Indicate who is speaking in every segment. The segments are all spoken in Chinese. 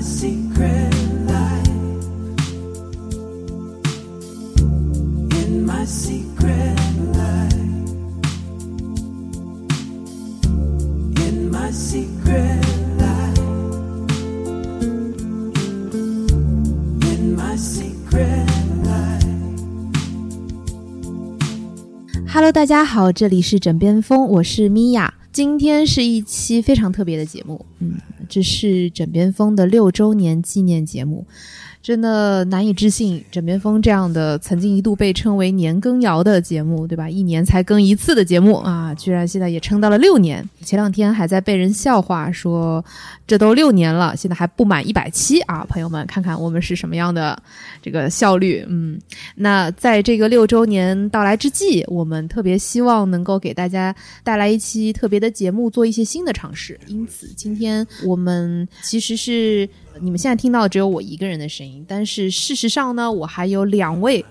Speaker 1: secret life. In my secret life. In my secret life. In my secret life.
Speaker 2: Hello，大家好，这里是枕边风，我是米娅。今天是一期非常特别的节目，嗯，这是枕边风的六周年纪念节目，真的难以置信，枕边风这样的曾经一度被称为年羹尧的节目，对吧？一年才更一次的节目啊，居然现在也撑到了六年。前两天还在被人笑话说，这都六年了，现在还不满一百期啊！朋友们，看看我们是什么样的这个效率，嗯。那在这个六周年到来之际，我们特别希望能够给大家带来一期特别的节目，做一些新的尝试。因此，今天我们其实是你们现在听到的只有我一个人的声音，但是事实上呢，我还有两位。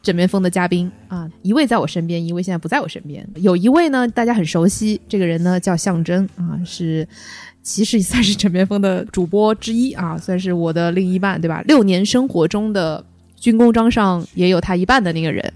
Speaker 2: 枕边风的嘉宾啊，一位在我身边，一位现在不在我身边。有一位呢，大家很熟悉，这个人呢叫象征啊，是其实算是枕边风的主播之一啊，算是我的另一半，对吧？六年生活中的军功章上也有他一半的那个人。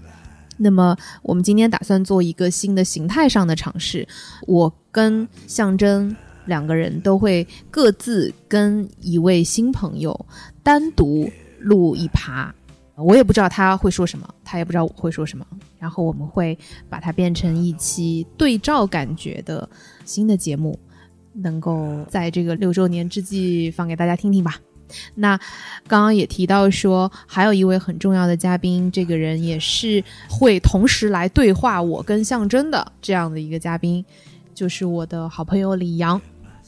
Speaker 2: 那么，我们今天打算做一个新的形态上的尝试。我跟象征两个人都会各自跟一位新朋友单独录一趴，我也不知道他会说什么，他也不知道我会说什么。然后我们会把它变成一期对照感觉的新的节目，能够在这个六周年之际放给大家听听吧。那刚刚也提到说，还有一位很重要的嘉宾，这个人也是会同时来对话我跟象征的这样的一个嘉宾，就是我的好朋友李阳。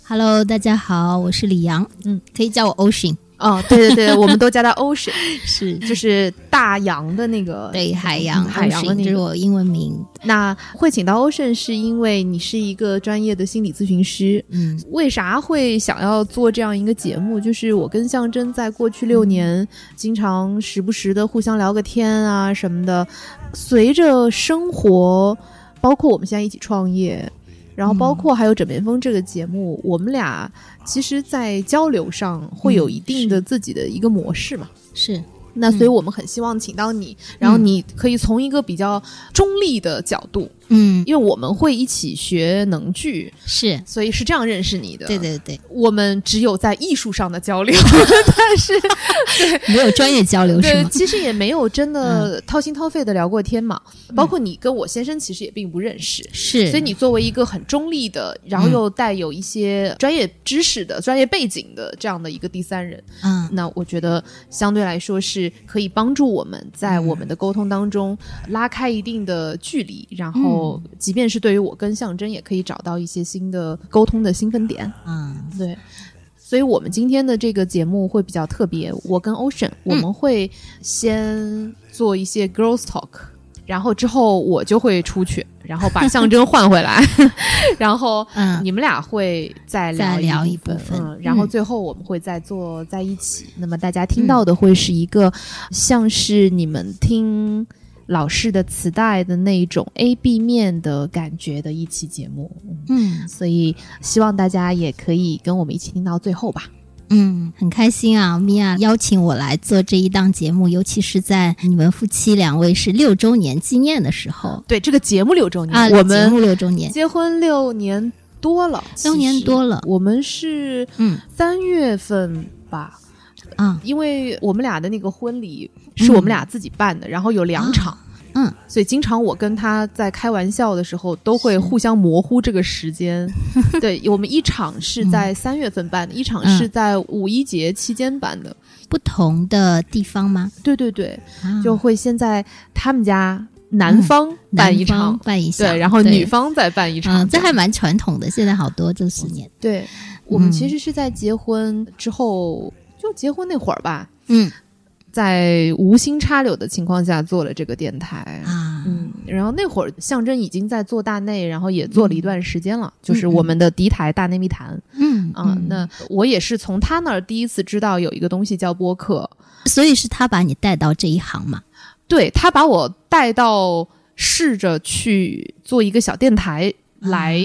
Speaker 3: Hello，大家好，我是李阳，嗯，可以叫我 Ocean，
Speaker 2: 哦，对对对，我们都叫他 Ocean，
Speaker 3: 是
Speaker 2: 就是大洋的那个
Speaker 3: 对海洋，
Speaker 2: 嗯海洋的
Speaker 3: Ocean，
Speaker 2: 那
Speaker 3: 这是
Speaker 2: 个。
Speaker 3: 我英文名，
Speaker 2: 那会请到 Ocean 是因为你是一个专业的心理咨询师，
Speaker 3: 嗯，
Speaker 2: 为啥会想要做这样一个节目？就是我跟象征在过去六年，经常时不时的互相聊个天啊什么的。随着生活，包括我们现在一起创业，然后包括还有《枕边风》这个节目，我们俩其实，在交流上会有一定的自己的一个模式嘛。
Speaker 3: 是
Speaker 2: 那所以我们很希望请到你，然后你可以从一个比较中立的角度，
Speaker 3: 嗯
Speaker 2: 因为我们会一起学能剧，
Speaker 3: 是，
Speaker 2: 所以是这样认识你的。
Speaker 3: 对对对，
Speaker 2: 我们只有在艺术上的交流，但是
Speaker 3: 没有专业交流是
Speaker 2: 对，
Speaker 3: 吗？嗯
Speaker 2: 其实也没有真的掏心掏肺的聊过天嘛。包括你跟我先生其实也并不认识，
Speaker 3: 是，
Speaker 2: 所以你作为一个很中立的，然后
Speaker 3: 嗯
Speaker 2: 又带有一些专业知识的、专业背景的这样的一个第三人，
Speaker 3: 嗯
Speaker 2: 那我觉得相对来说是可以帮助我们在
Speaker 3: 嗯
Speaker 2: 我们的沟通当中拉开一定的距离，然后
Speaker 3: 嗯
Speaker 2: 即便是对于我跟象征，也可以找到一些新的沟通的兴奋点。
Speaker 3: 嗯
Speaker 2: 对，所以我们今天的这个节目会比较特别。我跟 Ocean，我
Speaker 3: 嗯
Speaker 2: 们会先做一些 girls talk，、然后之后我就会出去，然后把象征换回来， 然后
Speaker 3: 嗯，
Speaker 2: 你们俩会再
Speaker 3: 再
Speaker 2: 聊
Speaker 3: 聊
Speaker 2: 一
Speaker 3: 一部分
Speaker 2: 嗯，然后
Speaker 3: 嗯
Speaker 2: 最后我们会再坐在一起。那么大家听到的会是一个像是你们听。老式的磁带的那一种 A B 面的感觉的一期节目，嗯
Speaker 3: 嗯
Speaker 2: 所以希望大家也可以跟我们一起听到最后吧。
Speaker 3: 嗯，很开心啊，米娅邀请我来做这一档节目，尤其是在你们夫妻两位是六周年纪念的时候
Speaker 2: 对，这个节目六周年，
Speaker 3: 啊，
Speaker 2: 嗯我
Speaker 3: 节
Speaker 2: 们
Speaker 3: 目六周年，
Speaker 2: 结婚六年多了，
Speaker 3: 六年
Speaker 2: 其实
Speaker 3: 多了
Speaker 2: 我们是
Speaker 3: 嗯
Speaker 2: 三月份吧，
Speaker 3: 啊
Speaker 2: 因为我们俩的那个婚礼是我们俩自己办的，然后有两场。
Speaker 3: 嗯，
Speaker 2: 所以经常我跟他在开玩笑的时候，都会互相模糊这个时 间。对我们一场是在三月份办的，一场
Speaker 3: 嗯
Speaker 2: 是在五一节期间办的。
Speaker 3: 不同的地方吗？
Speaker 2: 对对对，
Speaker 3: 啊
Speaker 2: 就会先在他们家南方办
Speaker 3: 南
Speaker 2: 一
Speaker 3: 嗯方
Speaker 2: 场，
Speaker 3: 办一下，
Speaker 2: 对，然后
Speaker 3: 对
Speaker 2: 女方再办一场，
Speaker 3: 嗯，这还蛮传统的，现在好多这十年，
Speaker 2: 对。我们
Speaker 3: 嗯
Speaker 2: 其实是在结婚之后，就结婚那会儿吧，
Speaker 3: 嗯
Speaker 2: 在无心插柳的情况下做了这个电台。
Speaker 3: 啊，
Speaker 2: 嗯，然后那会儿象征已经在做大内，然后也做了一段时间了，就是
Speaker 3: 嗯嗯
Speaker 2: 我们的敌台大内密谈
Speaker 3: 嗯
Speaker 2: 啊、
Speaker 3: 嗯
Speaker 2: 那我也是从他那儿第一次知道有一个东西叫播客，
Speaker 3: 所以是他把你带到这一行嘛？
Speaker 2: 对他把
Speaker 3: 啊
Speaker 2: 我带到试着去做一个小电台来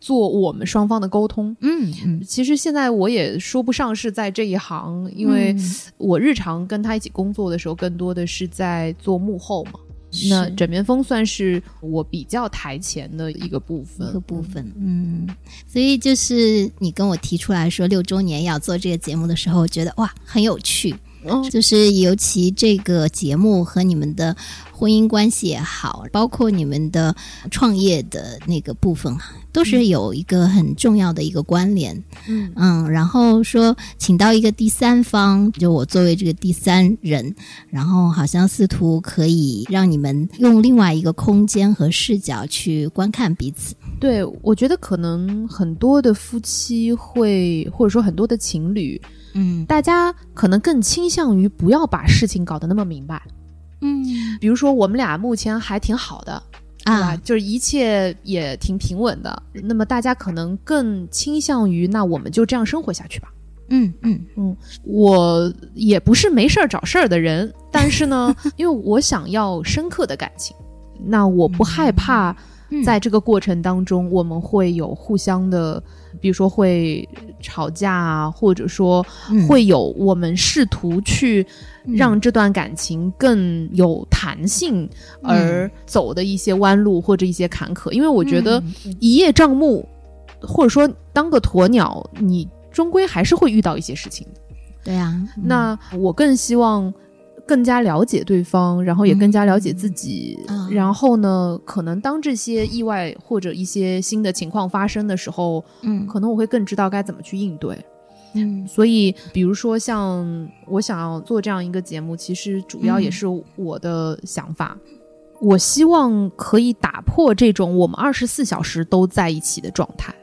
Speaker 2: 做我们双方的沟通。
Speaker 3: 嗯嗯，
Speaker 2: 其实现在我也说不上是在这一行，因为
Speaker 3: 嗯
Speaker 2: 我日常跟他一起工作的时候，更多的是在做幕后嘛。那
Speaker 3: 是
Speaker 2: 枕边风算是我比较台前的一个部
Speaker 3: 一个
Speaker 2: 分。
Speaker 3: 部分，嗯，所以就是你跟我提出来说六周年要做这个节目的时候，我觉得哇很有趣，
Speaker 2: 嗯，
Speaker 3: 就是尤其这个节目和你们的婚姻关系也好，包括你们的创业的那个部分啊，都是有一个很重要的一个关联。
Speaker 2: 嗯
Speaker 3: 嗯，然后说请到一个第三方，就我作为这个第三人，然后好像试图可以让你们用另外一个空间和视角去观看彼此。
Speaker 2: 对，我觉得可能很多的夫妻会，或者说很多的情侣，
Speaker 3: 嗯
Speaker 2: 大家可能更倾向于不要把事情搞得那么明白。
Speaker 3: 嗯
Speaker 2: 比如说，我们俩目前还挺好的，对吧？
Speaker 3: 啊，
Speaker 2: 就是一切也挺平稳的。那么大家可能更倾向于，那我们就这样生活下去吧。
Speaker 3: 嗯嗯
Speaker 2: 我也不是没事儿找事儿的 人，但是呢，因为我想要深刻的感情，那我不害怕
Speaker 3: 嗯，
Speaker 2: 在这个过程当中我们会有互相的，比如说会吵架啊，或者说
Speaker 3: 嗯
Speaker 2: 会有我们试图去让这段感情更有弹性而走的一些弯路或者一些坎坷，因为我觉得
Speaker 3: 嗯
Speaker 2: 一叶障目，或者说当个鸵鸟，你终归还是会遇到一些事情的。
Speaker 3: 对啊，嗯
Speaker 2: 那我更希望更加了解对方，然后也更加了解自己。
Speaker 3: 嗯啊
Speaker 2: 然后呢，可能当这些意外或者一些新的情况发生的时候，
Speaker 3: 嗯
Speaker 2: 可能我会更知道该怎么去应对。
Speaker 3: 嗯
Speaker 2: 所以，比如说像我想要做这样一个节目，其实主要也是我的想法。我希望可以打破这种我们二十四小时都在一起的状态。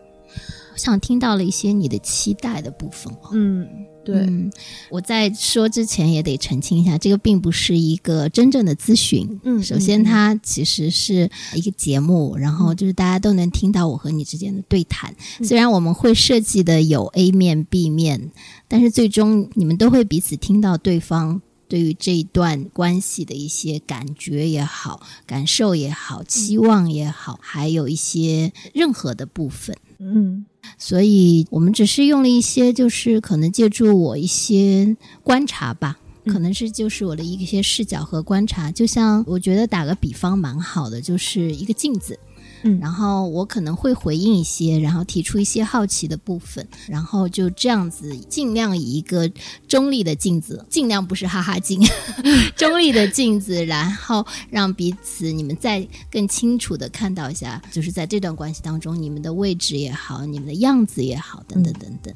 Speaker 3: 我想听到了一些你的期待的部分哦。
Speaker 2: 嗯，对，
Speaker 3: 嗯，我在说之前也得澄清一下，这个并不是一个真正的咨询。
Speaker 2: 嗯
Speaker 3: 首先
Speaker 2: 嗯
Speaker 3: 它其实是一个节目，然后就是大家都能听到我和你之间的对谈。
Speaker 2: 嗯
Speaker 3: 虽然我们会设计的有 A 面、B 面，但是最终你们都会彼此听到对方。对于这一段关系的一些感觉也好，感受也好，期望也好，还有一些任何的部分。
Speaker 2: 嗯
Speaker 3: 所以我们只是用了一些，就是可能借助我一些观察吧。
Speaker 2: 嗯
Speaker 3: 可能是就是我的一些视角和观察，就像我觉得打个比方蛮好的，就是一个镜子，
Speaker 2: 嗯
Speaker 3: 然后我可能会回应一些，然后提出一些好奇的部分，然后就这样子尽量以一个中立的镜子，尽量不是哈哈镜， 中立的镜子，然后让彼此你们再更清楚的看到一下，就是在这段关系当中，你们的位置也好，你们的样子也好，等等等等。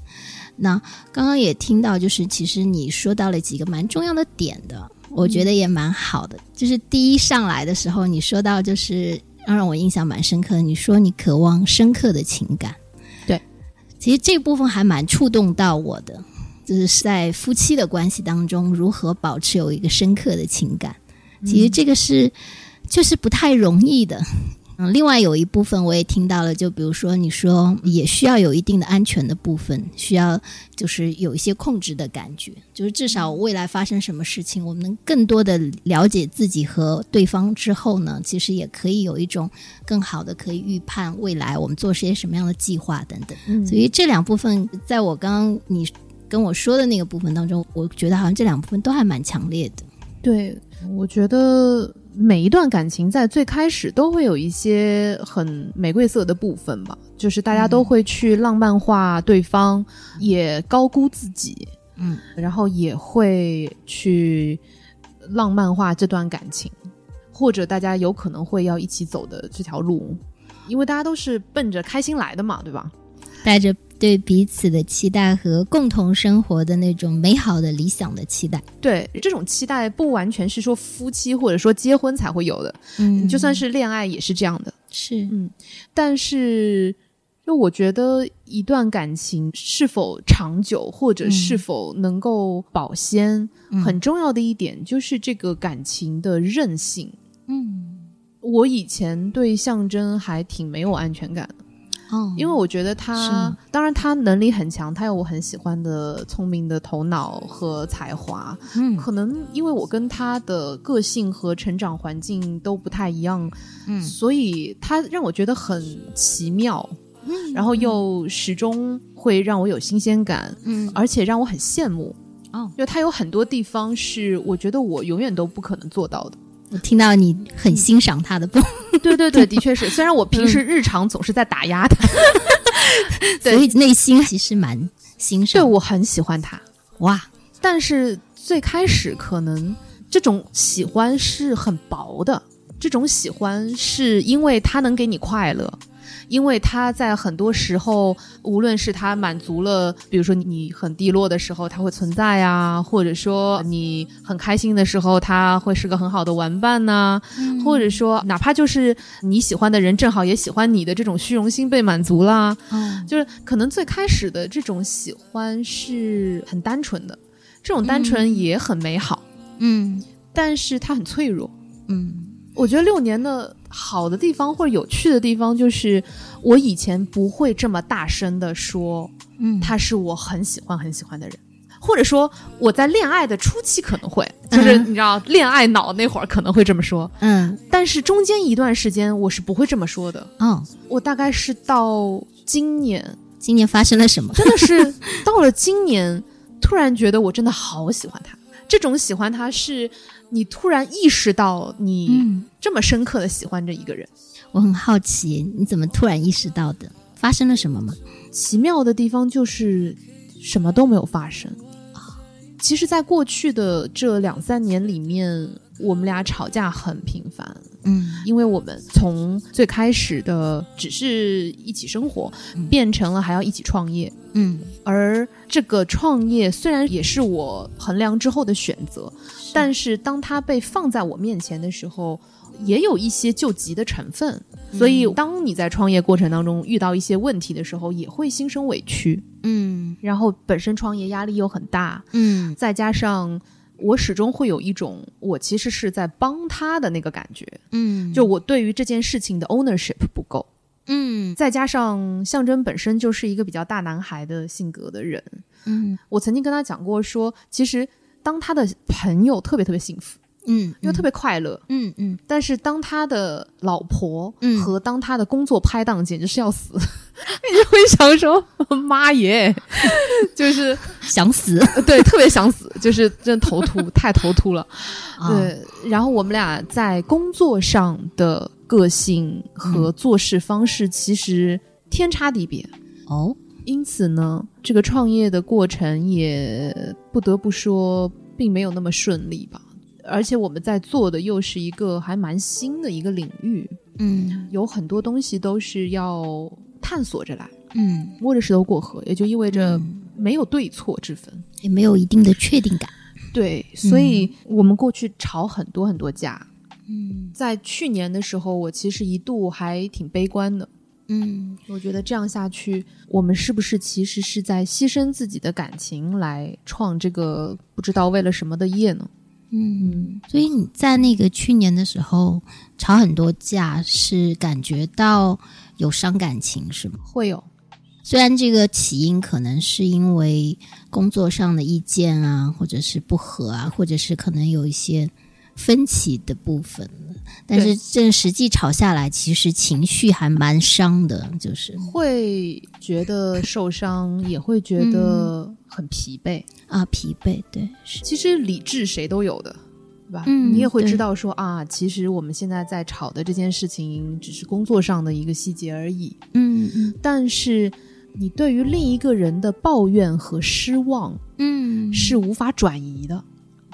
Speaker 3: 那刚刚也听到，就是其实你说到了几个蛮重要的点的，我觉得也蛮好的。就是第一上来的时候，你说到就是让让我印象蛮深刻的，你说你渴望深刻的情感，
Speaker 2: 对，
Speaker 3: 其实这部分还蛮触动到我的。就是在夫妻的关系当中，如何保持有一个深刻的情感，其实这个是就是不太容易的。嗯，另外有一部分我也听到了，就比如说你说也需要有一定的安全的部分，需要就是有一些控制的感觉，就是至
Speaker 2: 嗯
Speaker 3: 少未来发生什么事情，我们能更多的了解自己和对方之后呢，其实也可以有一种更好的可以预判未来我们做些什么样的计划等等。
Speaker 2: 嗯
Speaker 3: 所以这两部分，在我刚刚你跟我说的那个部分当中，我觉得好像这两部分都还蛮强烈的。
Speaker 2: 对，我觉得每一段感情在最开始都会有一些很玫瑰色的部分吧，就是大家
Speaker 3: 嗯
Speaker 2: 都会去浪漫化对方，也高估自己，
Speaker 3: 嗯，
Speaker 2: 然后也会去浪漫化这段感情，或者大家有可能会要一起走的这条路，因为大家都是奔着开心来的嘛，对吧？
Speaker 3: 带着对彼此的期待和共同生活的那种美好的理想的期待。
Speaker 2: 对，这种期待不完全是说夫妻或者说结婚才会有的，
Speaker 3: 嗯
Speaker 2: 就算是恋爱也是这样的。
Speaker 3: 是
Speaker 2: 但是，就我觉得一段感情是否长久，或者
Speaker 3: 嗯
Speaker 2: 是否能够保鲜，
Speaker 3: 嗯
Speaker 2: 很重要的一点就是这个感情的韧性。
Speaker 3: 嗯
Speaker 2: 我以前对象征还挺没有安全感的，
Speaker 3: 哦，
Speaker 2: 因为我觉得
Speaker 3: 是
Speaker 2: 他
Speaker 3: 吗，
Speaker 2: 当然他能力很强，他有我很喜欢的聪明的头脑和才华，
Speaker 3: 嗯
Speaker 2: 可能因为我跟他的个性和成长环境都不太一样，
Speaker 3: 嗯
Speaker 2: 所以他让我觉得很奇妙。然后又始终会让我有新鲜感，
Speaker 3: 嗯
Speaker 2: 而且让我很羡慕。
Speaker 3: 哦
Speaker 2: 因为它有很多地方是我觉得我永远都不可能做到的。
Speaker 3: 我听到你很欣赏他的部分，
Speaker 2: 对对对，的确是。虽然我平时日常总是在打压它，对
Speaker 3: 所以内心其实蛮欣
Speaker 2: 对
Speaker 3: 赏。
Speaker 2: 我很喜欢它，
Speaker 3: 哇，
Speaker 2: 但是最开始可能这种喜欢是很薄的，这种喜欢是因为它能给你快乐。因为它在很多时候，无论是它满足了，比如说你很低落的时候，它会存在呀、或者说你很开心的时候，它会是个很好的玩伴呐、
Speaker 3: 嗯
Speaker 2: 或者说哪怕就是你喜欢的人正好也喜欢你的这种虚荣心被满足啊啦，
Speaker 3: 哦，
Speaker 2: 就是可能最开始的这种喜欢是很单纯的，这种单纯也很美好，
Speaker 3: 嗯
Speaker 2: 但是它很脆弱。
Speaker 3: 嗯
Speaker 2: 我觉得六年的好的地方或者有趣的地方，就是我以前不会这么大声的说
Speaker 3: 嗯，
Speaker 2: 他是我很喜欢很喜欢的人，或者说我在恋爱的初期可能会，就是
Speaker 3: 嗯
Speaker 2: 你知道恋爱脑那会儿可能会这么说，
Speaker 3: 嗯
Speaker 2: 但是中间一段时间我是不会这么说的。
Speaker 3: 哦，
Speaker 2: 我大概是到今年，
Speaker 3: 今年发生了什么？
Speaker 2: 真的是到了今年，突然觉得我真的好喜欢他。这种喜欢他是你突然意识到你
Speaker 3: 嗯，
Speaker 2: 这么深刻的喜欢着一个人。
Speaker 3: 我很好奇，你怎么突然意识到的？发生了什么吗？
Speaker 2: 奇妙的地方就是什么都没有发生。其实，在过去的这两三年里面，我们俩吵架很频繁，
Speaker 3: 嗯
Speaker 2: 因为我们从最开始的只是一起生活，
Speaker 3: 嗯
Speaker 2: 变成了还要一起创业。
Speaker 3: 嗯，
Speaker 2: 而这个创业虽然也是我衡量之后的选择，但是当它被放在我面前的时候，也有一些救急的成分。所以，
Speaker 3: 嗯
Speaker 2: 当你在创业过程当中遇到一些问题的时候，也会心生委屈。
Speaker 3: 嗯
Speaker 2: 然后，本身创业压力又很大，
Speaker 3: 嗯
Speaker 2: 再加上我始终会有一种我其实是在帮他的那个感觉，
Speaker 3: 嗯，
Speaker 2: 就我对于这件事情的 ownership 不够。
Speaker 3: 嗯
Speaker 2: 再加上象征本身就是一个比较大男孩的性格的人，
Speaker 3: 嗯
Speaker 2: 我曾经跟他讲过说，其实当他的朋友特别特别幸福，
Speaker 3: 嗯，
Speaker 2: 因为特别快乐，
Speaker 3: 嗯嗯
Speaker 2: 但是当他的老婆
Speaker 3: 嗯
Speaker 2: 和当他的工作拍档简直是要死， 你就会想说妈耶， 就是呃
Speaker 3: 想死，
Speaker 2: 对特别想死，就是真的头秃，太头秃了。
Speaker 3: 啊，
Speaker 2: 对，然后我们俩在工作上的个性和做事方式其实天差地别。
Speaker 3: 哦，
Speaker 2: 因此呢，这个创业的过程也不得不说，并没有那么顺利吧。而且我们在做的又是一个还蛮新的一个领域，
Speaker 3: 嗯
Speaker 2: 有很多东西都是要探索着来，
Speaker 3: 嗯，
Speaker 2: 摸着石头过河，也就意味着没有对错之分。
Speaker 3: 也没有一定的确定感，
Speaker 2: 对，所以我们过去吵很多很多架。
Speaker 3: 嗯
Speaker 2: 在去年的时候，我其实一度还挺悲观的，
Speaker 3: 嗯
Speaker 2: 我觉得这样下去，我们是不是其实是在牺牲自己的感情来创这个不知道为了什么的业呢？
Speaker 3: 嗯，所以你在那个去年的时候吵很多架，是感觉到有伤感情是吗？
Speaker 2: 会有，
Speaker 3: 虽然这个起因可能是因为工作上的意见啊，或者是不合啊，或者是可能有一些分歧的部分，但是
Speaker 2: 对
Speaker 3: 这实际吵下来，其实情绪还蛮伤的，就是
Speaker 2: 嗯会觉得受伤，也会觉
Speaker 3: 嗯
Speaker 2: 得很疲惫。
Speaker 3: 啊疲惫，对，是
Speaker 2: 其实理智谁都有的。对吧？
Speaker 3: 嗯
Speaker 2: 你也会
Speaker 3: 对
Speaker 2: 知道说啊，其实我们现在在吵的这件事情只是工作上的一个细节而已。
Speaker 3: 嗯嗯
Speaker 2: 但是，你对于另一个人的抱怨和失望，
Speaker 3: 嗯
Speaker 2: 是无法转移的。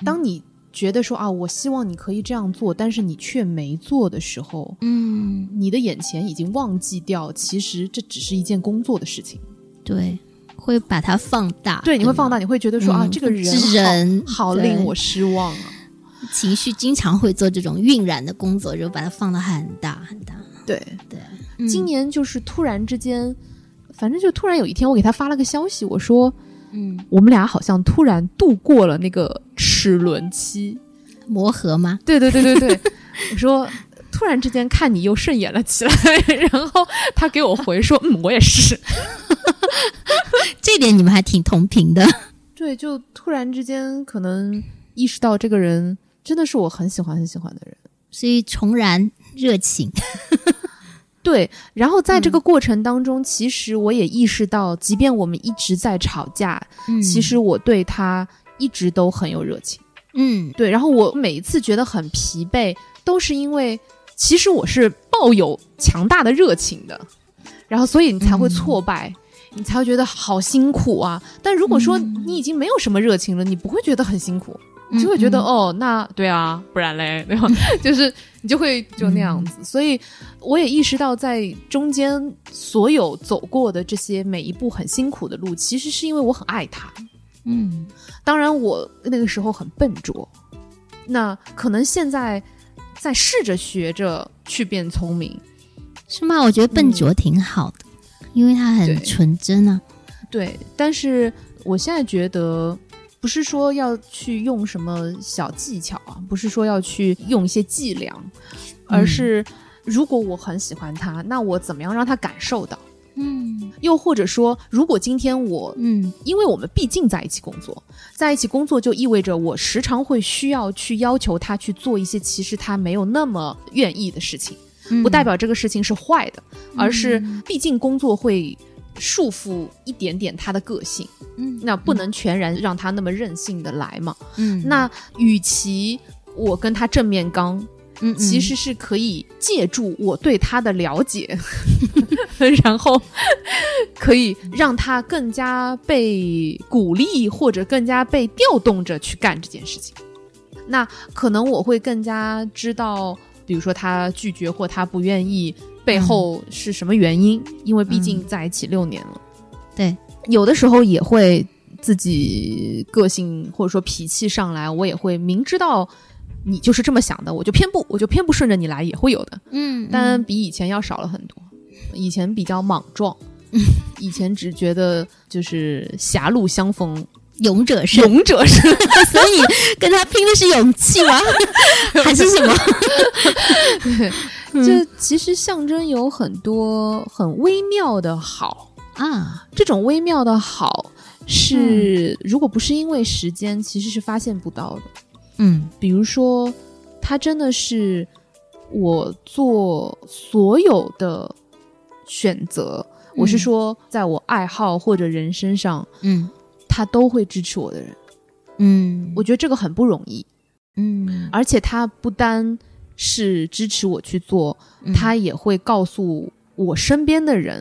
Speaker 2: 当你觉得说啊，我希望你可以这样做，但是你却没做的时候，
Speaker 3: 嗯
Speaker 2: 你的眼前已经忘记掉，其实这只是一件工作的事情。
Speaker 3: 对，会把它放大，
Speaker 2: 对，你会
Speaker 3: 吗
Speaker 2: 放大，你会觉得说、啊，
Speaker 3: 啊嗯
Speaker 2: 这个人
Speaker 3: 是人
Speaker 2: 好好
Speaker 3: 对
Speaker 2: 令我失望啊。
Speaker 3: 情绪经常会做这种晕染的工作，就把它放得很大很大。
Speaker 2: 对，
Speaker 3: 对，嗯
Speaker 2: 今年就是突然之间，反正就突然有一天，我给他发了个消息，我说
Speaker 3: 嗯
Speaker 2: 我们俩好像突然度过了那个齿轮期。
Speaker 3: 磨合吗？
Speaker 2: 对对对对 对，我说突然之间看你又顺眼了起来， 然后他给我回 说，嗯，我也是。
Speaker 3: 这点你们还挺同频的。
Speaker 2: 对，就突然之间可能意识到这个人真的是我很喜欢很喜欢的人。
Speaker 3: 所以重燃热情。
Speaker 2: 对，然后在这个过程当中，其实我也意识到，即便我们一直在吵架，
Speaker 3: 嗯
Speaker 2: 其实我对他一直都很有热情。
Speaker 3: 嗯
Speaker 2: 对，然后我每一次觉得很疲惫，都是因为其实我是抱有强大的热情的，然后所以你才会挫败。你才会觉得好辛苦啊！但如果说你已经没有什么热情了，你不会觉得很辛苦，
Speaker 3: 嗯
Speaker 2: 就会觉得、
Speaker 3: 嗯
Speaker 2: 哦，那对啊，不然 嘞，对吧？嗯就是你就会就那样子。所以我也意识到，在中间所有走过的这些每一步很辛苦的路，其实是因为我很爱他。
Speaker 3: 嗯
Speaker 2: 当然，我那个时候很笨拙，那可能现在在试着学着去变聪明。
Speaker 3: 是吗？我觉得笨拙挺好的，因为他
Speaker 2: 对
Speaker 3: 很纯真啊。
Speaker 2: 对，但是我现在觉得，不是说要去用什么小技巧啊，不是说要去用一些伎俩，而是如果我很喜欢他，那我怎么样让他感受到？
Speaker 3: 嗯
Speaker 2: 又或者说，如果今天我
Speaker 3: 嗯
Speaker 2: 因为我们毕竟在一起工作，在一起工作就意味着我时常会需要去要求他去做一些其实他没有那么愿意的事情，
Speaker 3: 嗯
Speaker 2: 不代表这个事情是坏的，而是毕竟工作会束缚一点点他的个性，
Speaker 3: 嗯
Speaker 2: 那不能全然让他那么任性的来嘛。
Speaker 3: 嗯
Speaker 2: 那与其我跟他正面刚，
Speaker 3: 嗯嗯
Speaker 2: 其实是可以借助我对他的了解， 然后可以让他更加被鼓励或者更加被调动着去干这件事情。那可能我会更加知道，比如说他拒绝或他不愿意背后是什么原因，因为毕竟在一起六年了。
Speaker 3: 对，
Speaker 2: 有的时候也会自己个性或者说脾气上来，我也会明知道你就是这么想的，我就偏不，我就偏不顺着你来，也会有的，
Speaker 3: 嗯
Speaker 2: 但比以前要少了很多。以前比较莽撞，以前只觉得就是狭路相逢
Speaker 3: 勇者是，
Speaker 2: 勇者 是，
Speaker 3: 所以跟他拼的是勇气吗？还 是什么？嗯
Speaker 2: 这其实象征有很多很微妙的好，
Speaker 3: 啊，
Speaker 2: 这种微妙的好是、如果不是因为时间，其实是发现不到的。
Speaker 3: 嗯
Speaker 2: 比如说，他真的是我做所有的选择，我是说，在我爱好或者人身上，
Speaker 3: 嗯
Speaker 2: 他都会支持我的人。
Speaker 3: 嗯，
Speaker 2: 我觉得这个很不容易，
Speaker 3: 嗯，
Speaker 2: 而且他不单是支持我去做，
Speaker 3: 嗯
Speaker 2: 他也会告诉我身边的人。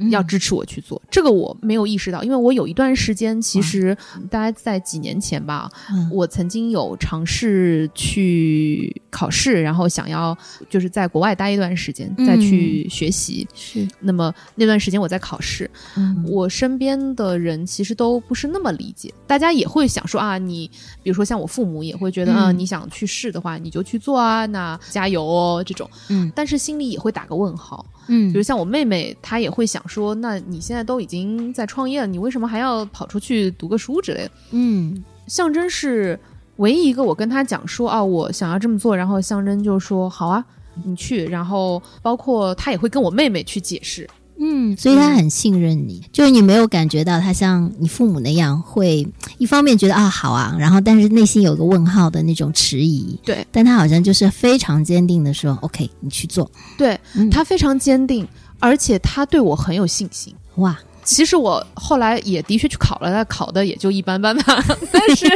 Speaker 3: 嗯
Speaker 2: 要支持我去做，这个我没有意识到，因为我有一段时间，其实大概在几年前吧，
Speaker 3: 嗯
Speaker 2: 我曾经有尝试去考试，然后想要就是在国外待一段时间，
Speaker 3: 嗯
Speaker 2: 再去学习。
Speaker 3: 是
Speaker 2: 那么那段时间我在考试，
Speaker 3: 嗯
Speaker 2: 我身边的人其实都不是那么理解，大家也会想说啊，你比如说像我父母也会觉得，
Speaker 3: 嗯
Speaker 2: 啊，你想去试的话，你就去做啊，那加油哦这种，
Speaker 3: 嗯
Speaker 2: 但是心里也会打个问号。
Speaker 3: 嗯
Speaker 2: 比如像我妹妹，她也会想说，那你现在都已经在创业了，你为什么还要跑出去读个书之类的？
Speaker 3: 嗯
Speaker 2: 象征是唯一一个我跟她讲说啊，我想要这么做，然后象征就说好啊，你去。然后包括她也会跟我妹妹去解释，
Speaker 3: 嗯，所以他很信任你，就是你没有感觉到他像你父母那样会，一方面觉得啊好啊，然后但是内心有个问号的那种迟疑。
Speaker 2: 对，
Speaker 3: 但他好像就是非常坚定的说，OK，你去做。
Speaker 2: 对
Speaker 3: 嗯
Speaker 2: 她非常坚定，而且她对我很有信心。
Speaker 3: 哇，
Speaker 2: 其实我后来也的确去考了，但考的也就一般般吧。 但是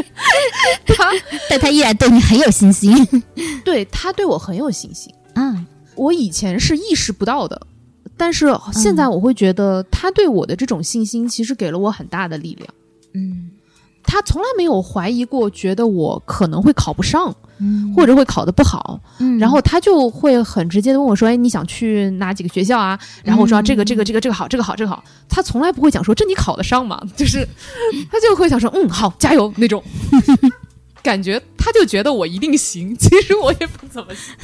Speaker 2: 她
Speaker 3: 但他依然对你很有信心
Speaker 2: 对她对我很有信心。
Speaker 3: 啊。
Speaker 2: 我以前是意识不到的，但是现
Speaker 3: 嗯
Speaker 2: 在我会觉得他对我的这种信心，其实给了我很大的力量。
Speaker 3: 嗯
Speaker 2: 他从来没有怀疑过，觉得我可能会考不上，
Speaker 3: 嗯
Speaker 2: 或者会考得不好。
Speaker 3: 嗯
Speaker 2: 然后他就会很直接的问我说：“哎，你想去哪几个学校啊？”然后我说：“啊
Speaker 3: 嗯
Speaker 2: 这个、这个、这个、这个好，这个好，这个好。”他从来不会讲说：“这你考得上吗？” 就是他就会想说：“嗯，好，加油那 种。”感觉他就觉得我一定行，其实我也不怎么行。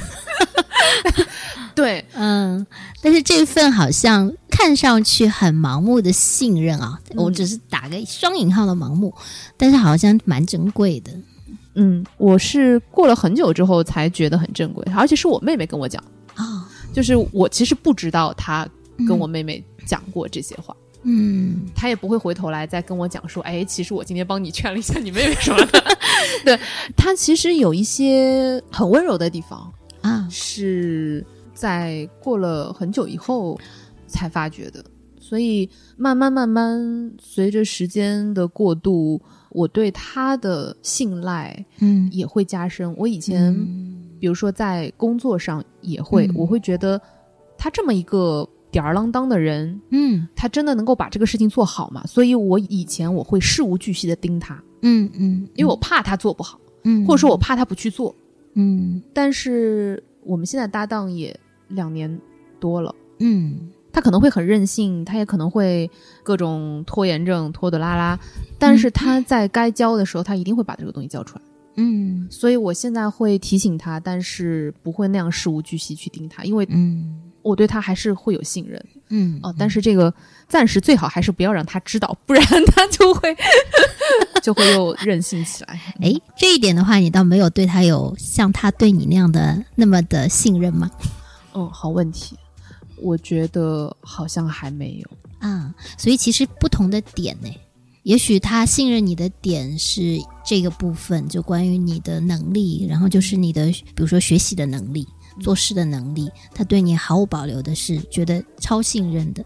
Speaker 2: 对，
Speaker 3: 嗯，但是这份好像看上去很盲目的信任啊，我只是打个双引号的盲目，但是好像蛮珍贵的。
Speaker 2: 嗯，我是过了很久之后才觉得很珍贵，而且是我妹妹跟我讲，
Speaker 3: 哦，
Speaker 2: 就是我其实不知道她跟我妹妹讲过这些话，
Speaker 3: 嗯
Speaker 2: 她也不会回头来再跟我讲说，哎，其实我今天帮你劝了一下你妹妹什么的。对她其实有一些很温柔的地方，
Speaker 3: 啊，
Speaker 2: 是在过了很久以后才发觉的。所以慢慢慢慢，随着时间的过渡，我对他的信赖
Speaker 3: 嗯，
Speaker 2: 也会加深。我以前、比如说在工作上也会，
Speaker 3: 嗯
Speaker 2: 我会觉得他这么一个吊儿郎当的人，
Speaker 3: 嗯
Speaker 2: 他真的能够把这个事情做好吗？所以我以前我会事无巨细的盯他，
Speaker 3: 嗯嗯，
Speaker 2: 因为我怕他做不好，
Speaker 3: 嗯，
Speaker 2: 或者说我怕他不去做。
Speaker 3: 嗯
Speaker 2: 但是我们现在搭档也两年多了。
Speaker 3: 嗯
Speaker 2: 他可能会很任性，他也可能会各种拖延症、拖拖拉拉，但是他在该交的时候，他一定会把这个东西交出来。
Speaker 3: 嗯
Speaker 2: 所以我现在会提醒他，但是不会那样事无巨细去盯他，因为
Speaker 3: 嗯
Speaker 2: 我对他还是会有信任
Speaker 3: 嗯
Speaker 2: 哦、但是这个暂时最好还是不要让他知道，不然他就会 就会又任性起来。
Speaker 3: 哎，这一点的话，你倒没有对他有像他对你那样的那么的信任吗？
Speaker 2: 嗯，好问题，我觉得好像还没有。
Speaker 3: 啊，所以其实不同的点呢，也许他信任你的点是这个部分，就关于你的能力，然后就是你的，比如说学习的能力、做事的能力，他对你毫无保留的是觉得超信任的。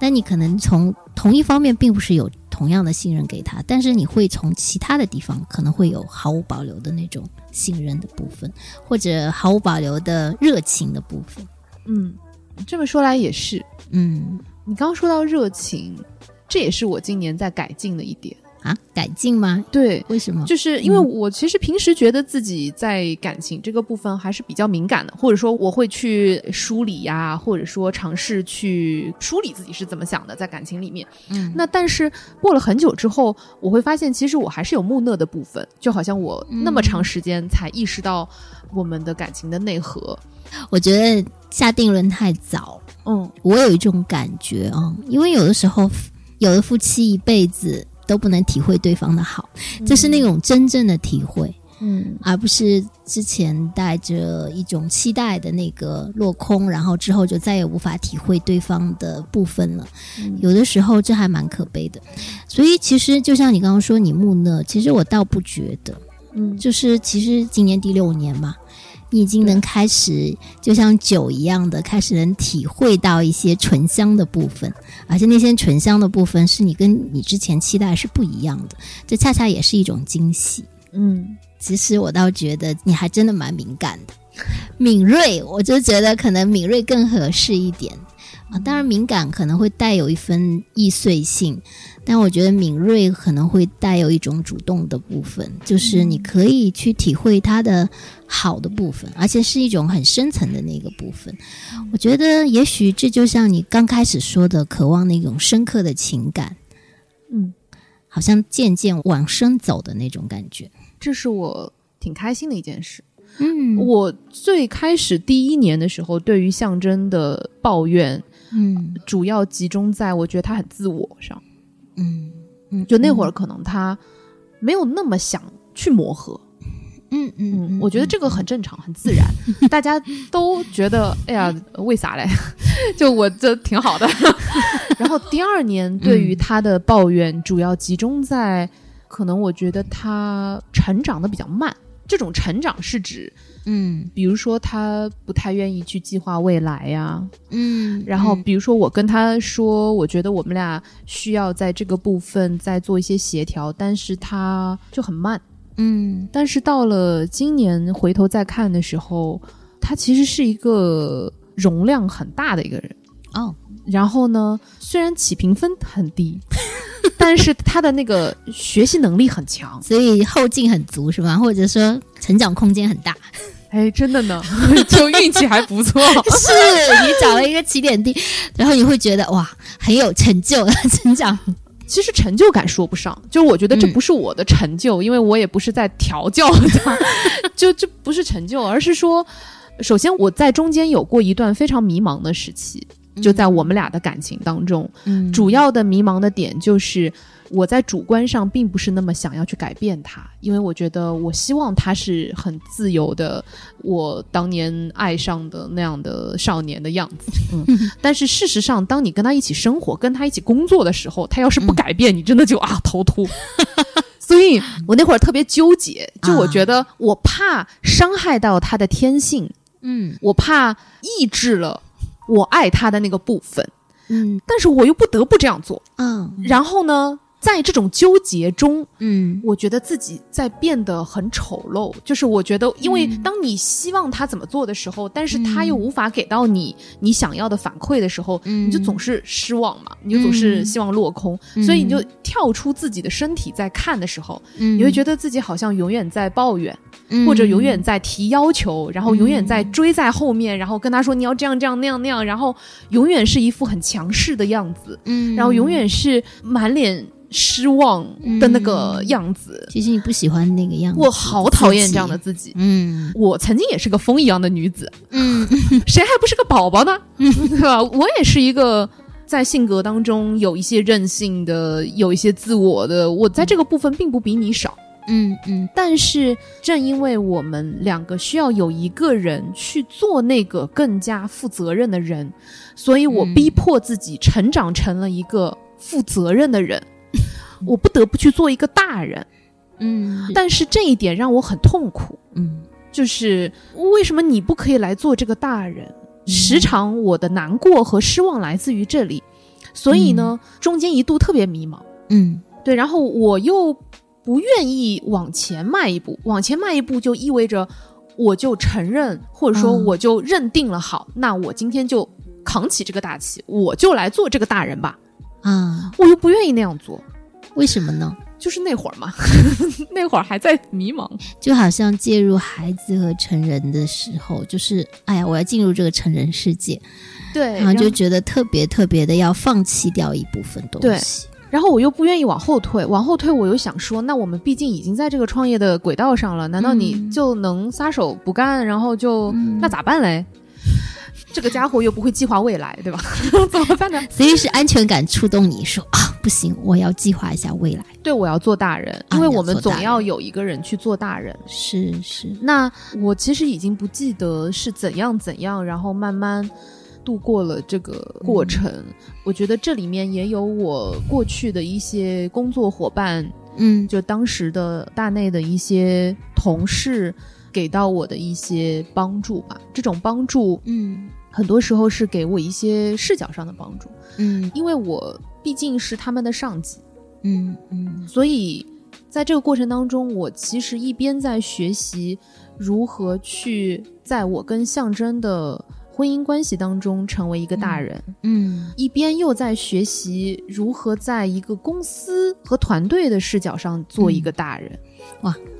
Speaker 3: 但你可能从同一方面并不是有同样的信任给他，但是你会从其他的地方可能会有毫无保留的那种信任的部分，或者毫无保留的热情的部分。
Speaker 2: 嗯，这么说来也是，
Speaker 3: 嗯
Speaker 2: 你刚刚说到热情，这也是我今年在改进的一点。
Speaker 3: 啊，改进吗？
Speaker 2: 对，
Speaker 3: 为什么？
Speaker 2: 就是因为我其实平时觉得自己在感情这个部分还是比较敏感的，或者说我会去梳理呀、或者说尝试去梳理自己是怎么想的，在感情里面。
Speaker 3: 嗯
Speaker 2: 那但是过了很久之后，我会发现其实我还是有木讷的部分，就好像我那么长时间才意识到我们的感情的内核。
Speaker 3: 我觉得下定论太早，
Speaker 2: 嗯
Speaker 3: 我有一种感觉啊、因为有的时候，有的夫妻一辈子都不能体会对方的好，就是那种真正的体会，
Speaker 2: 嗯
Speaker 3: 而不是之前带着一种期待的那个落空，然后之后就再也无法体会对方的部分了。有的时候这还蛮可悲的，所以其实就像你刚刚说你木讷，其实我倒不觉得，
Speaker 2: 嗯
Speaker 3: 就是其实今年第六年嘛，你已经能开始就像酒一样的开始能体会到一些醇香的部分，而且那些醇香的部分是你跟你之前期待是不一样的，这恰恰也是一种惊喜。
Speaker 2: 嗯
Speaker 3: 其实我倒觉得你还真的蛮敏感的，敏锐，我就觉得可能敏锐更合适一点啊。当然，敏感可能会带有一份易碎性，但我觉得敏锐可能会带有一种主动的部分，就是你可以去体会它的好的部分，而且是一种很深层的那个部分。我觉得也许这就像你刚开始说的，渴望那种深刻的情感，
Speaker 2: 嗯，
Speaker 3: 好像渐渐往深走的那种感觉。
Speaker 2: 这是我挺开心的一件事。
Speaker 3: 嗯
Speaker 2: 我最开始第一年的时候，对于象征的抱怨，
Speaker 3: 嗯
Speaker 2: 主要集中在我觉得他很自我上。
Speaker 3: 嗯，嗯，
Speaker 2: 就那会儿，可能他没有那么想去磨合。
Speaker 3: 嗯，嗯嗯，
Speaker 2: 我觉得这个很正常，很自 然。大家都觉得，哎呀， 为啥嘞？就我这挺好的。 然后第二年，对于他的抱怨，主要集中在可能我觉得他成长的比较慢。这种成长是指
Speaker 3: 嗯
Speaker 2: 比如说他不太愿意去计划未来啊呀、
Speaker 3: 嗯，
Speaker 2: 然后
Speaker 3: 嗯
Speaker 2: 比如说我跟他说，我觉得我们俩需要在这个部分再做一些协调，但是他就很慢。
Speaker 3: 嗯
Speaker 2: 但是到了今年回头再看的时候，他其实是一个容量很大的一个人。
Speaker 3: 哦
Speaker 2: 然后呢，虽然起评分很低，但是他的那个学习能力很强。
Speaker 3: 所以后劲很足是吧？或者说成长空间很 大，
Speaker 2: 哎，真的 呢，就运气还不错。
Speaker 3: 是你找了一个起点地，然后你会觉得哇很有成就 成长，
Speaker 2: 其实成就感说不上，就是我觉得这
Speaker 3: 嗯
Speaker 2: 不是我的成就，因为我也不是在调教他，就这不是成就，而是说，首先我在中间有过一段非常迷茫的时期，就在我们俩的感情当中，
Speaker 3: 嗯
Speaker 2: 主要的迷茫的点就是我在主观上并不是那么想要去改变他，因为我觉得我希望他是很自由的，我当年爱上的那样的少年的样子。嗯， 但是事实上，当你跟他一起生活、跟他一起工作的时候，他要是不改变，你真的就啊头秃。所以我那会儿特别纠结，就我觉得我怕伤害到他的天性，
Speaker 3: 嗯
Speaker 2: 我怕抑制了我爱他的那个部分，
Speaker 3: 嗯
Speaker 2: 但是我又不得不这样做。
Speaker 3: 嗯
Speaker 2: 然后呢，在这种纠结中，
Speaker 3: 嗯
Speaker 2: 我觉得自己在变得很丑陋。就是我觉得，因为
Speaker 3: 嗯
Speaker 2: 当你希望他怎么做的时候，但是他
Speaker 3: 嗯
Speaker 2: 又无法给到你你想要的反馈的时候，
Speaker 3: 嗯
Speaker 2: 你就总是失望嘛，你就总是希望落空，
Speaker 3: 嗯
Speaker 2: 所以你就跳出自己的身体在看的时候，
Speaker 3: 嗯，
Speaker 2: 你会觉得自己好像永远在抱怨。
Speaker 3: 得
Speaker 2: 或者永远在提要求，然后永远
Speaker 3: 嗯
Speaker 2: 在追在后面，然后跟他说你要这样这样那样那样，然后永远是一副很强势的样子，
Speaker 3: 嗯，
Speaker 2: 然后永远是满脸失望的那个
Speaker 3: 嗯
Speaker 2: 样子。
Speaker 3: 其实你不喜欢那个样子，
Speaker 2: 我好讨厌这样的自己。
Speaker 3: 嗯
Speaker 2: 我曾经也是个风一样的女子，
Speaker 3: 嗯
Speaker 2: 谁还不是个宝宝呢？ 对吧？我也是一个在性格当中有一些任性的，有一些自我的，我在这个部分并不比你少。
Speaker 3: 嗯嗯
Speaker 2: 但是正因为我们两个需要有一个人去做那个更加负责任的人，所以我
Speaker 3: 嗯
Speaker 2: 逼迫自己成长成了一个负责任的人。我不得不去做一个大人，
Speaker 3: 嗯，
Speaker 2: 但是这一点让我很痛苦。
Speaker 3: 嗯
Speaker 2: 就是为什么你不可以来做这个大人？
Speaker 3: 嗯
Speaker 2: 时常我的难过和失望来自于这里，所以呢，中间一度特别迷茫。
Speaker 3: 嗯
Speaker 2: 对，然后我又不愿意往前迈一步，往前迈一步就意味着我就承认，或者说
Speaker 3: 嗯
Speaker 2: 我就认定了，好，那我今天就扛起这个大旗，我就来做这个大人吧。
Speaker 3: 啊，
Speaker 2: 我又不愿意那样做，
Speaker 3: 为什么呢？
Speaker 2: 就是那会儿嘛， 那会儿还在迷茫。
Speaker 3: 就好像介入孩子和成人的时候，就是哎呀，我要进入这个成人世界，
Speaker 2: 对
Speaker 3: 然后啊就觉得特别特别的要放弃掉一部分东西。
Speaker 2: 然后我又不愿意往后退，往后退我又想说，那我们毕竟已经在这个创业的轨道上了，难道你
Speaker 3: 嗯
Speaker 2: 就能撒手不干，然后就、
Speaker 3: 嗯
Speaker 2: 那咋办嘞？这个家伙又不会计划未来，对吧？ 怎么办呢？
Speaker 3: 所以是安全感触动你说啊，不行，我要计划一下未来。
Speaker 2: 对我要做大人，
Speaker 3: 啊
Speaker 2: 因为
Speaker 3: 你要
Speaker 2: 我们
Speaker 3: 做大
Speaker 2: 总
Speaker 3: 人
Speaker 2: 要有一个人去做大人。
Speaker 3: 是是，
Speaker 2: 那我其实已经不记得是怎样怎样，然后慢慢度过了这个过程。我觉得这里面也有我过去的一些工作伙伴，
Speaker 3: 嗯
Speaker 2: 就当时的大内的一些同事给到我的一些帮助吧。这种帮助
Speaker 3: 嗯
Speaker 2: 很多时候是给我一些视角上的帮助，
Speaker 3: 嗯
Speaker 2: 因为我毕竟是他们的上级。
Speaker 3: 嗯嗯
Speaker 2: 所以在这个过程当中，我其实一边在学习如何去在我跟象征的婚姻关系当中成为一个大人，
Speaker 3: 嗯
Speaker 2: 一边又在学习如何在一个公司和团队的视角上做
Speaker 3: 嗯
Speaker 2: 一个大人。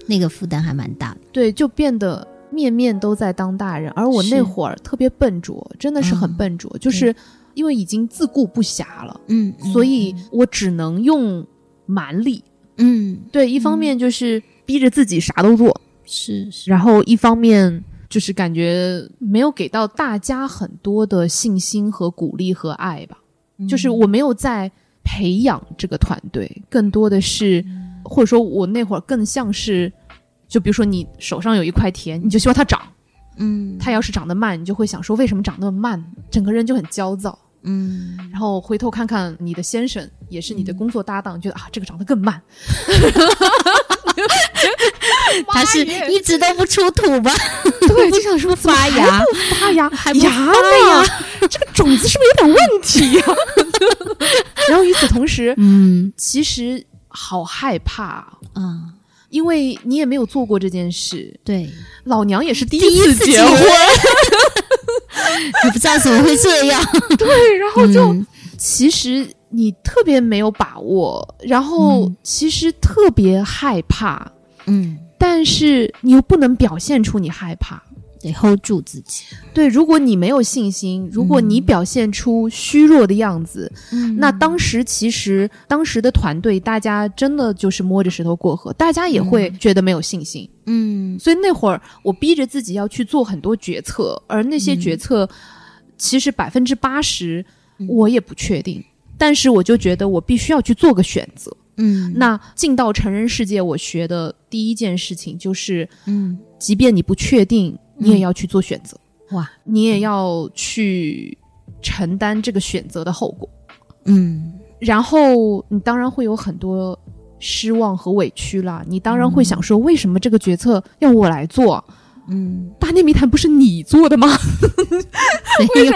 Speaker 3: 那个负担还蛮大的。
Speaker 2: 对，就变得。面面都在当大人，而我
Speaker 3: 是
Speaker 2: 那会儿特别笨拙，真的是很
Speaker 3: 嗯
Speaker 2: 笨拙，就是因为已经自顾不暇了，
Speaker 3: 嗯，
Speaker 2: 所以我只能用蛮力，
Speaker 3: 嗯
Speaker 2: 对，一方面就是逼着自己啥都做，
Speaker 3: 是是
Speaker 2: 然后一方面就是感觉没有给到大家很多的信心和鼓励和爱吧，
Speaker 3: 嗯
Speaker 2: 就是我没有在培养这个团队，更多的是
Speaker 3: 嗯
Speaker 2: 或者说我那会儿更像是。就比如说，你手上有一块田，你就希望它长。
Speaker 3: 嗯
Speaker 2: 它要是长得慢，你就会想说，为什么长那么慢？整个人就很焦躁。
Speaker 3: 嗯
Speaker 2: 然后回头看看你的先生，也是你的工作搭档，觉得啊，这个长得更 慢。
Speaker 3: 他是一直都不出土吧？
Speaker 2: 对，就想说
Speaker 3: 发芽，
Speaker 2: 发芽，
Speaker 3: 还不
Speaker 2: 芽
Speaker 3: 发
Speaker 2: 呢？这个种子是不是有点问题呀、 然后与此同时，
Speaker 3: 嗯
Speaker 2: 其实好害怕，
Speaker 3: 啊，
Speaker 2: 因为你也没有做过这件事，
Speaker 3: 对，
Speaker 2: 老娘也是第
Speaker 3: 第一
Speaker 2: 次
Speaker 3: 次
Speaker 2: 结
Speaker 3: 婚，你不知道怎么会这样，
Speaker 2: 对，然后就、
Speaker 3: 嗯
Speaker 2: 其实你特别没有把握，然后
Speaker 3: 嗯
Speaker 2: 其实特别害怕，
Speaker 3: 嗯，
Speaker 2: 但是你又不能表现出你害怕。
Speaker 3: 得 hold 住自己。
Speaker 2: 对，如果你没有信心，如果你
Speaker 3: 嗯
Speaker 2: 表现出虚弱的样子，
Speaker 3: 嗯
Speaker 2: 那当时其实当时的团队，大家真的就是摸着石头过河，大家也会觉得没有信心。
Speaker 3: 嗯
Speaker 2: 所以那会儿我逼着自己要去做很多决策，而那些决策其实百分之八十
Speaker 3: 嗯
Speaker 2: 我也不确定。但是我就觉得我必须要去做个选择。
Speaker 3: 嗯
Speaker 2: 那进到成人世界，我学的第一件事情就是，
Speaker 3: 嗯
Speaker 2: 即便你不确定，你也
Speaker 3: 嗯
Speaker 2: 要去做选择，
Speaker 3: 哇
Speaker 2: 你也要去承担这个选择的后果。
Speaker 3: 嗯
Speaker 2: 然后你当然会有很多嗯失望和委屈啦，你当然会想说，为什么这个决策要我来做？
Speaker 3: 嗯，
Speaker 2: 大内密谈不是你做的吗？
Speaker 3: 所以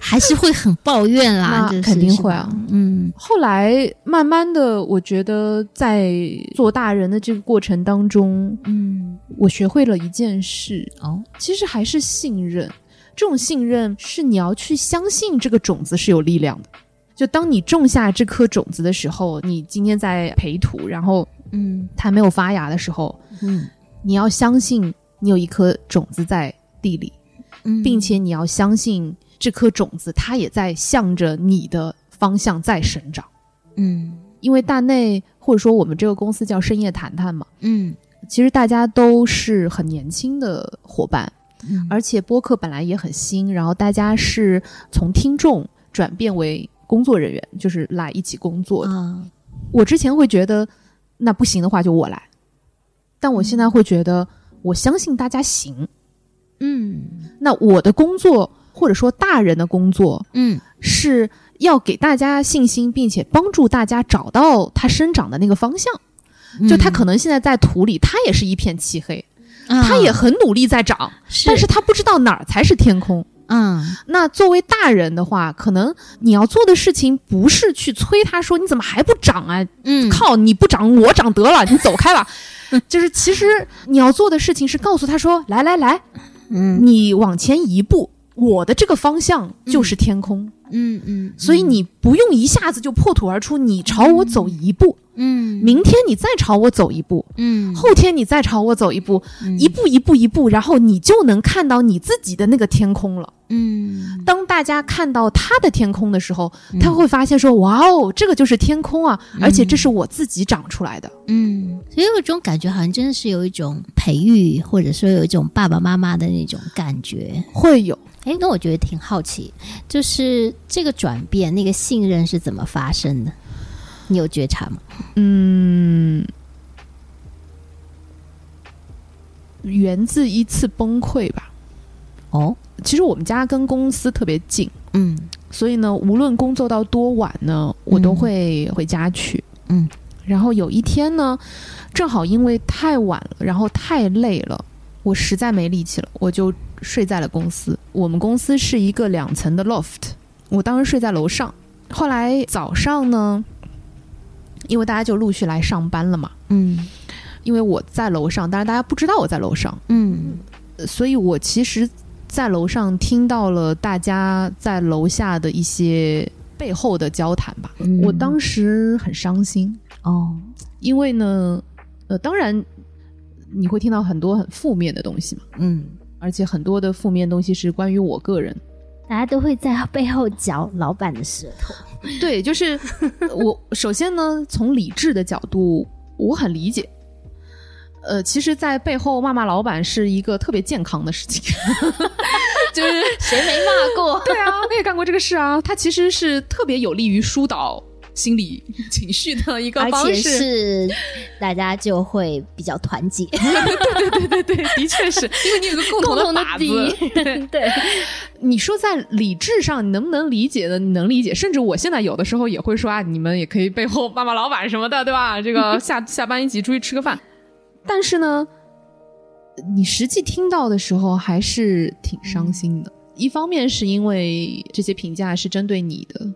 Speaker 3: 还是会很抱怨啦，
Speaker 2: 那
Speaker 3: 就是
Speaker 2: 肯定会啊，
Speaker 3: 是吧嗯
Speaker 2: 后来慢慢的，我觉得在做大人的这个过程当中，
Speaker 3: 嗯，
Speaker 2: 我学会了一件事，
Speaker 3: 哦，
Speaker 2: 其实还是信任。这种信任是你要去相信这个种子是有力量的。就当你种下这颗种子的时候，你今天在培土，然后
Speaker 3: 嗯
Speaker 2: 它没有发芽的时候，
Speaker 3: 嗯
Speaker 2: 你要相信你有一颗种子在地里，
Speaker 3: 嗯，
Speaker 2: 并且你要相信这颗种子它也在向着你的方向在生长。
Speaker 3: 嗯
Speaker 2: 因为大内或者说我们这个公司叫深夜谈谈嘛，
Speaker 3: 嗯
Speaker 2: 其实大家都是很年轻的伙伴，
Speaker 3: 嗯
Speaker 2: 而且播客本来也很新，然后大家是从听众转变为工作人员，就是来一起工作的。
Speaker 3: 啊
Speaker 2: 我之前会觉得那不行的话就我来，但我现在会觉得我相信大家行。
Speaker 3: 嗯
Speaker 2: 那我的工作或者说大人的工作
Speaker 3: 嗯
Speaker 2: 是要给大家信心，并且帮助大家找到他生长的那个方向。
Speaker 3: 嗯
Speaker 2: 就他可能现在在土里，他也是一片漆黑，
Speaker 3: 能
Speaker 2: 他也很努力在长，
Speaker 3: 嗯是，
Speaker 2: 但是他不知道哪儿才是天空。
Speaker 3: 嗯
Speaker 2: 那作为大人的话，可能你要做的事情不是去催他说你怎么还不长啊？
Speaker 3: 嗯
Speaker 2: 靠，你不长我长得了，你走开吧。 就是其实你要做的事情是告诉他说，来来来，
Speaker 3: 嗯
Speaker 2: 你往前一步，我的这个方向就是天空，
Speaker 3: 嗯嗯，
Speaker 2: 所以你不用一下子就破土而出，你朝我走一步，
Speaker 3: 嗯
Speaker 2: 明天你再朝我走一步，
Speaker 3: 嗯
Speaker 2: 后天你再朝我走一步，
Speaker 3: 嗯
Speaker 2: 一步一步一步，然后你就能看到你自己的那个天空了。
Speaker 3: 嗯
Speaker 2: 当大家看到他的天空的时候，他会发现说：“哇哦，这个就是天空啊！而且这是我自己长出来的。
Speaker 3: 嗯，所以有一种感觉，好像真的是有一种培育，或者说有一种爸爸妈妈的那种感觉。
Speaker 2: 会有
Speaker 3: 哎，那我觉得挺好奇，就是这个转变，那个信任是怎么发生的？你有觉察吗？
Speaker 2: 源自一次崩溃吧。
Speaker 3: 哦，
Speaker 2: 其实我们家跟公司特别近，
Speaker 3: 嗯
Speaker 2: 所以呢，无论工作到多晚呢，我都
Speaker 3: 嗯
Speaker 2: 会回家去。
Speaker 3: 嗯，
Speaker 2: 然后有一天呢，正好因为太晚了，然后太累了，我实在没力气了，我就睡在了公司。我们公司是一个两层的 loft，我当时睡在楼上。后来早上呢，因为大家就陆续来上班了嘛，
Speaker 3: 嗯
Speaker 2: 因为我在楼上，但是大家不知道我在楼上，
Speaker 3: 嗯
Speaker 2: 呃所以我其实，在楼上听到了大家在楼下的一些背后的交谈吧。
Speaker 3: 嗯，
Speaker 2: 我当时很伤心，
Speaker 3: 哦，
Speaker 2: 因为呢，呃，当然你会听到很多很负面的东西嘛，
Speaker 3: 嗯，
Speaker 2: 而且很多的负面东西是关于我个人。
Speaker 3: 大家都会在背后嚼老板的舌头。
Speaker 2: 对，就是我首先呢，从理智的角度，我很理解。呃，其实，在背后骂骂老板是一个特别健康的事情， 就是
Speaker 3: 谁没骂过？
Speaker 2: 对啊，我也干过这个事啊。它其实是特别有利于疏导心理情绪的一 个
Speaker 3: 而
Speaker 2: 方
Speaker 3: 且
Speaker 2: 式。
Speaker 3: 是大家就会比较团结，
Speaker 2: 对对对，的确是因为你有个共同 的靶子。
Speaker 3: 敌。 对，
Speaker 2: 你说在理智上，你能不能理解呢？你能理解，甚至我现在有的时候也会说啊，你们也可以背后骂骂老板什么的，对吧？这 个下下班一起出去吃个饭。但是呢，你实际听到的时候还是挺伤心的。一方面是因为这些评价是针对你的，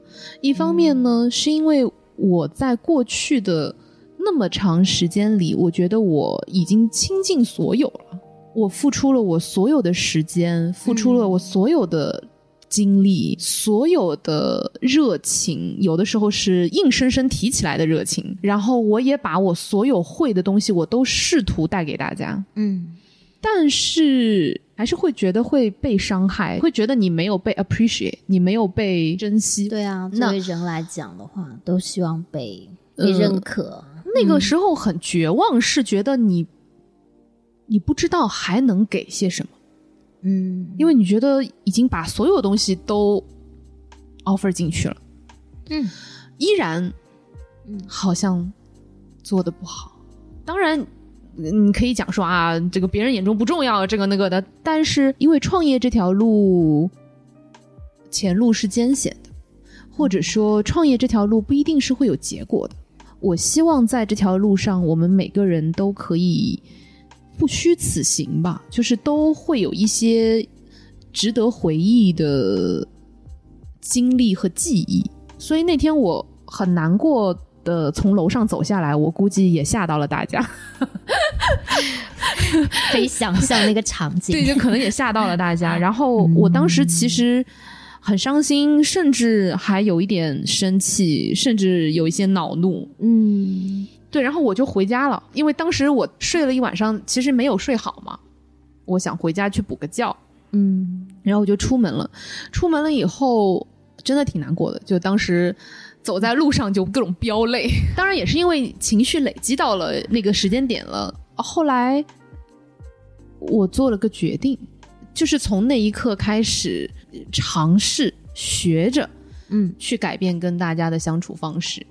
Speaker 2: 一方面呢、是因为我在过去的那么长时间里，我觉得我已经倾尽所有了，我付出了我所有的时间，付出了我所有的精力，所有的热情，有的时候是硬生生提起来的热情。然后我也把我所有会的东西，我都试图带给大家。
Speaker 3: 嗯
Speaker 2: 但是还是会觉得会被伤害，会觉得你没有被 appreciate，你没有被珍惜。，
Speaker 3: 对啊，
Speaker 2: 那
Speaker 3: 作为人来讲的话，都希望被被
Speaker 2: 呃
Speaker 3: 认可。
Speaker 2: 那个时候很绝望，是觉得你你不知道还能给些什么，
Speaker 3: 嗯，
Speaker 2: 因为你觉得已经把所有东西都 offer 进去了，
Speaker 3: 嗯
Speaker 2: 依然
Speaker 3: 嗯
Speaker 2: 好像做的不好。当然。你可以讲说啊，这个别人眼中不重要，这个那个的。但是因为创业这条路，呃前路是艰险的，或者说创业这条路不一定是会有结果的。我希望在这条路上，我们每个人都可以不虚此行吧，就是都会有一些值得回忆的经历和记忆。所以那天我很难过的从楼上走下来，我估计也吓到了大家。
Speaker 3: 可以想象那个场景。
Speaker 2: 对，就可能也吓到了大家。然后我当时其实很伤心，甚至还有一点生气，甚至有一些恼怒。
Speaker 3: 嗯，
Speaker 2: 对，然后我就回家了，因为当时我睡了一晚上，其实没有睡好嘛，我想回家去补个觉。
Speaker 3: 嗯
Speaker 2: 然后我就出门了。出门了以后，真的挺难过的，就当时走在路上就各种飙泪。当然也是因为情绪累积到了那个时间点了。后来我做了个决定，就是从那一刻开始呃尝试学着
Speaker 3: 嗯
Speaker 2: 去改变跟大家的相处方式。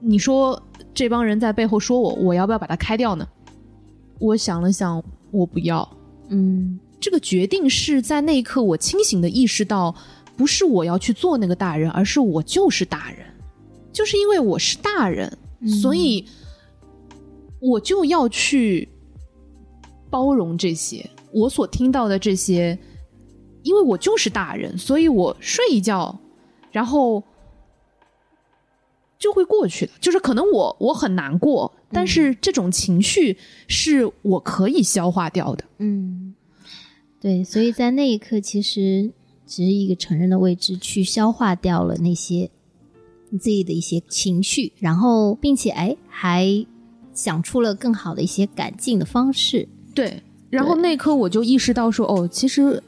Speaker 2: 你说这帮人在背后说我，我要不要把他开掉呢？我想了想，我不要。
Speaker 3: 嗯
Speaker 2: 这个决定是在那一刻我清醒的意识到，不是我要去做那个大人，而是我就是大人，就是因为我是大人，所以我就要去包容这些我所听到的这些，因为我就是大人，所以我睡一觉，然后。就会过去的，就是可能我我很难过，但是这种情绪是我可以消化掉的。
Speaker 3: 嗯，对，所以在那一刻，其实只是一个成人的位置去消化掉了那些你自己的一些情绪，然后并且哎还想出了更好的一些改进的方式。
Speaker 2: 对，然后那一刻我就意识到说，哦，其实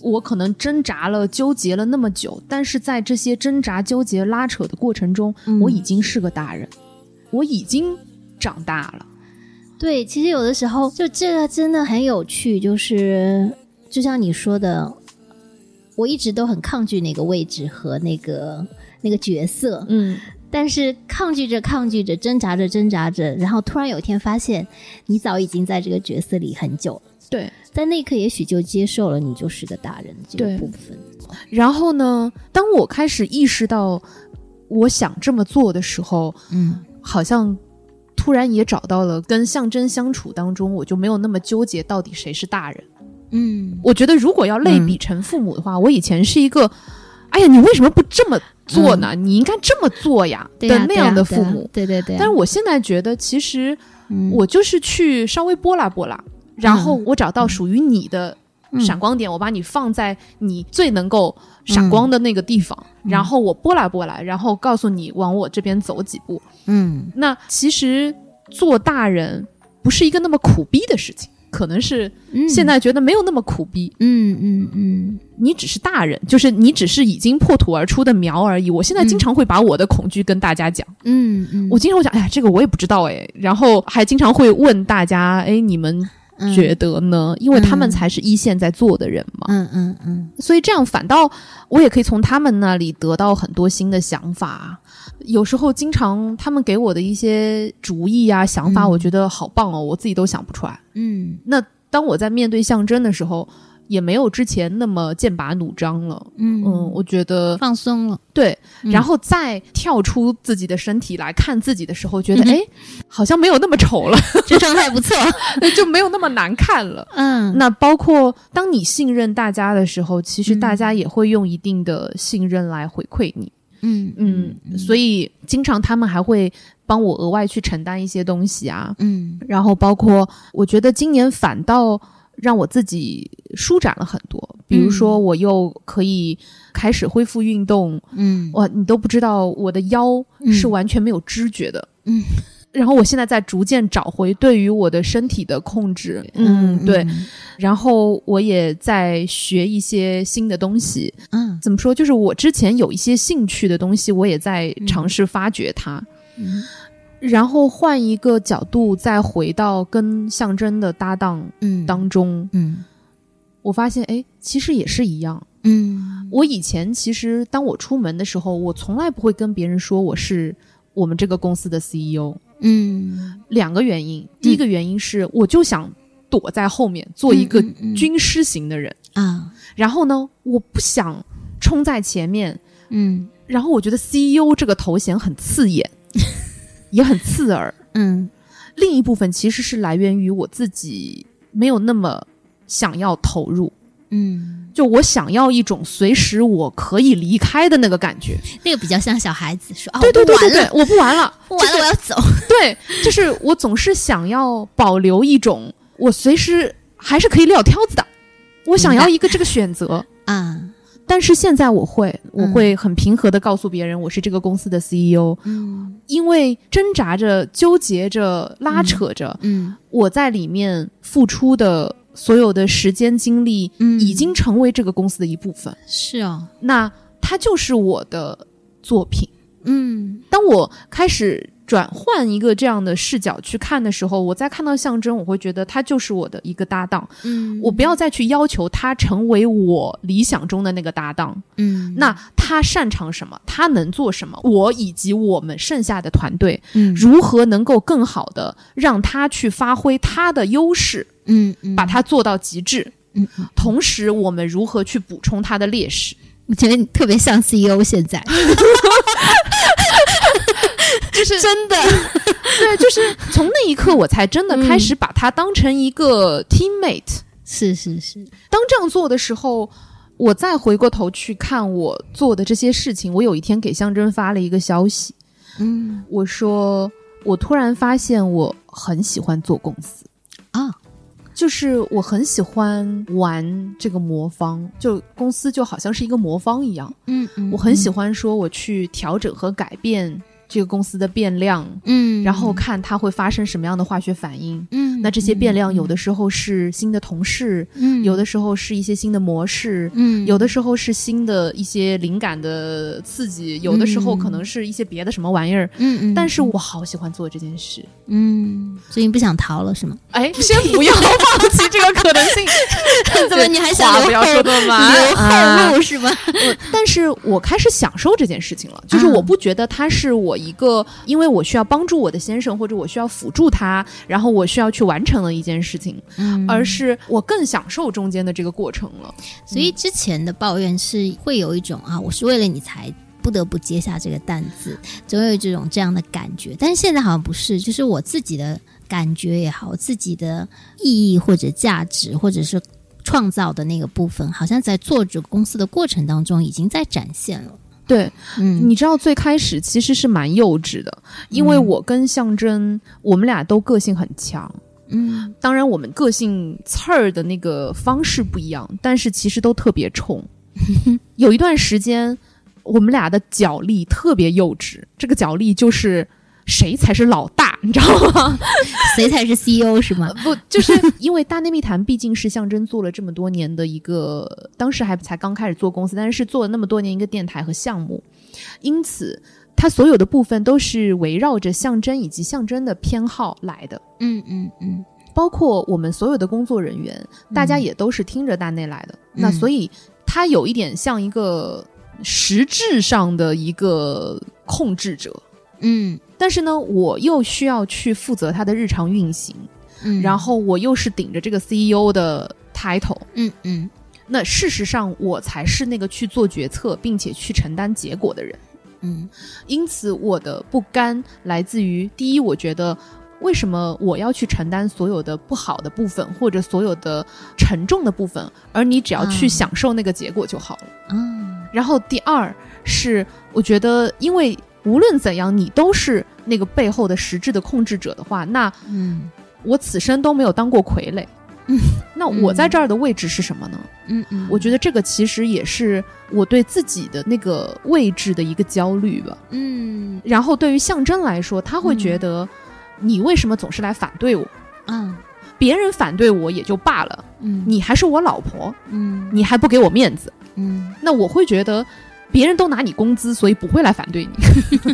Speaker 2: 我可能挣扎了、纠结了那么久，但是在这些挣扎、纠结、拉扯的过程中，
Speaker 3: 嗯
Speaker 2: 我已经是个大人，我已经长大了。
Speaker 3: 对，其实有的时候就这个真的很有趣，就是就像你说的，我一直都很抗拒那个位置和那个那个角色，
Speaker 2: 嗯，
Speaker 3: 但是抗拒着抗拒着，挣扎着挣扎着，然后突然有一天发现，你早已经在这个角色里很久了，
Speaker 2: 对。
Speaker 3: 在那一刻也许就接受了你就是个大人的这个
Speaker 2: 对
Speaker 3: 部分。
Speaker 2: 然后呢，当我开始意识到我想这么做的时候，
Speaker 3: 嗯
Speaker 2: 好像突然也找到了跟象征相处当中，我就没有那么纠结到底谁是大人。
Speaker 3: 嗯，
Speaker 2: 我觉得如果要类比成父母的话，我以前是一个，哎呀，你为什么不这么做呢？你应该这么做呀
Speaker 3: 嗯对啊呀、
Speaker 2: 的那
Speaker 3: 对呀
Speaker 2: 样的
Speaker 3: 对呀
Speaker 2: 父母。
Speaker 3: 对对对啊、
Speaker 2: 但是我现在觉得，其实
Speaker 3: 嗯
Speaker 2: 我就是去稍微拨拉拨拉，然后我找
Speaker 3: 嗯
Speaker 2: 到属于你的闪光点，我把你放在你最能够闪光的那个地方，
Speaker 3: 嗯
Speaker 2: 然后我拨拉拨拉，然后告诉你往我这边走几步。
Speaker 3: 嗯
Speaker 2: 那其实做大人不是一个那么苦逼的事情，可能是
Speaker 3: 嗯
Speaker 2: 现在觉得没有那么苦逼，
Speaker 3: 嗯嗯嗯
Speaker 2: 你只是大人，就是你只是已经破土而出的苗而已。我现在经常会把我的恐惧跟大家讲，
Speaker 3: 嗯嗯，
Speaker 2: 我经常会讲，哎呀，这个我也不知道哎，然后还经常会问大家，哎，你们
Speaker 3: 嗯
Speaker 2: 觉得呢？因为他们才是一线在做的人嘛，
Speaker 3: 嗯嗯嗯
Speaker 2: 所以这样反倒我也可以从他们那里得到很多新的想法。有时候经常他们给我的一些主意啊、想法，
Speaker 3: 嗯
Speaker 2: 我觉得好棒哦，我自己都想不出来。
Speaker 3: 嗯
Speaker 2: 那当我在面对象征的时候，也没有之前那么剑拔弩张了。
Speaker 3: 嗯
Speaker 2: 嗯，我觉得
Speaker 3: 放松了，
Speaker 2: 对，
Speaker 3: 嗯
Speaker 2: 然后再跳出自己的身体来看自己的时候，觉得
Speaker 3: 嗯哼
Speaker 2: 哎、诶好像没有那么丑了，
Speaker 3: 这状态不错。
Speaker 2: 就没有那么难看了。
Speaker 3: 嗯
Speaker 2: 那包括当你信任大家的时候，其实
Speaker 3: 嗯
Speaker 2: 大家也会用一定的信任来回馈你。
Speaker 3: 嗯
Speaker 2: 嗯，所以经常他们还会帮我额外去承担一些东西啊。
Speaker 3: 嗯
Speaker 2: 然后包括，我觉得今年反倒让我自己舒展了很多，比如说我又可以开始恢复运动，
Speaker 3: 嗯
Speaker 2: 哇，你都不知道我的腰
Speaker 3: 嗯
Speaker 2: 是完全没有知觉的。
Speaker 3: 嗯，
Speaker 2: 然后我现在在逐渐找回对于我的身体的控制。对。然后我也在学一些新的东西。
Speaker 3: 嗯
Speaker 2: 怎么说？就是我之前有一些兴趣的东西，我也在尝试发掘它。
Speaker 3: 嗯
Speaker 2: 然后换一个角度，再回到跟象征的搭档
Speaker 3: 嗯
Speaker 2: 当中，
Speaker 3: 嗯
Speaker 2: 我发现，哎，其实也是一样。
Speaker 3: 嗯
Speaker 2: 我以前其实当我出门的时候，我从来不会跟别人说我是我们这个公司的 CEO。
Speaker 3: 嗯，
Speaker 2: 两个原因，第一个原因是我就想躲在后面做一个
Speaker 3: 嗯嗯嗯
Speaker 2: 军师型的人，
Speaker 3: 啊
Speaker 2: 然后呢，我不想冲在前面，
Speaker 3: 嗯
Speaker 2: 然 E 后我觉得 CEO 这个头衔很刺眼，也很刺耳。
Speaker 3: 嗯
Speaker 2: 另一部分其实是来源于我自己没有那么想要投入，
Speaker 3: 嗯，
Speaker 2: 就我想要一种随时我可以离开的那个感觉。
Speaker 3: 那个比较像小孩子说啊，
Speaker 2: 对对对对
Speaker 3: 我
Speaker 2: 对我不
Speaker 3: 不玩了，，
Speaker 2: 玩了，
Speaker 3: 不玩了，我要走。
Speaker 2: 对，就是我总是想要保留一种我随时还是可以撂挑子的，我想要一个这个选择。
Speaker 3: 啊，
Speaker 2: 但是现在我会，我
Speaker 3: 嗯
Speaker 2: 会很平和的告诉别人，我是这个公司的 CEO，、
Speaker 3: 嗯
Speaker 2: 因为挣扎着、纠结着、拉扯着，
Speaker 3: 嗯
Speaker 2: 我在里面付出的所有的时间精力，
Speaker 3: 嗯
Speaker 2: 已经成为这个公司的一部分。
Speaker 3: 是哦，
Speaker 2: 那它就是我的作品。
Speaker 3: 嗯
Speaker 2: 当我开始转换一个这样的视角去看的时候，我再看到象征，我会觉得他就是我的一个搭档，
Speaker 3: 嗯，
Speaker 2: 我不要再去要求他成为我理想中的那个搭档。
Speaker 3: 嗯
Speaker 2: 那他擅长什么？他能做什么？我以及我们剩下的团队
Speaker 3: 嗯
Speaker 2: 如何能够更好的让他去发挥他的优势，
Speaker 3: 嗯嗯
Speaker 2: 把它做到极致？
Speaker 3: 嗯，嗯
Speaker 2: 同时，我们如何去补充他的劣势？
Speaker 3: 我觉得你特别像 CEO 现在，
Speaker 2: 就是
Speaker 3: 真的，
Speaker 2: 对， 就是从那一刻，我才真的开始把他当成一个 teammate。
Speaker 3: 是是是，
Speaker 2: 当这样做的时候，我再回过头去看我做的这些事情，我有一天给象征发了一个消息，
Speaker 3: 嗯
Speaker 2: 我说我突然发现我很喜欢做公司，
Speaker 3: 啊，
Speaker 2: 就是我很喜欢玩这个魔方，就公司就好像是一个魔方一样，
Speaker 3: 嗯嗯，
Speaker 2: 我很喜欢说我去调整和改变这个公司的变量，
Speaker 3: 嗯，
Speaker 2: 然后看它会发生什么样的化学反应。
Speaker 3: 嗯，
Speaker 2: 那这些变量有
Speaker 3: 的
Speaker 2: 的时候是新的同事，有的时候是一些新的模式，
Speaker 3: 嗯
Speaker 2: 有的时候是新的一些灵感的刺激，有的时候可能是一些别的什么玩意儿。
Speaker 3: 嗯嗯，
Speaker 2: 但是我好喜欢做这件事，
Speaker 3: 嗯，所以你不想逃了是吗？
Speaker 2: 哎，先不要放弃这个可能性。
Speaker 3: 怎么你还想
Speaker 2: 话
Speaker 3: 留
Speaker 2: 不要
Speaker 3: 后
Speaker 2: 说这么满
Speaker 3: 留
Speaker 2: 啊
Speaker 3: 后路是吗？
Speaker 2: 但是我开始享受这件事情了，就是
Speaker 3: 啊
Speaker 2: 我不觉得它是我一个，因为我需要帮助我的先生，或者我需要辅助他，然后我需要去完成的一件事情，
Speaker 3: 嗯
Speaker 2: 而是我更享受中间的这个过程了。
Speaker 3: 所以之前的抱怨是会有一种啊，我是为了你才不得不接下这个担子，总有这种这样的感觉。但是现在好像不是，就是我自己的感觉也好，我自己的意义或者价值，或者是创造的那个部分，好像在做这个公司的过程当中已经在展现了。
Speaker 2: 对，
Speaker 3: 嗯，
Speaker 2: 你知道最开始其实是蛮幼稚的，因为
Speaker 3: 嗯
Speaker 2: 我跟象征，我们俩都个性很强。
Speaker 3: 嗯
Speaker 2: 当然，我们个性刺儿的那个方式不一样，但是其实都特别 冲。有一段时间，我们俩的角力特别幼稚，这个角力就是谁才是老大，你知道吗？
Speaker 3: 谁才是 CEO 是吗？
Speaker 2: 不，就是因为《大内密谈》毕竟是象征做了这么多年的一个，当时还才刚开始做公司，但是做了那么多年一个电台和项目，因此它所有的部分都是围绕着象征以及象征的偏好来的。
Speaker 3: 嗯嗯嗯
Speaker 2: 包括我们所有的工作人员，大家也都是听着大内来的。
Speaker 3: 嗯
Speaker 2: 那所以他有一点像一个实质上的一个控制者，
Speaker 3: 嗯
Speaker 2: 但是呢，我又需要去负责他的日常运行，
Speaker 3: 嗯，
Speaker 2: 然后我又是顶着这个 CEO 的 title。
Speaker 3: 嗯嗯
Speaker 2: 那事实上，我才是那个去做决策并且去承担结果的人。
Speaker 3: 嗯
Speaker 2: 因此，我的不甘来自于第一，我觉得为什么我要去承担所有的不好的部分，或者所有的沉重的部分，而你只要去
Speaker 3: 啊
Speaker 2: 享受那个结果就好了。
Speaker 3: 啊
Speaker 2: 然后第二是，我觉得因为无论怎样，你都是那个背后的实质的控制者的话，那
Speaker 3: 嗯
Speaker 2: 我此生都没有当过傀儡。
Speaker 3: 嗯
Speaker 2: 那我在这儿的位置是什么呢？
Speaker 3: 嗯嗯，
Speaker 2: 我觉得这个其实也是我对自己的那个位置的一个焦虑吧。
Speaker 3: 嗯
Speaker 2: 然后对于象征来说，他会觉得你为什么总是来反对我？
Speaker 3: 啊
Speaker 2: 别人反对我也就罢了，
Speaker 3: 嗯
Speaker 2: 你还是我老婆，
Speaker 3: 嗯
Speaker 2: 你还不给我面子，
Speaker 3: 嗯。
Speaker 2: 那我会觉得别人都拿你工资，所以不会来反对你。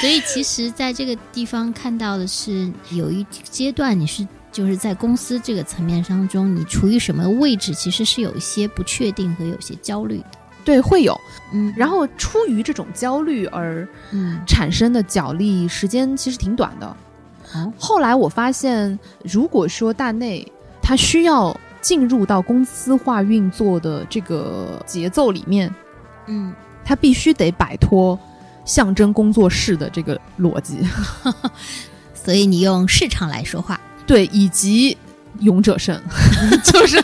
Speaker 3: 所以其实在这个地方看到的是，有一阶段你是就是在公司这个层面当中，你处于什么位置，其实是有一些不确定和有些焦虑的。
Speaker 2: 对，会有。
Speaker 3: 嗯
Speaker 2: 然后出于这种焦虑而
Speaker 3: 嗯，
Speaker 2: 产生的角力时间其实挺短的。
Speaker 3: 哦
Speaker 2: 后来我发现，如果说大内他需要进入到公司化运作的这个节奏里面，
Speaker 3: 嗯，
Speaker 2: 他必须得摆脱象征工作室的这个逻辑，
Speaker 3: 所以你用市场来说话，
Speaker 2: 对，以及勇者胜， 就是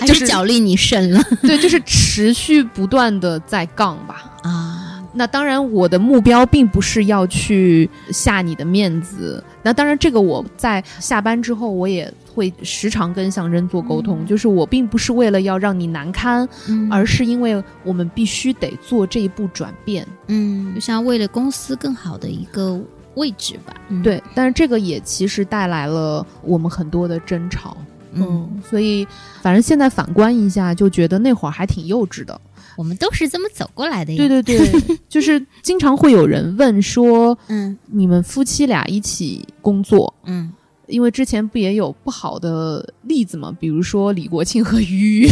Speaker 3: 还
Speaker 2: 就是是
Speaker 3: 奖励你胜 了
Speaker 2: 对，就是持续不断的在杠吧。
Speaker 3: 啊？
Speaker 2: 那当然，我的目标并不是要去下你的面子。那当然，这个我在下班之后，我也会时常跟象征做沟通，就是我并不是为了要让你难堪，
Speaker 3: 嗯
Speaker 2: 而是因为我们必须得做这一步转变。
Speaker 3: 嗯，就像为了公司更好的一个位置吧。嗯，
Speaker 2: 对，但是这个也其实带来了我们很多的争吵。
Speaker 3: 嗯，
Speaker 2: 嗯，所以反正现在反观一下，就觉得那会儿还挺幼稚的。
Speaker 3: 我们都是这么走过来的呀。
Speaker 2: 对对 对，就是经常会有人问说，
Speaker 3: 嗯
Speaker 2: 你们夫妻俩一起工作，
Speaker 3: 嗯
Speaker 2: 因为之前不也有不好的例子嘛，比如说李国庆和俞渝，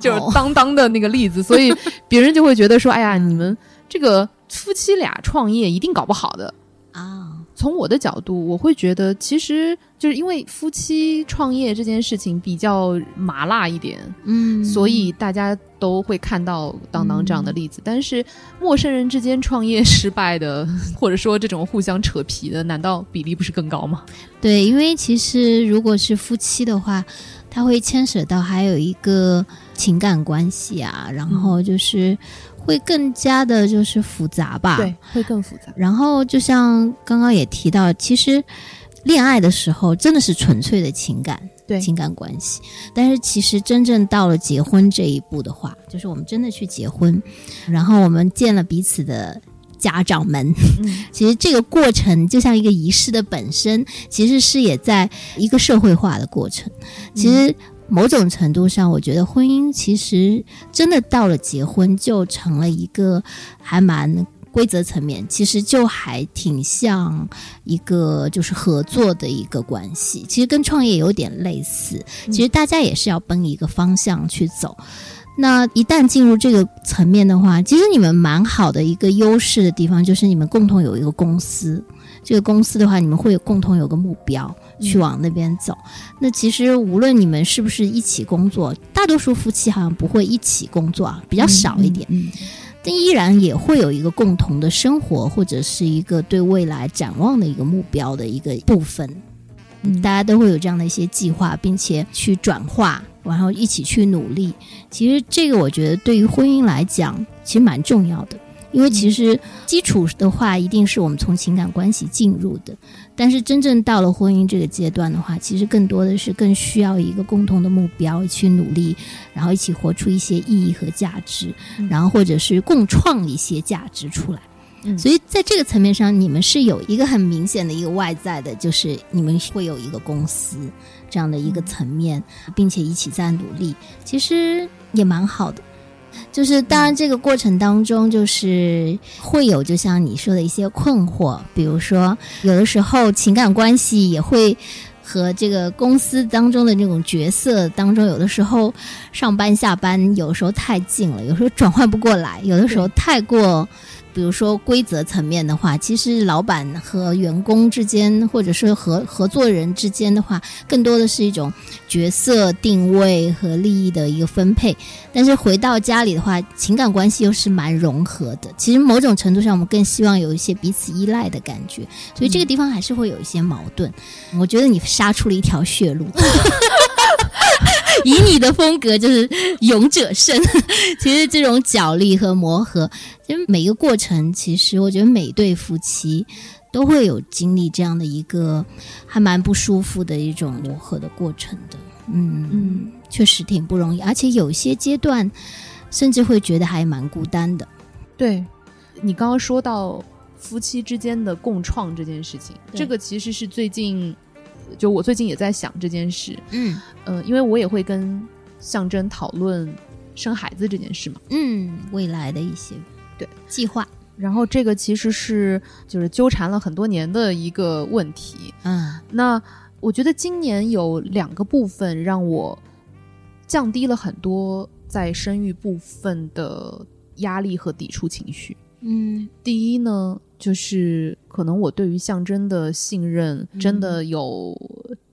Speaker 2: 就是
Speaker 3: 哦
Speaker 2: 当当的那个例子，所以别人就会觉得说，哎呀，你们这个夫妻俩创业一定搞不好的。
Speaker 3: 啊，
Speaker 2: 从我的角度，我会觉得其实就是因为夫妻创业这件事情比较麻辣一点，
Speaker 3: 嗯，
Speaker 2: 所以大家都会看到当当这样的例子。但是陌生人之间创业失败的，或者说这种互相扯皮的，难道比例不是更高吗？
Speaker 3: 对，因为其实如果是夫妻的话，它会牵扯到还有一个情感关系啊，然后就是会更加的就是复杂
Speaker 2: 啊
Speaker 3: 吧。，，
Speaker 2: 会更复杂。
Speaker 3: 然后就像刚刚也提到，其实恋爱的时候真的是纯粹的情感，
Speaker 2: 对
Speaker 3: 情感关系。但是其实真正到了结婚这一步的话，就是我们真的去结婚，然后我们见了彼此的。家长们， 其实这个过程就像一个仪式的本身，其实是也在一个社会化的过程。其实某种程度上，我觉得婚姻其实真的到了结婚，就成了一个还蛮规则层面，其实就还挺像一个就是合作的一个关系，其实跟创业有点类似。其实大家也是要奔一个方向去走。那一旦进入这个层面的话，其实你们蛮好的一个优势的地方，就是你们共同有一个公司。这个公司的话，你们会有共同有个目标去往那边走。那其实无论你们是不是一起工作，大多数夫妻好像不会一起工作啊，比较少一点。
Speaker 2: 嗯，
Speaker 3: 但依然也会有一个共同的生活，或者是一个对未来展望的一个目标的一个部分。
Speaker 2: 嗯
Speaker 3: 大家都会有这样的一些计划，并且去转化，然后一起去努力。其实这个我觉得对于婚姻来讲，其实蛮重要的。因为其实基础的话，一定是我们从情感关系进入的，但是真正到了婚姻这个阶段的话，其实更多的是更需要一个共同的目标去努力，然后一起活出一些意义和价值，然后或者是共创一些价值出来。
Speaker 2: 嗯
Speaker 3: 所以在这个层面上，你们是有一个很明显的一个外在的，就是你们会有一个公司这样的一个层面，并且一起在努力，其实也蛮好的。就是当然，这个过程当中，就是会有就像你说的一些困惑，比如说有的时候情感关系也会和这个公司当中的那种角色当中，有的时候上班下班有时候太近了，有时候转换不过来，有的时候太过，比如说规则层面的话，其实老板和员工之间，或者是合合作人之间的话，更多的是一种角色定位和利益的一个分配。但是回到家里的话，情感关系又是蛮融合的。其实某种程度上，我们更希望有一些彼此依赖的感觉，所以这个地方还是会有一些矛盾。我觉得你杀出了一条血路。 以你的风格就是勇者胜， 其实这种角力和磨合，其实每一个过程，其实我觉得每对夫妻都会有经历这样的一个还蛮不舒服的一种磨合的过程的。嗯嗯，确实挺不容易，而且有些阶段甚至会觉得还蛮孤单的。
Speaker 2: 对，你刚刚说到夫妻之间的共创这件事情，
Speaker 3: 对
Speaker 2: 这个其实是最近，就我最近也在想这件事。
Speaker 3: 嗯
Speaker 2: 嗯，因为我也会跟象征讨论生孩子这件事嘛。
Speaker 3: 嗯，未来的一些
Speaker 2: 对
Speaker 3: 计划，
Speaker 2: 然后这个其实是就是纠缠了很多年的一个问题。
Speaker 3: 嗯
Speaker 2: 那我觉得今年有两个部分让我降低了很多在生育部分的压力和抵触情绪。
Speaker 3: 嗯
Speaker 2: 第一呢，就是可能我对于象征的信任真的有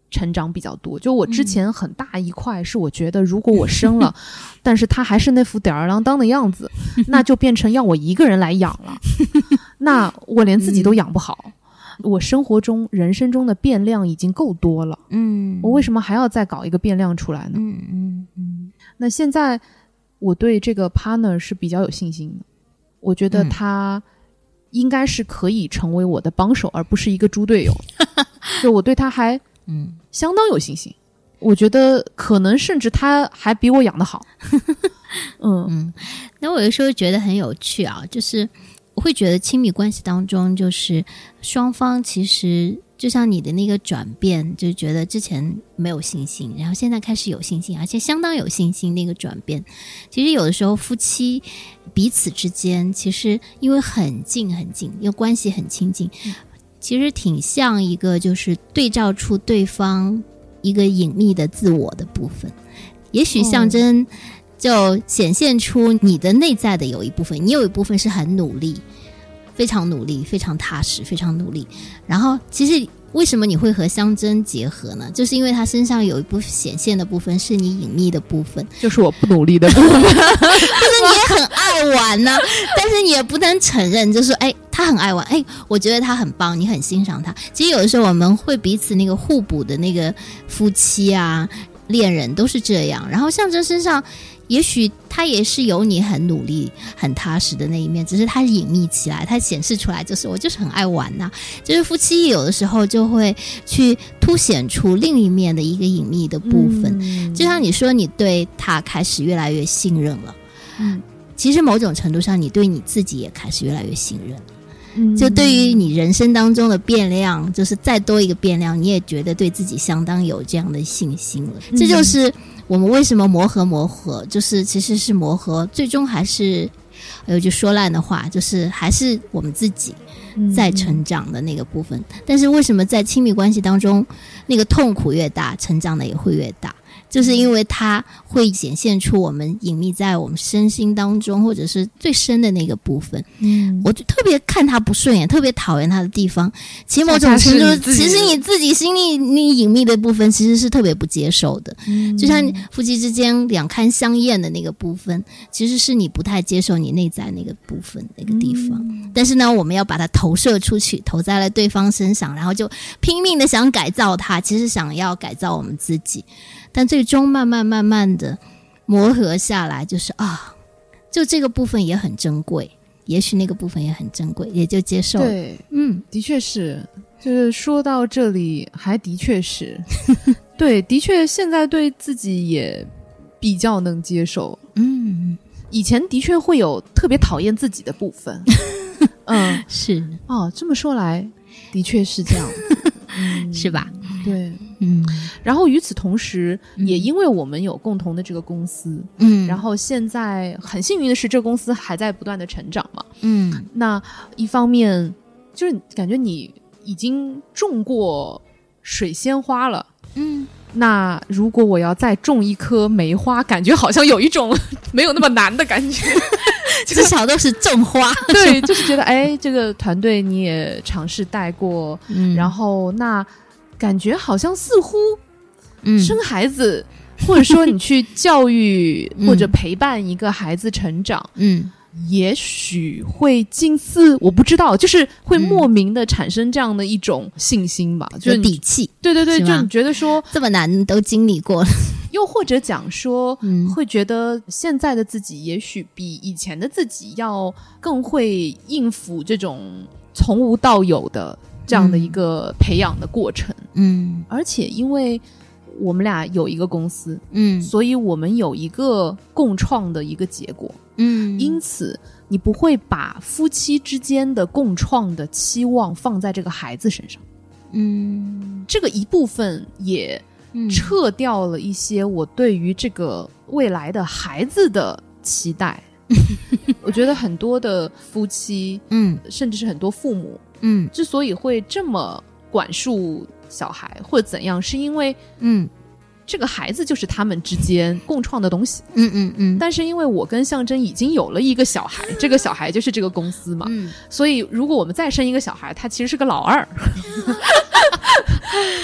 Speaker 2: 成长比较多。就我之前很大一块是我觉得，如果我生了，但是他还是那副吊儿郎当的样子，
Speaker 3: 嗯
Speaker 2: 那就变成要我一个人来养了，那我连自己都养不好。我生活中、人生中的变量已经够多了，
Speaker 3: 嗯，
Speaker 2: 我为什么还要再搞一个变量出来呢？
Speaker 3: 嗯嗯嗯
Speaker 2: 那现在我对这个 partner 是比较有信心的，我觉得
Speaker 3: 嗯
Speaker 2: 他应该是可以成为我的帮手，而不是一个猪 队友。就我对他还
Speaker 3: 嗯，
Speaker 2: 相当有信心，我觉得可能甚至他还比我养的 好。嗯
Speaker 3: 那我有时候觉得很有趣啊，就是我会觉得亲密关系当中，就是双方其实就像你的那个转变，就觉得之前没有信心，然后现在开始有信心，而且相当有信心那个转变。其实有的时候夫妻彼此之间，其实因为很近很近，又关系很亲近，其实挺像一个就是对照出对方一个隐秘的自我的部分，也许象征就显现出你的内在的有一部分，你有一部分是很努力，非常努力，非常踏实，非常努力。然后其实。为什么你会和香针结合呢？就是因为他身上有一部分显现的部分是你隐秘的部分，
Speaker 2: 就是我不努力的部分。
Speaker 3: 很爱玩呢、但是你也不能承认，就是哎，他很爱玩，哎，我觉得他很棒，你很欣赏他。其实有的时候我们会彼此那个互补的那个夫妻啊、恋人都是这样。然后象征身上，也许他也是有你很努力、很踏实的那一面，只是他是隐秘起来，他显示出来就是我就是很爱玩呐、就是夫妻有的时候就会去凸显出另一面的一个隐秘的 部分。
Speaker 2: 嗯
Speaker 3: 就像你说，你对他开始越来越信任了。
Speaker 2: 嗯，
Speaker 3: 其实某种程度上，你对你自己也开始越来越信任。
Speaker 2: 嗯
Speaker 3: 就对于你人生当中的变量，就是再多一个变量，你也觉得对自己相当有这样的信心了。这就是我们为什么磨合磨合，就是其实是磨合，最终还是有句说烂的话，就是还是我们自己。在成长的那个部分。但是为什么在亲密关系当中，那个痛苦越大，成长的也会越大？就是因为它会显现出我们隐秘在我们身心当中，或者是最深的那个部分。
Speaker 2: 嗯
Speaker 3: 我就特别看他不顺眼，特别讨厌他的地方，其实某
Speaker 2: 恰
Speaker 3: 种
Speaker 2: 恰是
Speaker 3: 程
Speaker 2: 你
Speaker 3: 度，
Speaker 2: 自己
Speaker 3: 其实你自己心里你隐秘的部分，其实是特别不接受的。
Speaker 2: 嗯
Speaker 3: 就像夫妻之间两看相厌的那个部分，其实是你不太接受你内在那个部分那个地方。但是呢，我们要把它投射出去，投在了对方身上，然后就拼命的想改造它，其实想要改造我们自己，但最终慢慢慢慢的磨合下来，就是啊，就这个部分也很珍贵。也许那个部分也很珍贵，也就接受了。
Speaker 2: 对，
Speaker 3: 嗯，
Speaker 2: 的确是，就是说到这里，还的确 是，对，的确现在对自己也比较能接受，
Speaker 3: 嗯，
Speaker 2: 以前的确会有特别讨厌自己的部 分。嗯，
Speaker 3: 是
Speaker 2: 哦，这么说来，的确是这样，嗯、
Speaker 3: 是？吧？
Speaker 2: 对。
Speaker 3: 嗯
Speaker 2: 然后与此同时，
Speaker 3: 嗯
Speaker 2: 也因为我们有共同的这个公司，
Speaker 3: 嗯，
Speaker 2: 然后现在很幸运的是，这个公司还在不断的成长嘛。
Speaker 3: 嗯
Speaker 2: 那一方面就是感觉你已经种过水仙花了。
Speaker 3: 嗯，
Speaker 2: 那如果我要再种一棵梅花，感觉好像有一种 没有那么难的感觉。
Speaker 3: 至少都是种花。
Speaker 2: 对，就是觉得哎，这个团队你也尝试带过，
Speaker 3: 嗯
Speaker 2: 然后那感觉好像似乎
Speaker 3: 嗯
Speaker 2: 生孩子，或者说你去教 育
Speaker 3: 嗯
Speaker 2: 或者陪伴一个孩子成长，
Speaker 3: 嗯
Speaker 2: 也许会近似，我不知道，就是会
Speaker 3: 嗯
Speaker 2: 莫名的产生这样的一种信心吧，就
Speaker 3: 有
Speaker 2: 是你
Speaker 3: 底气，
Speaker 2: 对对对，
Speaker 3: 是
Speaker 2: 就
Speaker 3: 吗
Speaker 2: 你觉得说，
Speaker 3: 这么难都经历过了。
Speaker 2: 又或者讲说，
Speaker 3: 嗯
Speaker 2: 会觉得现在的自己也许比以前的自己要更会应付这种从无到有的这样的一个培养的过程，
Speaker 3: 嗯
Speaker 2: 而且因为我们俩有一个公司，
Speaker 3: 嗯
Speaker 2: 所以我们有一个共创的一个结果，
Speaker 3: 嗯
Speaker 2: 因此你不会把夫妻之间的共创的期望放在这个孩子身上，
Speaker 3: 嗯
Speaker 2: 这个一部分也
Speaker 3: 嗯
Speaker 2: 撤掉了一些我对于这个未来的孩子的期待。我觉得很多的夫妻，
Speaker 3: 嗯
Speaker 2: 甚至是很多父母，
Speaker 3: 嗯
Speaker 2: 之所以会这么管束小孩或者怎样，是因为
Speaker 3: 嗯
Speaker 2: 这个孩子就是他们之间共创的东西。
Speaker 3: 嗯嗯嗯，
Speaker 2: 但是因为我跟象征已经有了一个小孩，这个小孩就是这个公司嘛，
Speaker 3: 嗯
Speaker 2: 所以如果我们再生一个小孩，他其实是个老二，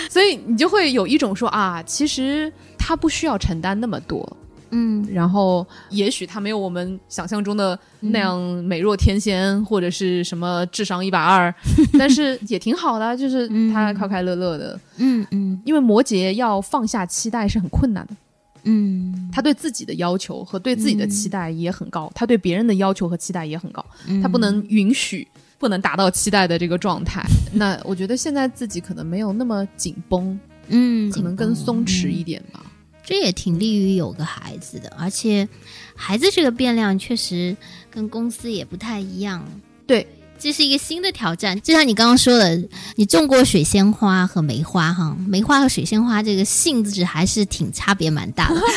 Speaker 2: 所以你就会有一种说啊，其实他不需要承担那么多，
Speaker 3: 嗯
Speaker 4: 嗯
Speaker 2: 然后也许他没有我们想象中的那样美若天仙，或者是什么智商一百二，但是也挺好的啊，就是他快快乐乐的。
Speaker 3: 嗯嗯
Speaker 2: 因为摩羯要放下期待是很困难的，
Speaker 3: 嗯，
Speaker 2: 他对自己的要求和对自己的期待也很高，他对别人的要求和期待也很高，
Speaker 3: 嗯
Speaker 2: 他不能允许。不能达到期待的这个状 态，那我觉得现在自己可能没有那么紧绷，
Speaker 3: 嗯，
Speaker 2: 可能更松弛一点吧。
Speaker 3: 这也挺利于有个孩子的，而且孩子这个变量确实跟公司也不太一样。
Speaker 2: 对，
Speaker 3: 这是一个新的挑战。就像你刚刚说的，你种过水仙花和梅花哈，梅花和水仙花这个性质还是挺差别蛮大的。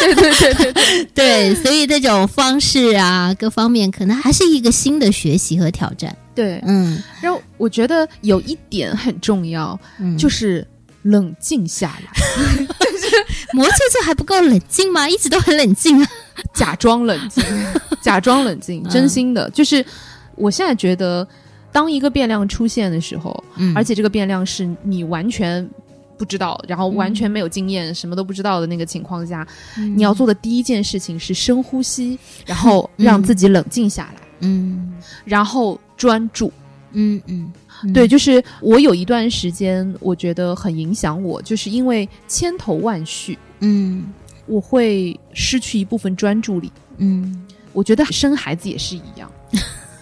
Speaker 2: 对对对对对，
Speaker 3: 对，所以这种方式啊，各方面可能还是一个新的学习和挑战。
Speaker 2: 对，
Speaker 3: 嗯，
Speaker 2: 然后我觉得有一点很重要，
Speaker 3: 嗯
Speaker 2: 就是冷静下来，
Speaker 3: 摩羯座还不够冷静吗？一直都很冷静啊。
Speaker 2: 假装冷 静，假装冷静，
Speaker 3: 嗯
Speaker 2: 真心的，就是我现在觉得，当一个变量出现的时候，
Speaker 3: 嗯
Speaker 2: 而且这个变量是你完全。不知道，然后完全没有经验，什么都不知道的那个情况下，
Speaker 3: 嗯
Speaker 2: 你要做的第一件事情是深呼吸，然后让自己冷静下来，
Speaker 3: 嗯
Speaker 2: 然后专注。
Speaker 3: 嗯嗯嗯
Speaker 2: 对，就是我有一段时间，我觉得很影响我，就是因为千头万绪，
Speaker 3: 嗯
Speaker 2: 我会失去一部分专注力。
Speaker 3: 嗯
Speaker 2: 我觉得生孩子也是一样，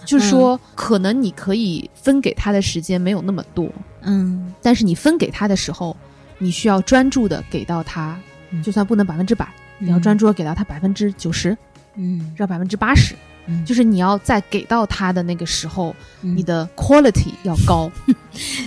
Speaker 2: 就是
Speaker 3: 嗯
Speaker 2: 说，可能你可以分给他的时间没有那么多，
Speaker 3: 嗯
Speaker 2: 但是你分给他的时候，你需要专注的给到他，
Speaker 3: 嗯
Speaker 2: 就算不能百分之百，你要
Speaker 3: 嗯
Speaker 2: 专注的给到他百分之九十
Speaker 3: 嗯
Speaker 2: 到百分之八十
Speaker 3: 嗯，
Speaker 2: 就是你要在给到他的那个时候，
Speaker 3: 嗯
Speaker 2: 你的 quality 要高。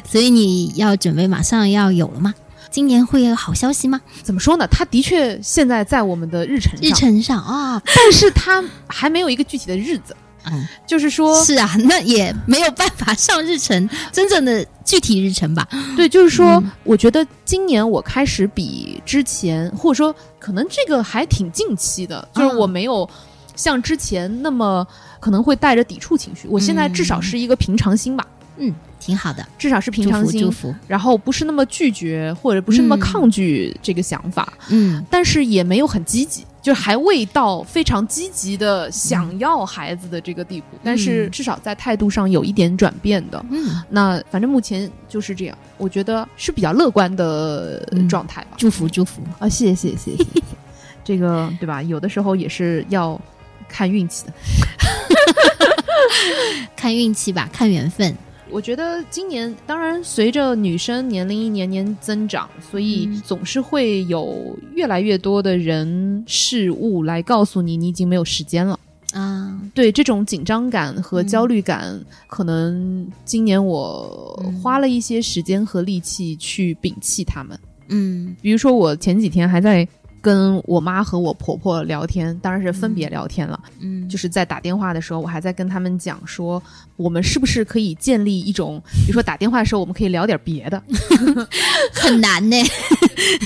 Speaker 3: 所以你要准备马上要有了吗？今年会有好消息吗？
Speaker 2: 怎么说呢？他的确现在在我们的日程
Speaker 3: 日
Speaker 2: 上，
Speaker 3: 程上啊，
Speaker 2: 但是他还没有一个具体的日子，
Speaker 3: 嗯，
Speaker 2: 就是说，
Speaker 3: 是啊，那也没有办法上日程，真正的具体日程吧。
Speaker 2: 对，就是说，
Speaker 3: 嗯
Speaker 2: 我觉得今年我开始比之前，或者说可能这个还挺近期的，就
Speaker 3: 嗯
Speaker 2: 是我没有像之前那么可能会带着抵触情绪。我现在至少是一个平常心吧，
Speaker 3: 嗯，挺好的，
Speaker 2: 至少是平
Speaker 3: 嗯祝
Speaker 2: 常
Speaker 3: 福
Speaker 2: 心
Speaker 3: 祝，福。
Speaker 2: 然后不是那么拒绝，或者不是那么
Speaker 3: 嗯
Speaker 2: 抗拒这个想法，
Speaker 3: 嗯
Speaker 2: 但是也没有很积极。就还未到非常积极的
Speaker 3: 嗯
Speaker 2: 想要孩子的这个地步，但是至少在态度上有一点转变的。
Speaker 3: 嗯，
Speaker 2: 那反正目前就是这样，我觉得是比较乐观的呃
Speaker 3: 嗯
Speaker 2: 状态吧。
Speaker 3: 祝福祝福。
Speaker 2: 啊，谢谢谢谢谢 谢，这个对吧？有的时候也是要看运气的。
Speaker 3: 看运气吧，看缘分。
Speaker 2: 我觉得今年，当然随着女生年龄一年年增长，所以
Speaker 3: 嗯
Speaker 2: 总是会有越来越多的人事物来告诉你，你已经没有时间了。
Speaker 3: 啊，
Speaker 2: 对这种紧张感和
Speaker 3: 嗯
Speaker 2: 焦虑感，可能今年我
Speaker 3: 嗯
Speaker 2: 花了一些时间和力气去摒弃他们。
Speaker 3: 嗯
Speaker 2: 比如说我前几天还在跟我妈和我婆婆聊天，当然是分别聊天了，
Speaker 3: 嗯，
Speaker 2: 就是在打电话的时候，我还在跟他们讲说，我们是不是可以建立一种， 比如说打电话的时候我们可以聊点别 的。
Speaker 3: 很难 呢。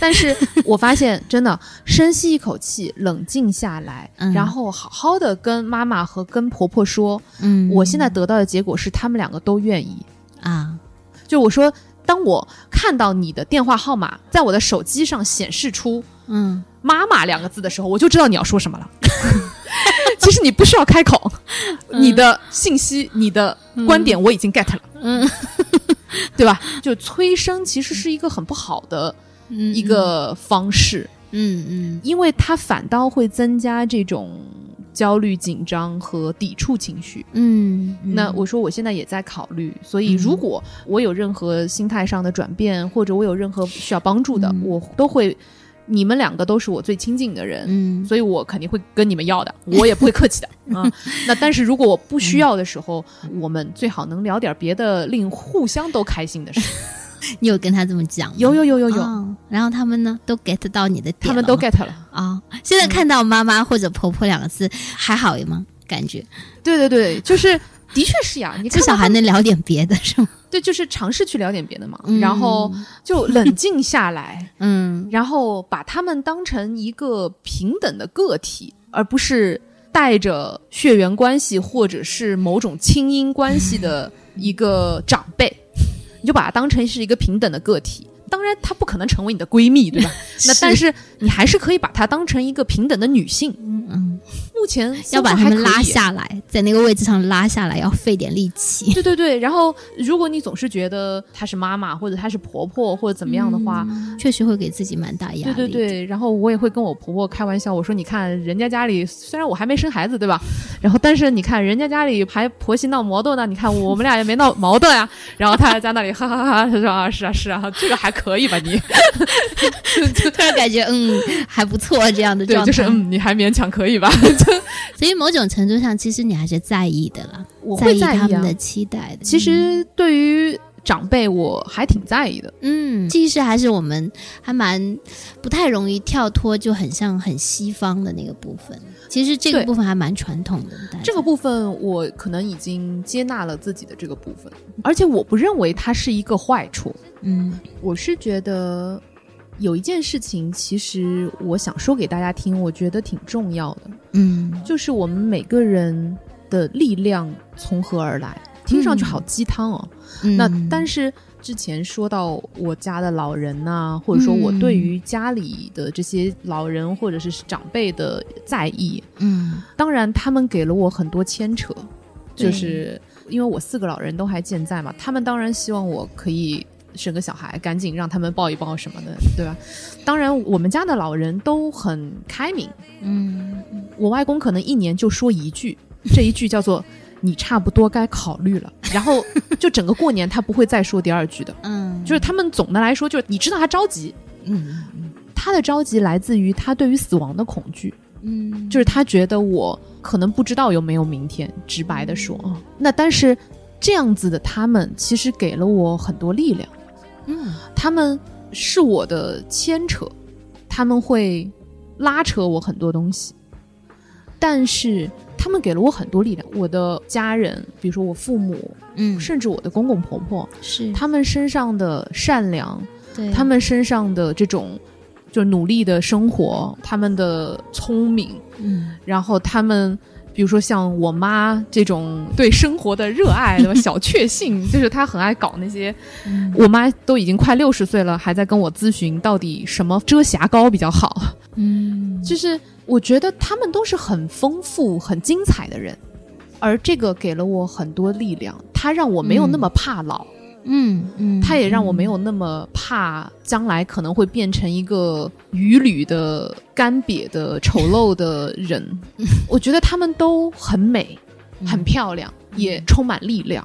Speaker 2: 但是我发现真的深吸一口气，冷静下来，
Speaker 3: 嗯
Speaker 2: 然后好好的跟妈妈和跟婆婆说，
Speaker 3: 嗯，
Speaker 2: 我现在得到的结果是他们两个都愿意。
Speaker 3: 啊，
Speaker 2: 就我说，当我看到你的电话号码在我的手机上显示出
Speaker 3: 嗯
Speaker 2: “妈妈”两个字的时候，我就知道你要说什么了。 其实你不需要开口，你的信息、你的观点我已经 get 了，
Speaker 3: 嗯
Speaker 2: 对吧？就催生其实是一个很不好的
Speaker 3: 嗯
Speaker 2: 一个方式，
Speaker 3: 嗯嗯
Speaker 2: 因为它反倒会增加这种焦虑、紧张和抵触情绪。
Speaker 3: 嗯，嗯
Speaker 2: 那我说我现在也在考虑，所以
Speaker 3: 嗯
Speaker 2: 如果我有任何心态上的转变，或者我有任何需要帮助的，
Speaker 3: 嗯
Speaker 2: 我都会。你们两个都是我最亲近的人，
Speaker 3: 嗯
Speaker 2: 所以我肯定会跟你们要的，我也不会客气的啊。那但是如果我不需要的时候，我们最好能聊点别的，令互相都开心的事。
Speaker 3: 你有跟他这么讲吗？
Speaker 2: 有有有有有，
Speaker 3: 哦然后他们呢都 get 到你的点了吗，
Speaker 2: 他们都 get 了。
Speaker 3: 啊、现在看到妈妈或者婆婆两个字还好吗？感觉
Speaker 2: 对对对，就是的确是呀，你
Speaker 3: 至
Speaker 2: 看
Speaker 3: 少
Speaker 2: 到
Speaker 3: 还
Speaker 2: 他们
Speaker 3: 能聊点别的， 是吗？
Speaker 2: 对，就是尝试去聊点别的嘛，
Speaker 3: 嗯
Speaker 2: 然后就冷静下来，
Speaker 3: 嗯
Speaker 2: 然后把他们当成一个平等的个体，而不是带着血缘关系或者是某种亲 姻关系的一个长辈，你就把它当成是一个平等的个体。当然她不可能成为你的闺蜜，对 吧？那
Speaker 3: 是
Speaker 2: 但是你还是可以把她当成一个平等的女性。
Speaker 3: 嗯，
Speaker 2: 目前
Speaker 3: 要
Speaker 2: 搜
Speaker 3: 把他
Speaker 2: 索还
Speaker 3: 们拉
Speaker 2: 可以。
Speaker 3: 下来，在那个位置上拉下来，要费点力气。
Speaker 2: 对对对，然后如果你总是觉得她是妈妈，或者她是婆婆，或者怎么样的话，
Speaker 3: 确实会给自己蛮大压
Speaker 2: 对
Speaker 3: 力。
Speaker 2: 对对，然后我也会跟我婆婆开玩笑，我说你看人家家里虽然我还没生孩子，对吧？然后但是你看人家家里还婆媳闹矛盾呢，你看我们俩也没闹矛盾啊。然后她还在那里哈哈哈哈，她说啊是啊是啊，这个还可以吧你？
Speaker 3: 突然感觉嗯还不错这样的
Speaker 2: 对
Speaker 3: 状
Speaker 2: 就
Speaker 3: 态，，
Speaker 2: 是嗯你还勉强可以吧？
Speaker 3: 所以某种程度上，其实你还是在意的啦，
Speaker 2: 我会在
Speaker 3: 意
Speaker 2: 意
Speaker 3: 他
Speaker 2: 啊
Speaker 3: 们的期待的。
Speaker 2: 其实对于长辈我还挺在意的，
Speaker 3: 嗯，这一世还是我们还蛮不太容易跳脱，就很像很西方的那个部分。其实这个
Speaker 2: 对
Speaker 3: 部分还蛮传统的，大家
Speaker 2: 这个部分我可能已经接纳了自己的这个部分，而且我不认为它是一个坏处。
Speaker 3: 嗯
Speaker 2: 我是觉得有一件事情，其实我想说给大家听，我觉得挺重要的，
Speaker 3: 嗯
Speaker 2: 就是我们每个人的力量从何而来。听上去好鸡汤哦，
Speaker 3: 嗯，
Speaker 2: 那但是之前说到我家的老人呐、或者说我对于家里的这些老人或者是长辈的在意，
Speaker 3: 嗯
Speaker 2: 当然他们给了我很多牵扯，
Speaker 3: 对
Speaker 2: 就是因为我四个老人都还健在嘛，他们当然希望我可以生个小孩，赶紧让他们抱一抱什么的，对吧？当然，我们家的老人都很开明，
Speaker 3: 嗯
Speaker 2: 我外公可能一年就说一句，这一句叫做“你差不多该考虑 了”，然后就整个过年他不会再说第二句的，
Speaker 3: 嗯，
Speaker 2: 就是他们总的来说就是你知道他着急，
Speaker 3: 嗯
Speaker 2: 他的着急来自于他对于死亡的恐惧。
Speaker 3: 嗯
Speaker 2: 就是他觉得我可能不知道有没有明天，直白的说啊。那但是这样子的他们，其实给了我很多力量，
Speaker 3: 嗯
Speaker 2: 他们是我的牵扯，他们会拉扯我很多东西，但是他们给了我很多力量。我的家人，比如说我父母，
Speaker 3: 嗯
Speaker 2: 甚至我的公公婆婆，
Speaker 3: 是
Speaker 2: 他们身上的善良，
Speaker 3: 对
Speaker 2: 他们身上的这种。就是努力的生活，他们的聪明，
Speaker 3: 嗯
Speaker 2: 然后他们。比如说像我妈这种对生活的热爱，对吧？小确幸，就是她很爱搞那些。我妈都已经快六十岁了，还在跟我咨询到底什么遮瑕膏比较好。
Speaker 3: 嗯
Speaker 2: 就是我觉得他们都是很丰富、很精彩的人，而这个给了我很多力量，它让我没有那么怕老，
Speaker 3: 嗯嗯，
Speaker 2: 它也让我没有那么怕将来可能会变成一个愚吕的、干瘪的、丑陋的 人。我觉得他们都很美，
Speaker 3: 嗯
Speaker 2: 很漂亮，也充满力量。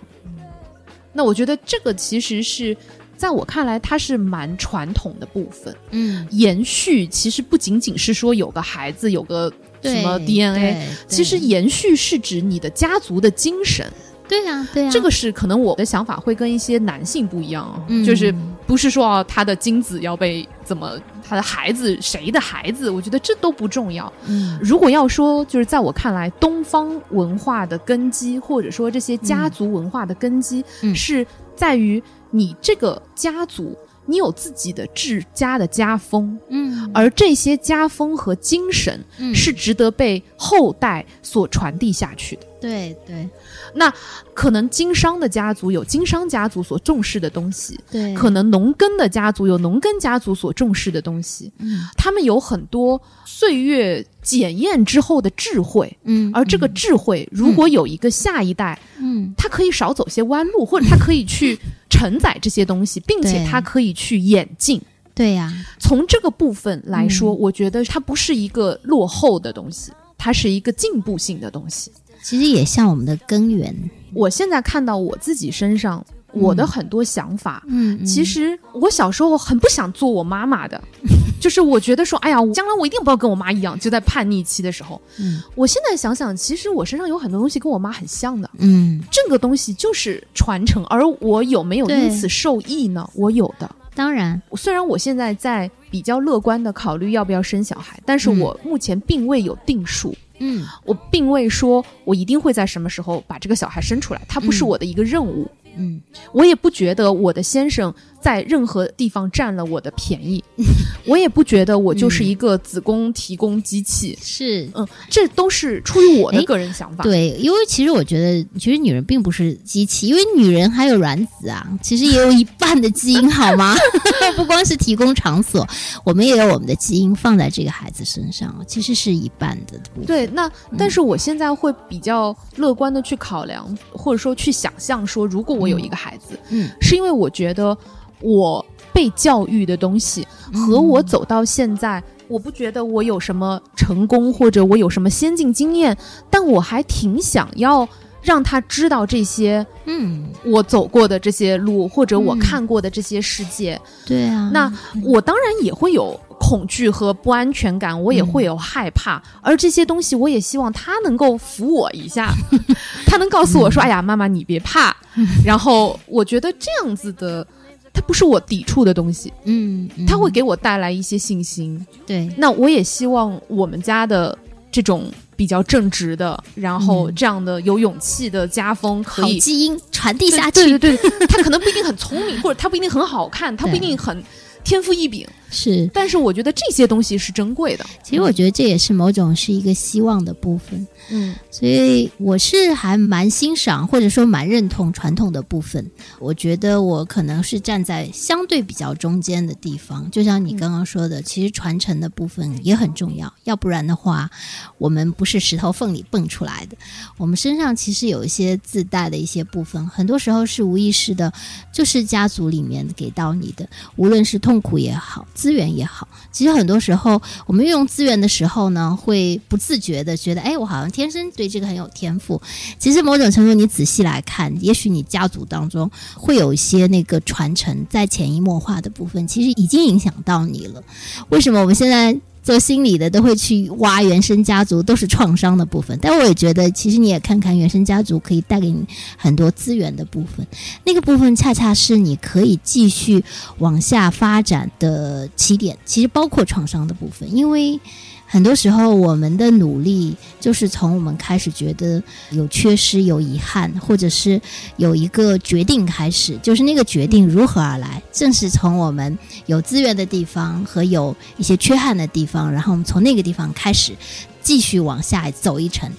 Speaker 2: 那我觉得这个其实是在我看来，它是蛮传统的部分。
Speaker 3: 嗯
Speaker 2: 延续其实不仅仅是说有个孩子，有个什
Speaker 3: 对
Speaker 2: 么 DNA，
Speaker 3: 对
Speaker 2: 其实延续是指你的家族的精神。
Speaker 3: 对啊对啊，
Speaker 2: 这个是可能我的想法会跟一些男性不一样啊，
Speaker 3: 嗯
Speaker 2: 就是不是说啊他的精子要被怎么，他的孩子谁的孩子，我觉得这都不重要。
Speaker 3: 嗯
Speaker 2: 如果要说，就是在我看来，东方文化的根基，或者说这些家族文化的根基，
Speaker 3: 嗯
Speaker 2: 是在于你这个家族，你有自己的治家的家风，
Speaker 3: 嗯
Speaker 2: 而这些家风和精神
Speaker 3: 嗯
Speaker 2: 是值得被后代所传递下去的。
Speaker 3: 对对
Speaker 2: 可能经商的家族有经商家族所重视的东西，
Speaker 3: 对，
Speaker 2: 可能农耕的家族有农耕家族所重视的东西。
Speaker 3: 嗯
Speaker 2: 他们有很多岁月检验之后的智慧，
Speaker 3: 嗯，
Speaker 2: 而这个智慧如果有一个下一代，
Speaker 3: 嗯
Speaker 2: 他可以少走些弯路，或者他可以去承载这些东西，并且
Speaker 3: 对
Speaker 2: 他可以去演进。
Speaker 3: 对呀
Speaker 2: 从这个部分来
Speaker 3: 嗯
Speaker 2: 说，我觉得它不是一个落后的东西，它是一个进步性的东西。
Speaker 3: 其实也像我们的根源。
Speaker 2: 我现在看到我自己身上，我的很多想法，
Speaker 3: 嗯
Speaker 2: 其实我小时候很不想做我妈妈 的，就是我觉得说，哎呀，我将来我一定不要跟我妈一样。就在叛逆期的时候，
Speaker 3: 嗯
Speaker 2: 我现在想想，其实我身上有很多东西跟我妈很像的。
Speaker 3: 嗯，
Speaker 2: 这个东西就是传承，而我有没有
Speaker 3: 对
Speaker 2: 因此受益呢？我有的。
Speaker 3: 当然，
Speaker 2: 虽然我现在在比较乐观的考虑要不要生小孩，但是
Speaker 3: 嗯
Speaker 2: 我目前并未有定数，
Speaker 3: 嗯
Speaker 2: 我并未说我一定会在什么时候把这个小孩生出来，它不是
Speaker 3: 嗯
Speaker 2: 我的一个任务。
Speaker 3: 嗯
Speaker 2: 我也不觉得我的先生在任何地方占了我的便宜， 我也不觉得我就是一个子宫提供机器。
Speaker 3: 是
Speaker 2: 嗯，这都是出于我的
Speaker 3: 哎
Speaker 2: 个人想法。
Speaker 3: 对，因为其实我觉得，其实女人并不是机器，因为女人还有卵子啊，其实也有一半的基因，好吗？ 不光是提供场所，我们也有我们的基因放在这个孩子身上，其实是一半的部分。
Speaker 2: 对，那
Speaker 3: 嗯
Speaker 2: 但是我现在会比较乐观的去考量，或者说去想象说，如果我有一个孩子，
Speaker 3: 嗯
Speaker 2: 是因为我觉得我被教育的东西和我走到现在，我不觉得我有什么成功或者我有什么先进经验，但我还挺想要让他知道这些
Speaker 3: 嗯，
Speaker 2: 我走过的这些路，或者我
Speaker 3: 嗯
Speaker 2: 看过的这些世界。
Speaker 3: 对啊。
Speaker 2: 那我当然也会有恐惧和不安全感，我也会有害怕，
Speaker 3: 嗯
Speaker 2: 而这些东西我也希望他能够扶我一 下，他能告诉我
Speaker 3: 嗯
Speaker 2: 说：“哎呀，妈妈你别怕。”然后我觉得这样子的，它不是我抵触的东西，
Speaker 3: 嗯，嗯
Speaker 2: 它会给我带来一些信心。
Speaker 3: 对
Speaker 2: 那我也希望我们家的这种。比较正直的，然
Speaker 3: 嗯
Speaker 2: 后这样的有勇气的家风，可
Speaker 3: 好
Speaker 2: 以
Speaker 3: 基因传递下去，
Speaker 2: 对对对对，他可能不一定很聪明，或者他不一定很好看，他不一定很天赋异禀，
Speaker 3: 是
Speaker 2: 但是我觉得这些东西是珍贵的。
Speaker 3: 其实我觉得这也是某种是一个希望的部分，
Speaker 2: 嗯，
Speaker 3: 所以我是还蛮欣赏或者说蛮认同传统的部分。我觉得我可能是站在相对比较中间的地方，就像你刚刚说的，其实传承的部分也很重要，要不然的话，我们不是石头缝里蹦出来的，我们身上其实有一些自带的一些部分，很多时候是无意识的，就是家族里面给到你的，无论是痛苦也好，资源也好，其实很多时候我们运用资源的时候呢，会不自觉的觉得，哎，我好像天生对这个很有天赋。其实某种程度，你仔细来看，也许你家族当中会有一些那个传承在潜移默化的部分，其实已经影响到你了。为什么我们现在？做心理的都会去挖原生家族，都是创伤的部分。但我也觉得，其实你也看看原生家族可以带给你很多资源的部分，那个部分恰恰是你可以继续往下发展的起点，其实包括创伤的部分，因为很多时候我们的努力就是从我们开始觉得有缺失、有遗憾，或者是有一个决定开始，就是那个决定如何而来，正是从我们有资源的地方和有一些缺憾的地方，然后我们从那个地方开始继续往下走一层。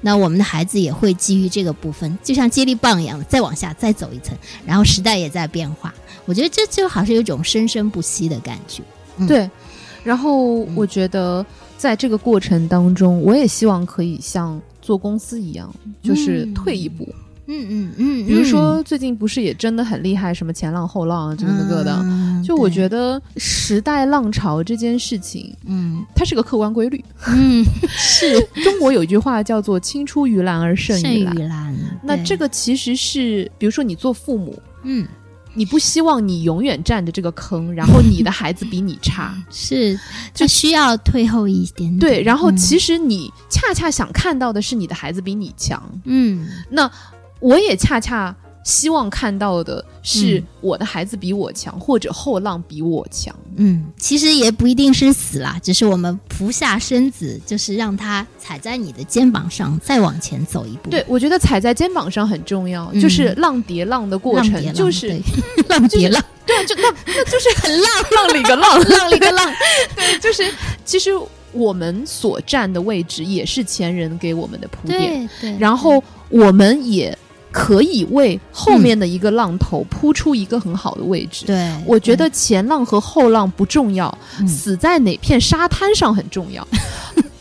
Speaker 3: 那我们的孩子也会基于这个部分，就像接力棒一样，再往下再走一层，然后时代也在变化。我觉得这就好像有一种生生不息的感觉。
Speaker 2: 对。然后我觉得在这个过程当中，我也希望可以像做公司一样，就是
Speaker 3: 嗯
Speaker 2: 退一步。
Speaker 3: 嗯嗯嗯
Speaker 2: 比如说最近不是也真的很厉害，什么前浪后浪啊，这个那
Speaker 3: 嗯
Speaker 2: 个的。就我觉
Speaker 3: 得，
Speaker 2: 得时代浪潮这件事情，
Speaker 3: 嗯
Speaker 2: 它是个客观规律。
Speaker 3: 嗯，是
Speaker 2: 中国有一句话叫做“青出于蓝而胜
Speaker 3: 于
Speaker 2: 于蓝”，
Speaker 3: 蓝。
Speaker 2: 那
Speaker 3: 对
Speaker 2: 这，个其实是，比如说你做父母，
Speaker 3: 嗯，
Speaker 2: 你不希望你永远站着这个坑，然后你的孩子比你 差，
Speaker 3: 嗯是就需要退后一点点。
Speaker 2: 对，然后
Speaker 3: 嗯
Speaker 2: 其实你恰恰想看到的是你的孩子比你强，
Speaker 3: 嗯
Speaker 2: 那我也恰恰希望看到的是
Speaker 3: 嗯
Speaker 2: 我的孩子比我强，或者后浪比我强，
Speaker 3: 嗯，其实也不一定是死啦，只是我们俯下身子，就是让它踩在你的肩膀上，再往前走一步。
Speaker 2: 对我觉得踩在肩膀上很重要，
Speaker 3: 嗯
Speaker 2: 就是浪叠浪的过
Speaker 3: 浪叠
Speaker 2: 程，
Speaker 3: 浪，
Speaker 2: 就是
Speaker 3: 对浪叠浪，
Speaker 2: 对，就那那就是很 浪浪里个浪，浪里个浪，对， 就是其实我们所站的位置也是前人给我们的铺垫。
Speaker 3: 对对。
Speaker 2: 然后我们也可以为后面的一个浪头铺出一个很好的位置。
Speaker 3: 对，
Speaker 2: 我觉得前浪和后浪不重要，
Speaker 3: 嗯
Speaker 2: 死在哪片沙滩上很重 要。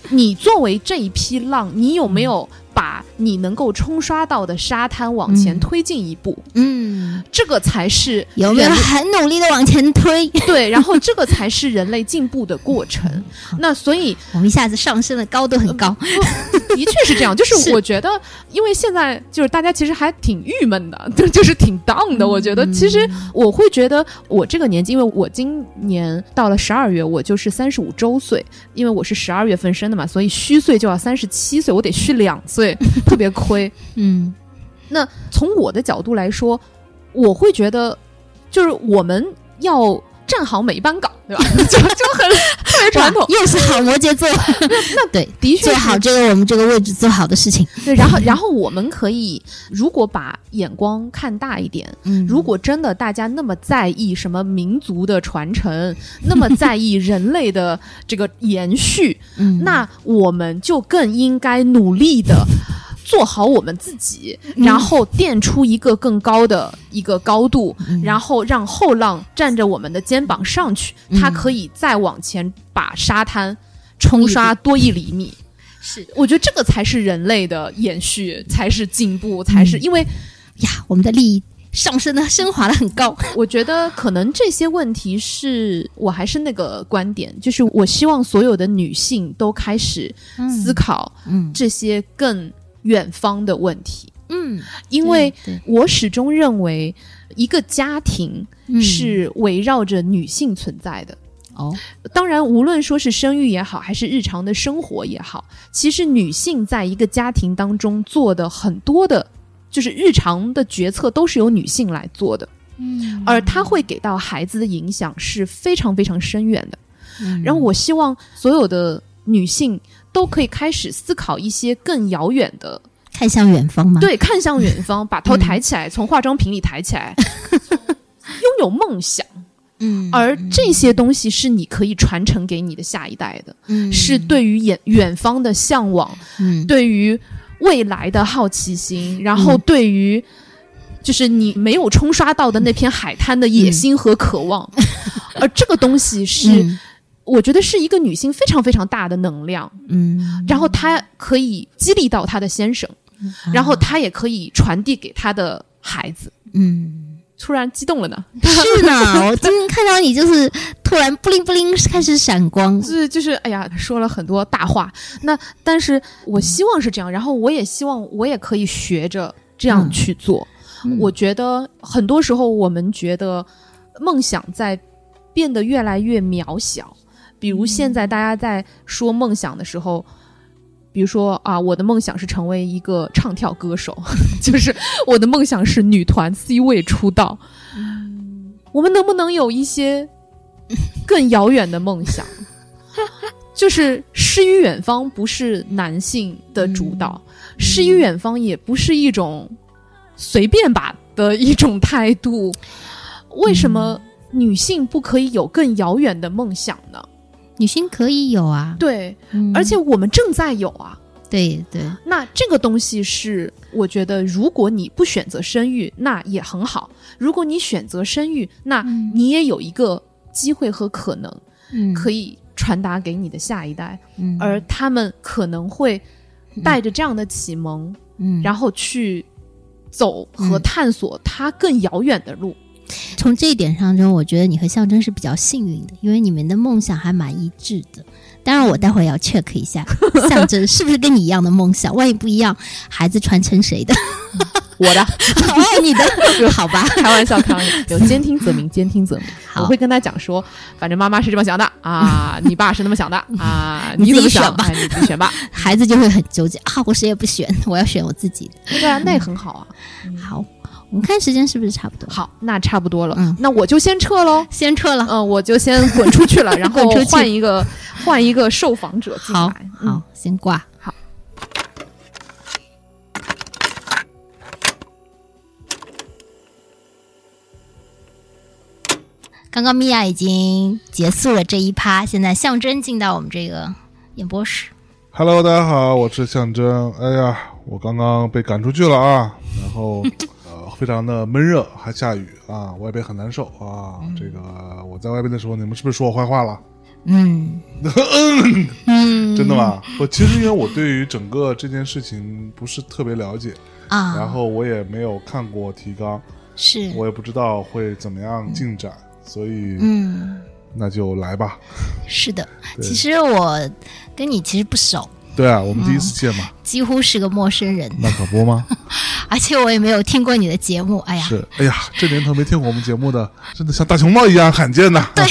Speaker 2: 你作为这一批浪，你有
Speaker 3: 嗯
Speaker 2: 没有把你能够冲刷到的沙滩往前
Speaker 3: 嗯
Speaker 2: 推进一步？
Speaker 3: 嗯，
Speaker 2: 这个才是
Speaker 3: 有没有
Speaker 2: 人类
Speaker 3: 很努力的往前推？
Speaker 2: 对，然后这个才是人类进步的过程。那所以
Speaker 3: 我们一下子上升的高度很
Speaker 2: 呃
Speaker 3: 高。
Speaker 2: 的确是这样，就是是我觉得，因为现在就是大家其实还挺郁闷的， 就就是挺 down 的。我觉得，其实我会觉得，我这个年纪，因为我今年到了十二月，我就是三十五周岁，因为我是十二月份生的嘛，所以虚岁就要三十七岁，我得虚两岁，特别亏。
Speaker 3: 嗯
Speaker 2: 那从我的角度来说，我会觉得，就是我们要站好每一班岗，对吧？ 就就很特别传统。
Speaker 3: 又是好摩羯座，对，
Speaker 2: 的确
Speaker 3: 做
Speaker 2: 是
Speaker 3: 好这个我们这个位置做好的事情。
Speaker 2: 对，然后然后我们可以如果把眼光看大一点，
Speaker 3: 嗯
Speaker 2: 如果真的大家那么在意什么民族的传 承，那么在意人类的这个延续，
Speaker 3: 嗯
Speaker 2: 那我们就更应该努力的做好我们自己，
Speaker 3: 嗯
Speaker 2: 然后垫出一个更高的一个高度，
Speaker 3: 嗯
Speaker 2: 然后让后浪站着我们的肩膀上去，
Speaker 3: 嗯
Speaker 2: 它可以再往前把沙滩冲刷多一厘米。
Speaker 3: 是
Speaker 2: 我觉得这个才是人类的延续，才是进步，才
Speaker 3: 嗯
Speaker 2: 是因为
Speaker 3: 呀，我们的利益上升的升华的很高。
Speaker 2: 我觉得可能这些问题是我还是那个观点，就是我希望所有的女性都开始思考
Speaker 3: 嗯
Speaker 2: 这些更远方的问题，
Speaker 3: 嗯，
Speaker 2: 因为
Speaker 3: 对
Speaker 2: 我始终认为一个家庭
Speaker 3: 嗯
Speaker 2: 是围绕着女性存在的。
Speaker 3: 哦，
Speaker 2: 当然，无论说是生育也好，还是日常的生活也好，其实女性在一个家庭当中做的很多的，就是日常的决策都是由女性来做的，
Speaker 3: 嗯
Speaker 2: 而她会给到孩子的影响是非常非常深远的。
Speaker 3: 嗯
Speaker 2: 然后，我希望所有的女性都可以开始思考一些更遥远的，
Speaker 3: 看向远方吗？，
Speaker 2: 对，看向远方，把头抬起来，从化妆品里抬起 来，拥有梦想。
Speaker 3: 嗯
Speaker 2: 而这些东西是你可以传承给你的下一代的，
Speaker 3: 嗯
Speaker 2: 是对于远远方的向往，
Speaker 3: 嗯
Speaker 2: 对于未来的好奇心，然后对于就是你没有冲刷到的那片海滩的野心和渴 望，而这个东西是、
Speaker 3: 嗯
Speaker 2: 我觉得是一个女性非常非常大的能量，
Speaker 3: 嗯，
Speaker 2: 然后她可以激励到她的先生，然
Speaker 3: 啊
Speaker 2: 后她也可以传递给她的孩子。
Speaker 3: 嗯。
Speaker 2: 突然激动了呢，
Speaker 3: 是呢，我今天看到你就是突然布灵布灵开始闪光
Speaker 2: 就，是就是，哎呀，说了很多大话。那但是我希望是这样，然后我也希望我也可以学着这样去做。
Speaker 3: 嗯
Speaker 2: 我觉得很多时候我们觉得梦想在变得越来越渺小，比如现在大家在说梦想的时候。比如说啊，我的梦想是成为一个唱跳歌手， 就是我的梦想是女团 C 位出道。我们能不能有一些更遥远的梦想？就是诗与远方不是男性的主导，诗与远方也不是一种随便吧的一种态度。为什么女性不可以有更遥远的梦想呢？
Speaker 3: 女性可以有啊，
Speaker 2: 对，
Speaker 3: 嗯
Speaker 2: 而且我们正在有啊。
Speaker 3: 对对，
Speaker 2: 那这个东西是，我觉得，如果你不选择生育，那也很好；如果你选择生育，那你也有一个机会和可能，
Speaker 3: 嗯
Speaker 2: 可以传达给你的下一代，
Speaker 3: 嗯
Speaker 2: 而他们可能会带着这样的启蒙，
Speaker 3: 嗯，
Speaker 2: 然后去走和
Speaker 3: 嗯
Speaker 2: 探索它更遥远的路。
Speaker 3: 从这一点上中，我觉得你和象征是比较幸运的，因为你们的梦想还蛮一致的。当然，我待会儿也要 check 一 下象征是不是跟你一样的梦想，万一不一样，孩子传承 谁的？
Speaker 2: 我 的
Speaker 3: 哦，你的好吧？
Speaker 2: 开玩笑，开玩 笑，有兼听则明，兼听则明。
Speaker 3: 好
Speaker 2: 我会跟他讲说，反正妈妈是这么想的 啊，你爸是那么想的啊，
Speaker 3: 你
Speaker 2: 你
Speaker 3: 自
Speaker 2: 怎
Speaker 3: 己
Speaker 2: 么想
Speaker 3: 选吧
Speaker 2: 哎你自己 选吧。
Speaker 3: 孩子就会很纠结啊，我谁也不选，我要选我自己的。
Speaker 2: 对啊，那也很好啊。
Speaker 3: 好，我们看时间是不是差不多？
Speaker 2: 好，那差不多了，
Speaker 3: 嗯
Speaker 2: 那我就先撤喽。
Speaker 3: 先撤了。
Speaker 2: 嗯，我就先滚出 去了，然后
Speaker 3: 滚出去
Speaker 2: 换一 个换一个受访者进来。
Speaker 3: 好
Speaker 2: 嗯
Speaker 3: 好，先挂。
Speaker 2: 好。
Speaker 3: 刚刚米娅已经结束了这一趴，现在象征进到我们这个演播室。
Speaker 5: Hello，大家好，我是象征。哎呀，我刚刚被赶出去了啊，然 后呃，非常的闷热，还下雨啊，外边很难受啊。这个我在外边的时候，你们是不是说我坏话了？
Speaker 3: 嗯嗯
Speaker 5: 真的吗？我其实因为我对于整个这件事情不是特别了解，
Speaker 3: 啊，
Speaker 5: 然后我也没有看过提纲，
Speaker 3: 是
Speaker 5: 我也不知道会怎么样进展，所以
Speaker 3: 嗯
Speaker 5: 那就来吧。
Speaker 3: 是的。
Speaker 5: 对
Speaker 3: 其实我跟你其实不熟，
Speaker 5: 对啊，我们第一次见嘛，嗯
Speaker 3: 几乎是个陌生人。
Speaker 5: 那可不吗？
Speaker 3: 而且我也没有听过你的节目。哎呀，
Speaker 5: 是，哎呀，这年头没听我们节目的，真的像大熊猫一样罕见呐。 对，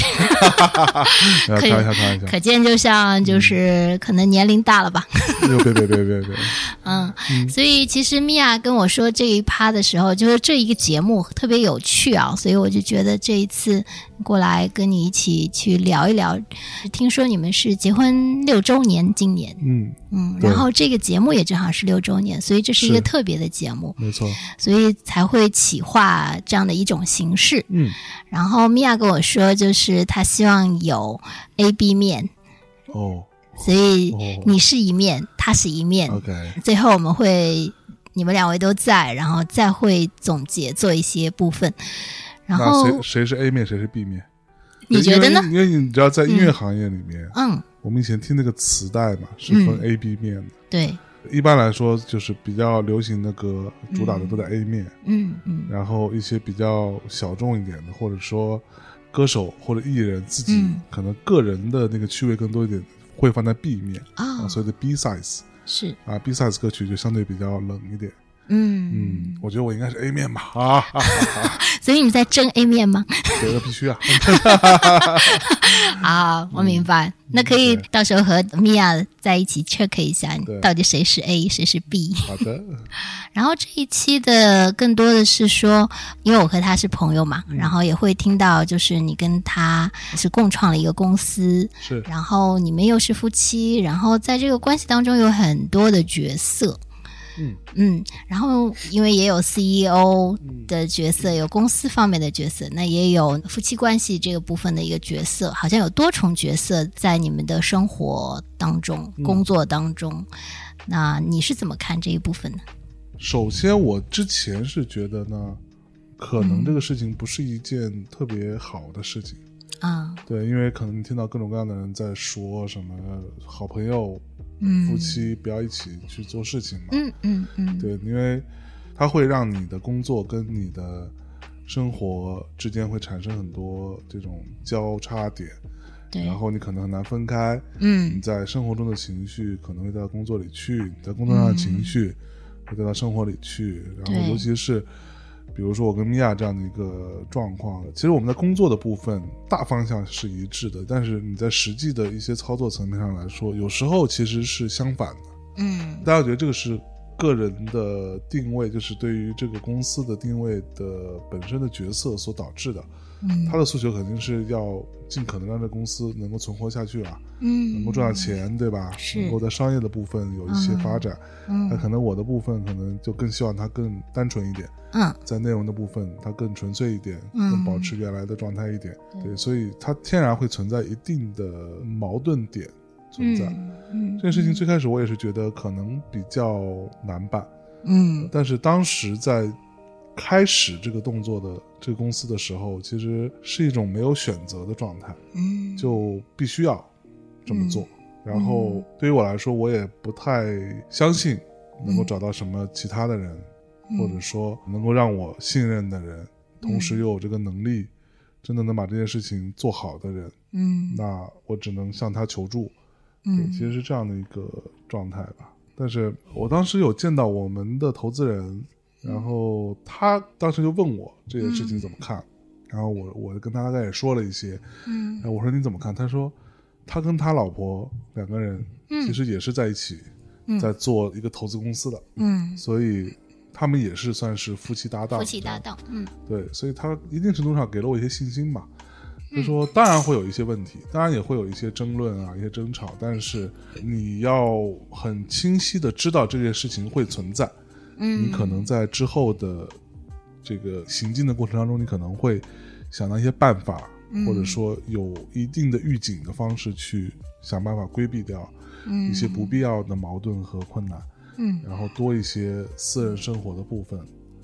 Speaker 3: 可
Speaker 5: 开
Speaker 3: 以
Speaker 5: 玩笑，开玩笑。
Speaker 3: 可见就像
Speaker 5: 嗯
Speaker 3: 就是可能年龄大了吧，
Speaker 5: 哎呦，别别别别别，
Speaker 3: 嗯，所以其实米娅跟我说这一趴的时候，就是这一个节目特别有趣啊，所以我就觉得这一次过来跟你一起去聊一聊。听说你们是结婚六周年，今年，
Speaker 5: 嗯，
Speaker 3: 嗯，
Speaker 5: 对
Speaker 3: 然后这个节目也正好是六周年，所以这是一个
Speaker 5: 是
Speaker 3: 特别的节目，
Speaker 5: 没错，
Speaker 3: 所以才会企划这样的一种形式。
Speaker 5: 嗯，
Speaker 3: 然后米娅跟我说，就是她希望有 A、B 面，
Speaker 5: 哦
Speaker 3: 所以
Speaker 5: 哦
Speaker 3: 你是一面，他是一面。
Speaker 5: ，OK，
Speaker 3: 最后我们会你们两位都在，然后再会总结做一些部分。然
Speaker 5: 那
Speaker 3: 后
Speaker 5: 谁谁是 A 面，谁是 B 面？
Speaker 3: 你觉得呢
Speaker 5: 因为因为你知道，在音乐行业里面，
Speaker 3: 嗯，
Speaker 5: 我们以前听那个磁带嘛，是分
Speaker 3: 嗯
Speaker 5: A、B 面的。
Speaker 3: 对，
Speaker 5: 一般来说，就是比较流行的歌，主打的都在 A 面，
Speaker 3: 嗯嗯
Speaker 5: 然后一些比较小众一点的，或者说歌手或者艺人自己
Speaker 3: 嗯
Speaker 5: 可能个人的那个趣味更多一点，会放在 B 面
Speaker 3: 啊、
Speaker 5: 啊，所谓的 B size
Speaker 3: 是，
Speaker 5: 啊，B size 歌曲就相对比较冷一点。
Speaker 3: 嗯，
Speaker 5: 嗯，我觉得我应该是 A 面吧啊，哈哈哈
Speaker 3: 所以你们在争 A 面吗？
Speaker 5: 觉得必须啊，
Speaker 3: 啊，我明白。那可以
Speaker 5: 嗯对
Speaker 3: 到时候和米娅在一起 check 一下
Speaker 5: 对，
Speaker 3: 到底谁是 A，谁是 B。
Speaker 5: 好的，
Speaker 3: 然后这一期的更多的是说，因为我和他是朋友嘛，
Speaker 5: 嗯
Speaker 3: 然后也会听到就是你跟他是共创了一个公司，
Speaker 5: 是
Speaker 3: 然后你们又是夫妻，然后在这个关系当中有很多的角色。
Speaker 5: 嗯
Speaker 3: 然后因为也有 CEO
Speaker 5: 嗯
Speaker 3: 的角色，有公司方面的角色，那也有夫妻关系这个部分的一个角色，好像有多重角色在你们的生活当中、工作当中。那你是怎么看这一部分呢？
Speaker 5: 首先，我之前是觉得呢，可
Speaker 3: 嗯
Speaker 5: 能这个事情不是一件特别好的事情。
Speaker 3: 啊、
Speaker 5: 对，因为可能你听到各种各样的人在说什么好朋友、
Speaker 3: 嗯，
Speaker 5: 夫妻不要一起去做事情嘛。
Speaker 3: 嗯嗯嗯，
Speaker 5: 对，因为它会让你的工作跟你的生活之间会产生很多这种交叉点，
Speaker 3: 对，
Speaker 5: 然后你可能很难分开。你
Speaker 3: 嗯
Speaker 5: 在生活中的情绪可能会带到工作里去，你在工作上的情绪会带到生活里去，然后
Speaker 3: 嗯对
Speaker 5: 尤其是比如说我跟米娅这样的一个状况，其实我们在工作的部分大方向是一致的，但是你在实际的一些操作层面上来说，有时候其实是相反的。
Speaker 3: 嗯
Speaker 5: 大家觉得这个是个人的定位，就是对于这个公司的定位的本身的角色所导致的。
Speaker 3: 嗯
Speaker 5: 他的诉求肯定是要尽可能让这公司能够存活下去啊，
Speaker 3: 嗯，
Speaker 5: 能够赚到钱，对吧？
Speaker 3: 是
Speaker 5: 能够在商业的部分有一些发展。
Speaker 3: 嗯，
Speaker 5: 那
Speaker 3: 嗯
Speaker 5: 可能我的部分可能就更希望它更单纯一点，
Speaker 3: 嗯
Speaker 5: 在内容的部分它更纯粹一点，
Speaker 3: 嗯
Speaker 5: 更保持原来的状态一点。对，所以它天然会存在一定的矛盾点存在。
Speaker 3: 嗯
Speaker 5: 这件事情最开始我也是觉得可能比较难办，
Speaker 3: 嗯
Speaker 5: 但是当时在开始这个动作的这个公司的时候，其实是一种没有选择的状态，
Speaker 3: 嗯
Speaker 5: 就必须要这么做。然后对于我来说，我也不太相信能够找到什么其他的人，或者说能够让我信任的人，同时又有这个能力，真的能把这件事情做好的人，
Speaker 3: 嗯
Speaker 5: 那我只能向他求助。对，
Speaker 3: 嗯
Speaker 5: 其实是这样的一个状态吧。但是我当时有见到我们的投资人，
Speaker 3: 嗯
Speaker 5: 然后他当时就问我这件事情怎么看，然后我我跟他大概也说了一些，
Speaker 3: 嗯
Speaker 5: 然后我说你怎么看？他说他跟他老婆两个人其实也是在一起，
Speaker 3: 嗯
Speaker 5: 在做一个投资公司的，
Speaker 3: 嗯，
Speaker 5: 所以他们也是算是夫妻搭档，
Speaker 3: 夫妻搭档，嗯
Speaker 5: 对，所以他一定程度上给了我一些信心吧。就说当然会有一些问题，当然也会有一些争论啊，一些争吵，但是你要很清晰的知道这件事情会存在，
Speaker 3: 嗯，
Speaker 5: 你可能在之后的这个行进的过程当中，你可能会想到一些办法，或者说有一定的预警的方式去想办法规避掉一些不必要的矛盾和困难，
Speaker 3: 嗯
Speaker 5: 然后多一些私人生活的部分，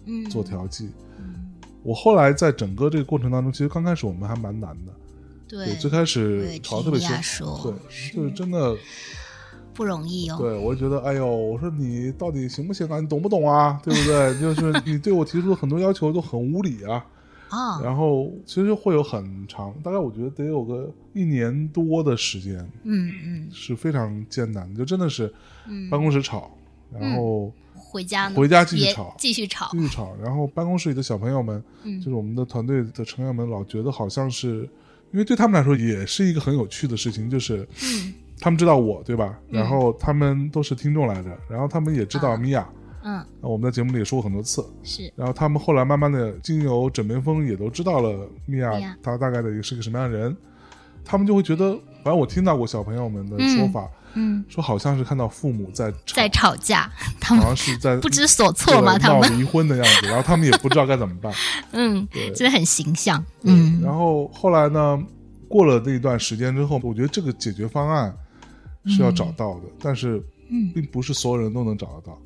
Speaker 3: 嗯
Speaker 5: 做调剂。我后来在整个这个过程当中，其实刚开始我们还蛮难的，
Speaker 3: 对，
Speaker 5: 最开始吵得特别
Speaker 3: 我也听
Speaker 5: 凶
Speaker 3: 人家，说
Speaker 5: 对，就是真
Speaker 3: 嗯
Speaker 5: 的，
Speaker 3: 不容易哦，
Speaker 5: 对我就觉得，哎呦，我说你到底行不行啊？你懂不懂啊？对不对？ 就是你对我提出的很多要求都很无理啊。
Speaker 3: 哦，
Speaker 5: 然后其实会有很长，大概我觉得得有个一年多的时间
Speaker 3: 嗯嗯
Speaker 5: 是非常艰难的，就真的是
Speaker 3: 嗯，
Speaker 5: 办公室吵，然后
Speaker 3: 回家呢，
Speaker 5: 回家继续
Speaker 3: 别
Speaker 5: 吵
Speaker 3: 继续吵
Speaker 5: 继，续吵。然后办公室里的小朋友们，
Speaker 3: 嗯
Speaker 5: 就是我们的团队的成员们，老觉得好像是，因为对他们来说也是一个很有趣的事情，就是，
Speaker 3: 嗯
Speaker 5: 他们知道我对吧？然后他们都是听众来着，然后他们也知道
Speaker 3: 啊
Speaker 5: 米娅，
Speaker 3: 嗯，
Speaker 5: 那我们在节目里也说过很多次。
Speaker 3: 是，
Speaker 5: 然后他们后来慢慢的经由枕边风也都知道了米娅
Speaker 3: 米娅
Speaker 5: 她大概的是个什么样的人，他们就会觉得，反正我听到过小朋友们的说法，
Speaker 3: 嗯，
Speaker 5: 说好像是看到父母在吵，
Speaker 3: 在吵架，他
Speaker 5: 好
Speaker 3: 们
Speaker 5: 像是在
Speaker 3: 不知所措嘛，
Speaker 5: 对
Speaker 3: 他
Speaker 5: 闹
Speaker 3: 们，
Speaker 5: 离婚的样子，然后他们也不知道该怎么办。
Speaker 3: 嗯，
Speaker 5: 对
Speaker 3: 真的很形象，
Speaker 5: 对
Speaker 3: 嗯，
Speaker 5: 然后后来呢，过了那一段时间之后，我觉得这个解决方案是要找到的，但是
Speaker 3: 嗯
Speaker 5: 并不是所有人都能找得到。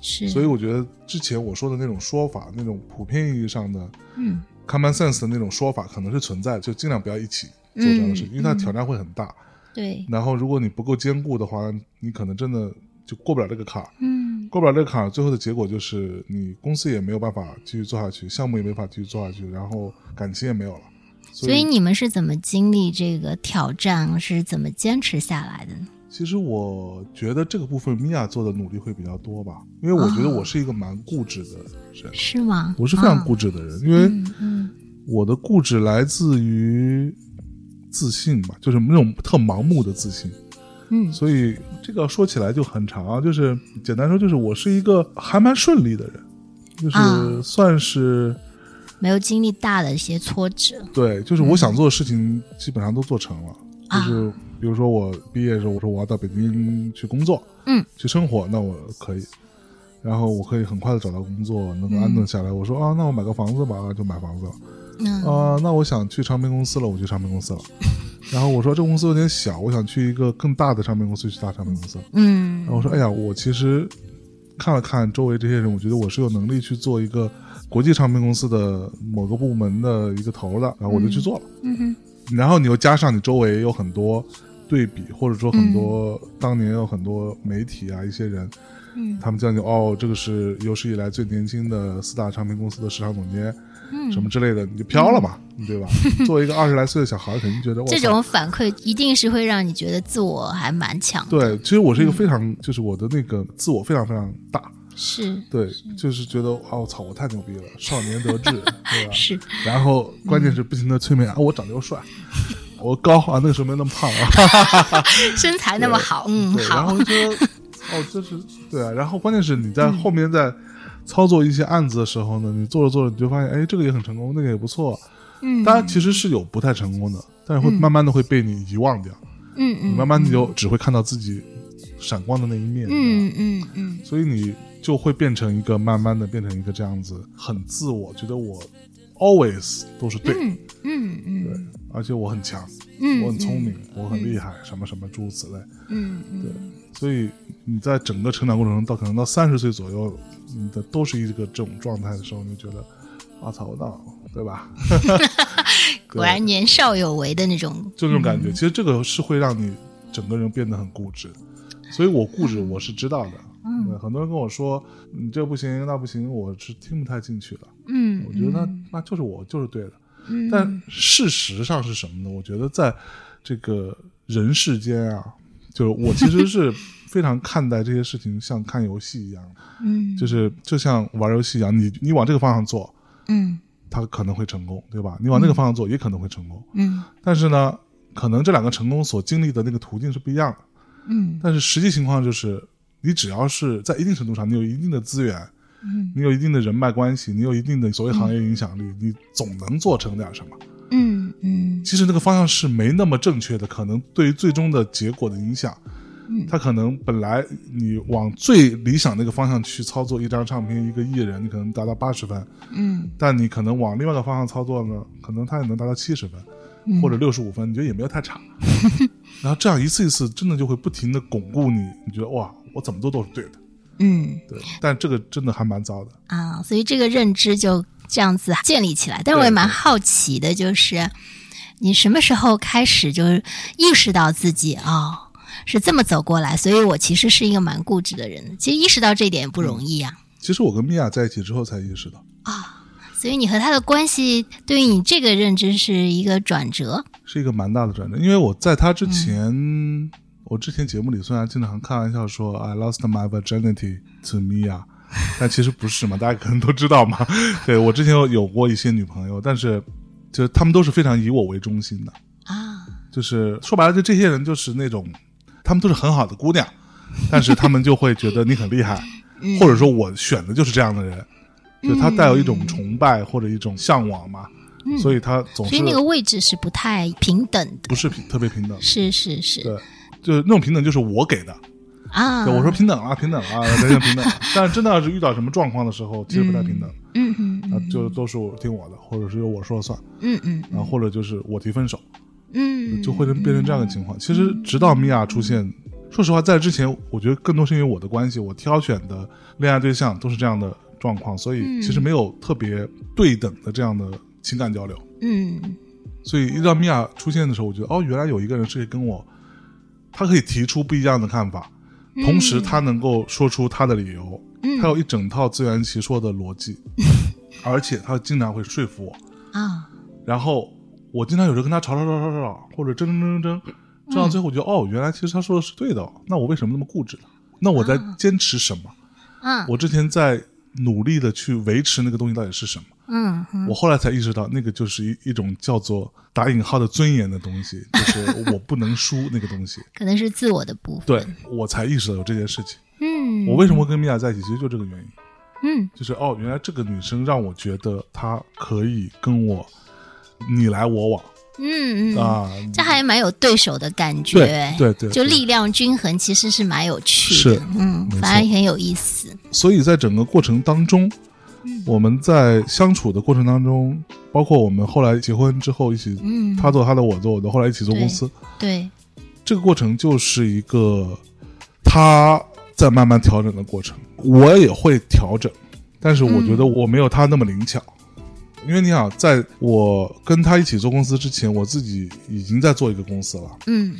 Speaker 3: 是，
Speaker 5: 所以我觉得之前我说的那种说法，那种普遍意义上的
Speaker 3: 嗯
Speaker 5: common sense 的那种说法，可能是存在的，就尽量不要一起做这样的事情，
Speaker 3: 嗯
Speaker 5: 因为它挑战会很大。
Speaker 3: 对，
Speaker 5: 然后如果你不够坚固的话，你可能真的就过不了这个坎儿。
Speaker 3: 嗯
Speaker 5: 过不了这个坎儿，最后的结果就是你公司也没有办法继续做下去，项目也没法继续做下去，然后感情也没有了。所
Speaker 3: 所以你们是怎么经历这个挑战，是怎么坚持下来的呢？
Speaker 5: 其实我觉得这个部分米娅做的努力会比较多吧，因为我觉得我是一个蛮固执的人，
Speaker 3: 是吗？
Speaker 5: 我是非常
Speaker 3: 啊
Speaker 5: 固执的人，因为
Speaker 3: 嗯嗯
Speaker 5: 我的固执来自于自信吧，就是那种特盲目的自信。
Speaker 3: 嗯
Speaker 5: 所以这个说起来就很长啊，就是简单说，就是我是一个还蛮顺利的人，就是
Speaker 3: 啊
Speaker 5: 算是、
Speaker 3: 没有经历大的一些挫折，
Speaker 5: 对，就是我想做的事情基本上都做成了。就
Speaker 3: 啊
Speaker 5: 是比如说我毕业的时候，我说我要到北京去工作，
Speaker 3: 嗯，
Speaker 5: 去生活，那我可以，然后我可以很快的找到工作，能够安顿下来。我说啊，那我买个房子吧，就买房子了。
Speaker 3: 嗯
Speaker 5: 啊、那我想去唱片公司了，我去唱片公司 了。然后我说这公司有点小，我想去一个更大的唱片公司，去大唱片公司。
Speaker 3: 嗯
Speaker 5: 然后我说，哎呀，我其实看了看周围这些人，我觉得我是有能力去做一个国际唱片公司的某个部门的一个头的，然后我就去做了。
Speaker 3: 嗯哼
Speaker 5: 然后你又加上你周围有很多对比，或者说很多、当年有很多媒体啊，一些人，
Speaker 3: 嗯
Speaker 5: 他们叫你哦，这个是有史以来最年轻的四大唱片公司的市场总监，
Speaker 3: 嗯
Speaker 5: 什么之类的，你就飘了嘛，对吧？ 作为一个二十来岁的小孩，肯定觉得我
Speaker 3: 这
Speaker 5: 操
Speaker 3: 种反馈一定是会让你觉得自我还蛮强的，
Speaker 5: 对，其实我是一个
Speaker 3: 嗯
Speaker 5: 非常，就是我的那个自我非常非常大，
Speaker 3: 是
Speaker 5: 对，就是觉得啊，我操，我太牛逼了，少年得 志，对吧？
Speaker 3: 是，
Speaker 5: 然后关键是不停的催眠啊，我长得 又帅，我高啊，那个时候没那么胖啊，
Speaker 3: 身材那么好，嗯
Speaker 5: 对，然
Speaker 3: 好，
Speaker 5: 后 就觉得哦，这是对啊，然后关键是你在后面在操作一些案子的时候呢，你做着做着你就发现，哎，这个也很成功，那个也不错，
Speaker 3: 嗯
Speaker 5: 当然其实是有不太成功的，但是会慢慢的会被你遗忘掉，
Speaker 3: 嗯
Speaker 5: 你
Speaker 3: 嗯
Speaker 5: 慢慢你就只会看到自己闪光的那一面，对吧
Speaker 3: 嗯嗯嗯
Speaker 5: 所以你就会变成一个慢慢的变成一个这样子，很自我，觉得我 always 都是对，
Speaker 3: 嗯嗯嗯
Speaker 5: 而且我很强，
Speaker 3: 嗯，
Speaker 5: 我很聪明，我很厉害，什么什么诸如此类。
Speaker 3: 嗯，嗯嗯
Speaker 5: 所以你在整个成长过程中，到可能到三十岁左右，你的都是一个这种状态的时候，你就觉得，啊操，我到对吧？
Speaker 3: 果然年少有为的那种，
Speaker 5: 就这种感觉。
Speaker 3: 嗯
Speaker 5: 其实这个是会让你整个人变得很固执，所以我固执我是知道的。
Speaker 3: 嗯
Speaker 5: 对很多人跟我说你这不行那不行，我是听不太进去的。
Speaker 3: 嗯，
Speaker 5: 我觉得那
Speaker 3: 嗯
Speaker 5: 那就是我就是对的。
Speaker 3: 嗯
Speaker 5: 但事实上是什么呢？我觉得在这个人世间啊，就是我其实是非常看待这些事情像看游戏一样，
Speaker 3: 嗯
Speaker 5: 就是就像玩游戏一样，你你往这个方向做，
Speaker 3: 嗯
Speaker 5: 它可能会成功，对吧？你往那个方向做也可能会成功，
Speaker 3: 嗯
Speaker 5: 但是呢，可能这两个成功所经历的那个途径是不一样的。
Speaker 3: 嗯
Speaker 5: 但是实际情况就是，你只要是在一定程度上，你有一定的资源，
Speaker 3: 嗯
Speaker 5: 你有一定的人脉关系，你有一定的所谓行业影响力，你总能做成点什么。
Speaker 3: 嗯嗯
Speaker 5: 其实那个方向是没那么正确的，可能对于最终的结果的影响，
Speaker 3: 嗯
Speaker 5: 它可能本来你往最理想那个方向去操作一张唱片、一个艺人，你可能达到八十分，
Speaker 3: 嗯
Speaker 5: 但你可能往另外一个方向操作呢，可能它也能达到七十分、
Speaker 3: 嗯
Speaker 5: 或者六十五分，你觉得也没有太差。然后这样一次一次，真的就会不停的巩固你，你觉得哇，我怎么做都是对的，
Speaker 3: 嗯
Speaker 5: 对。但这个真的还蛮糟的。
Speaker 3: 啊，所以这个认知就这样子建立起来。但是我也
Speaker 5: 对
Speaker 3: 蛮
Speaker 5: 对
Speaker 3: 好奇的，就是你什么时候开始就是意识到自己啊、哦是这么走过来？所以我其实是一个蛮固执的人，其实意识到这一点也不容
Speaker 5: 嗯
Speaker 3: 易啊呀、
Speaker 5: 其实我跟米娅在一起之后才意识到，
Speaker 3: 所以你和他的关系对于你这个认知是一个转折。
Speaker 5: 是一个蛮大的转折，因为我在他之前，我之前节目里虽然经常开玩笑说 I lost my virginity to Mia，但其实不是嘛，大家可能都知道嘛。对我之前有有过一些女朋友，但是就是他们都是非常以我为中心的，
Speaker 3: 啊，
Speaker 5: 就是说白了，就这些人就是那种，他们都是很好的姑娘，但是他们就会觉得你很厉 害，
Speaker 3: 嗯
Speaker 5: 或者说我选的就是这样的人，就他带有一种崇拜或者一种向往嘛，所以他总
Speaker 3: 嗯所
Speaker 5: 是
Speaker 3: 以那个位置是不太平等的，
Speaker 5: 不是平特别平等，
Speaker 3: 是是是
Speaker 5: 对，就是那种平等就是我给的，
Speaker 3: 啊，
Speaker 5: 对我说平等啊，平等啊，咱就平等啊。但是真的要是遇到什么状况的时候，其实不太平等，
Speaker 3: 嗯嗯
Speaker 5: 啊，就都是我听我的，或者是由我说了算，
Speaker 3: 嗯嗯
Speaker 5: 啊，或者就是我提分手，
Speaker 3: 嗯，
Speaker 5: 就会变成这样的情况。其实直到米娅出现，说实话，在之前，我觉得更多是因为我的关系，我挑选的恋爱对象都是这样的状况，所以其实
Speaker 3: 嗯
Speaker 5: 没有特别对等的这样的情感交流。
Speaker 3: 嗯
Speaker 5: 所以一到米娅出现的时候，我觉得哦，原来有一个人是可以跟我，他可以提出不一样的看法，同时他
Speaker 3: 嗯
Speaker 5: 能够说出他的理由，他有一整套自圆其说的 逻辑，而且他经常会说服我。
Speaker 3: 啊，
Speaker 5: 然后我经常有时候跟他吵吵吵吵吵，或者争争争争，争到最后我觉
Speaker 3: 嗯
Speaker 5: 得、哦，原来其实他说的是对的哦，那我为什么那么固执呢？那我在坚持什么？
Speaker 3: 啊
Speaker 5: 我之前在努力的去维持那个东西到底是什么？
Speaker 3: 嗯嗯
Speaker 5: 我后来才意识到，那个就是一一种叫做打引号的尊严的东 西，就是我不能输那个东西。
Speaker 3: 可能是自我的部分，
Speaker 5: 对我才意识到有这件事情。
Speaker 3: 嗯，
Speaker 5: 我为什么会跟米娅在一起，其实就这个原因，
Speaker 3: 嗯
Speaker 5: 就是哦，原来这个女生让我觉得她可以跟我你来我往
Speaker 3: 嗯嗯，
Speaker 5: 啊，
Speaker 3: 这还蛮有对手的感觉，
Speaker 5: 对对对，
Speaker 3: 就
Speaker 5: 对
Speaker 3: 力量均衡其实是蛮有趣的
Speaker 5: 是，
Speaker 3: 嗯，
Speaker 5: 没错
Speaker 3: 反而很有意思，
Speaker 5: 所以在整个过程当中，
Speaker 3: 嗯
Speaker 5: 我们在相处的过程当中，包括我们后来结婚之后一起，
Speaker 3: 嗯，
Speaker 5: 他做他的，我做我的，后来一起做公司，
Speaker 3: 对，
Speaker 5: 这个过程就是一个他在慢慢调整的过程。我也会调整，但是我觉
Speaker 3: 嗯
Speaker 5: 得我没有他那么灵巧。因为你想，在我跟他一起做公司之前，我自己已经在做一个公司了，
Speaker 3: 嗯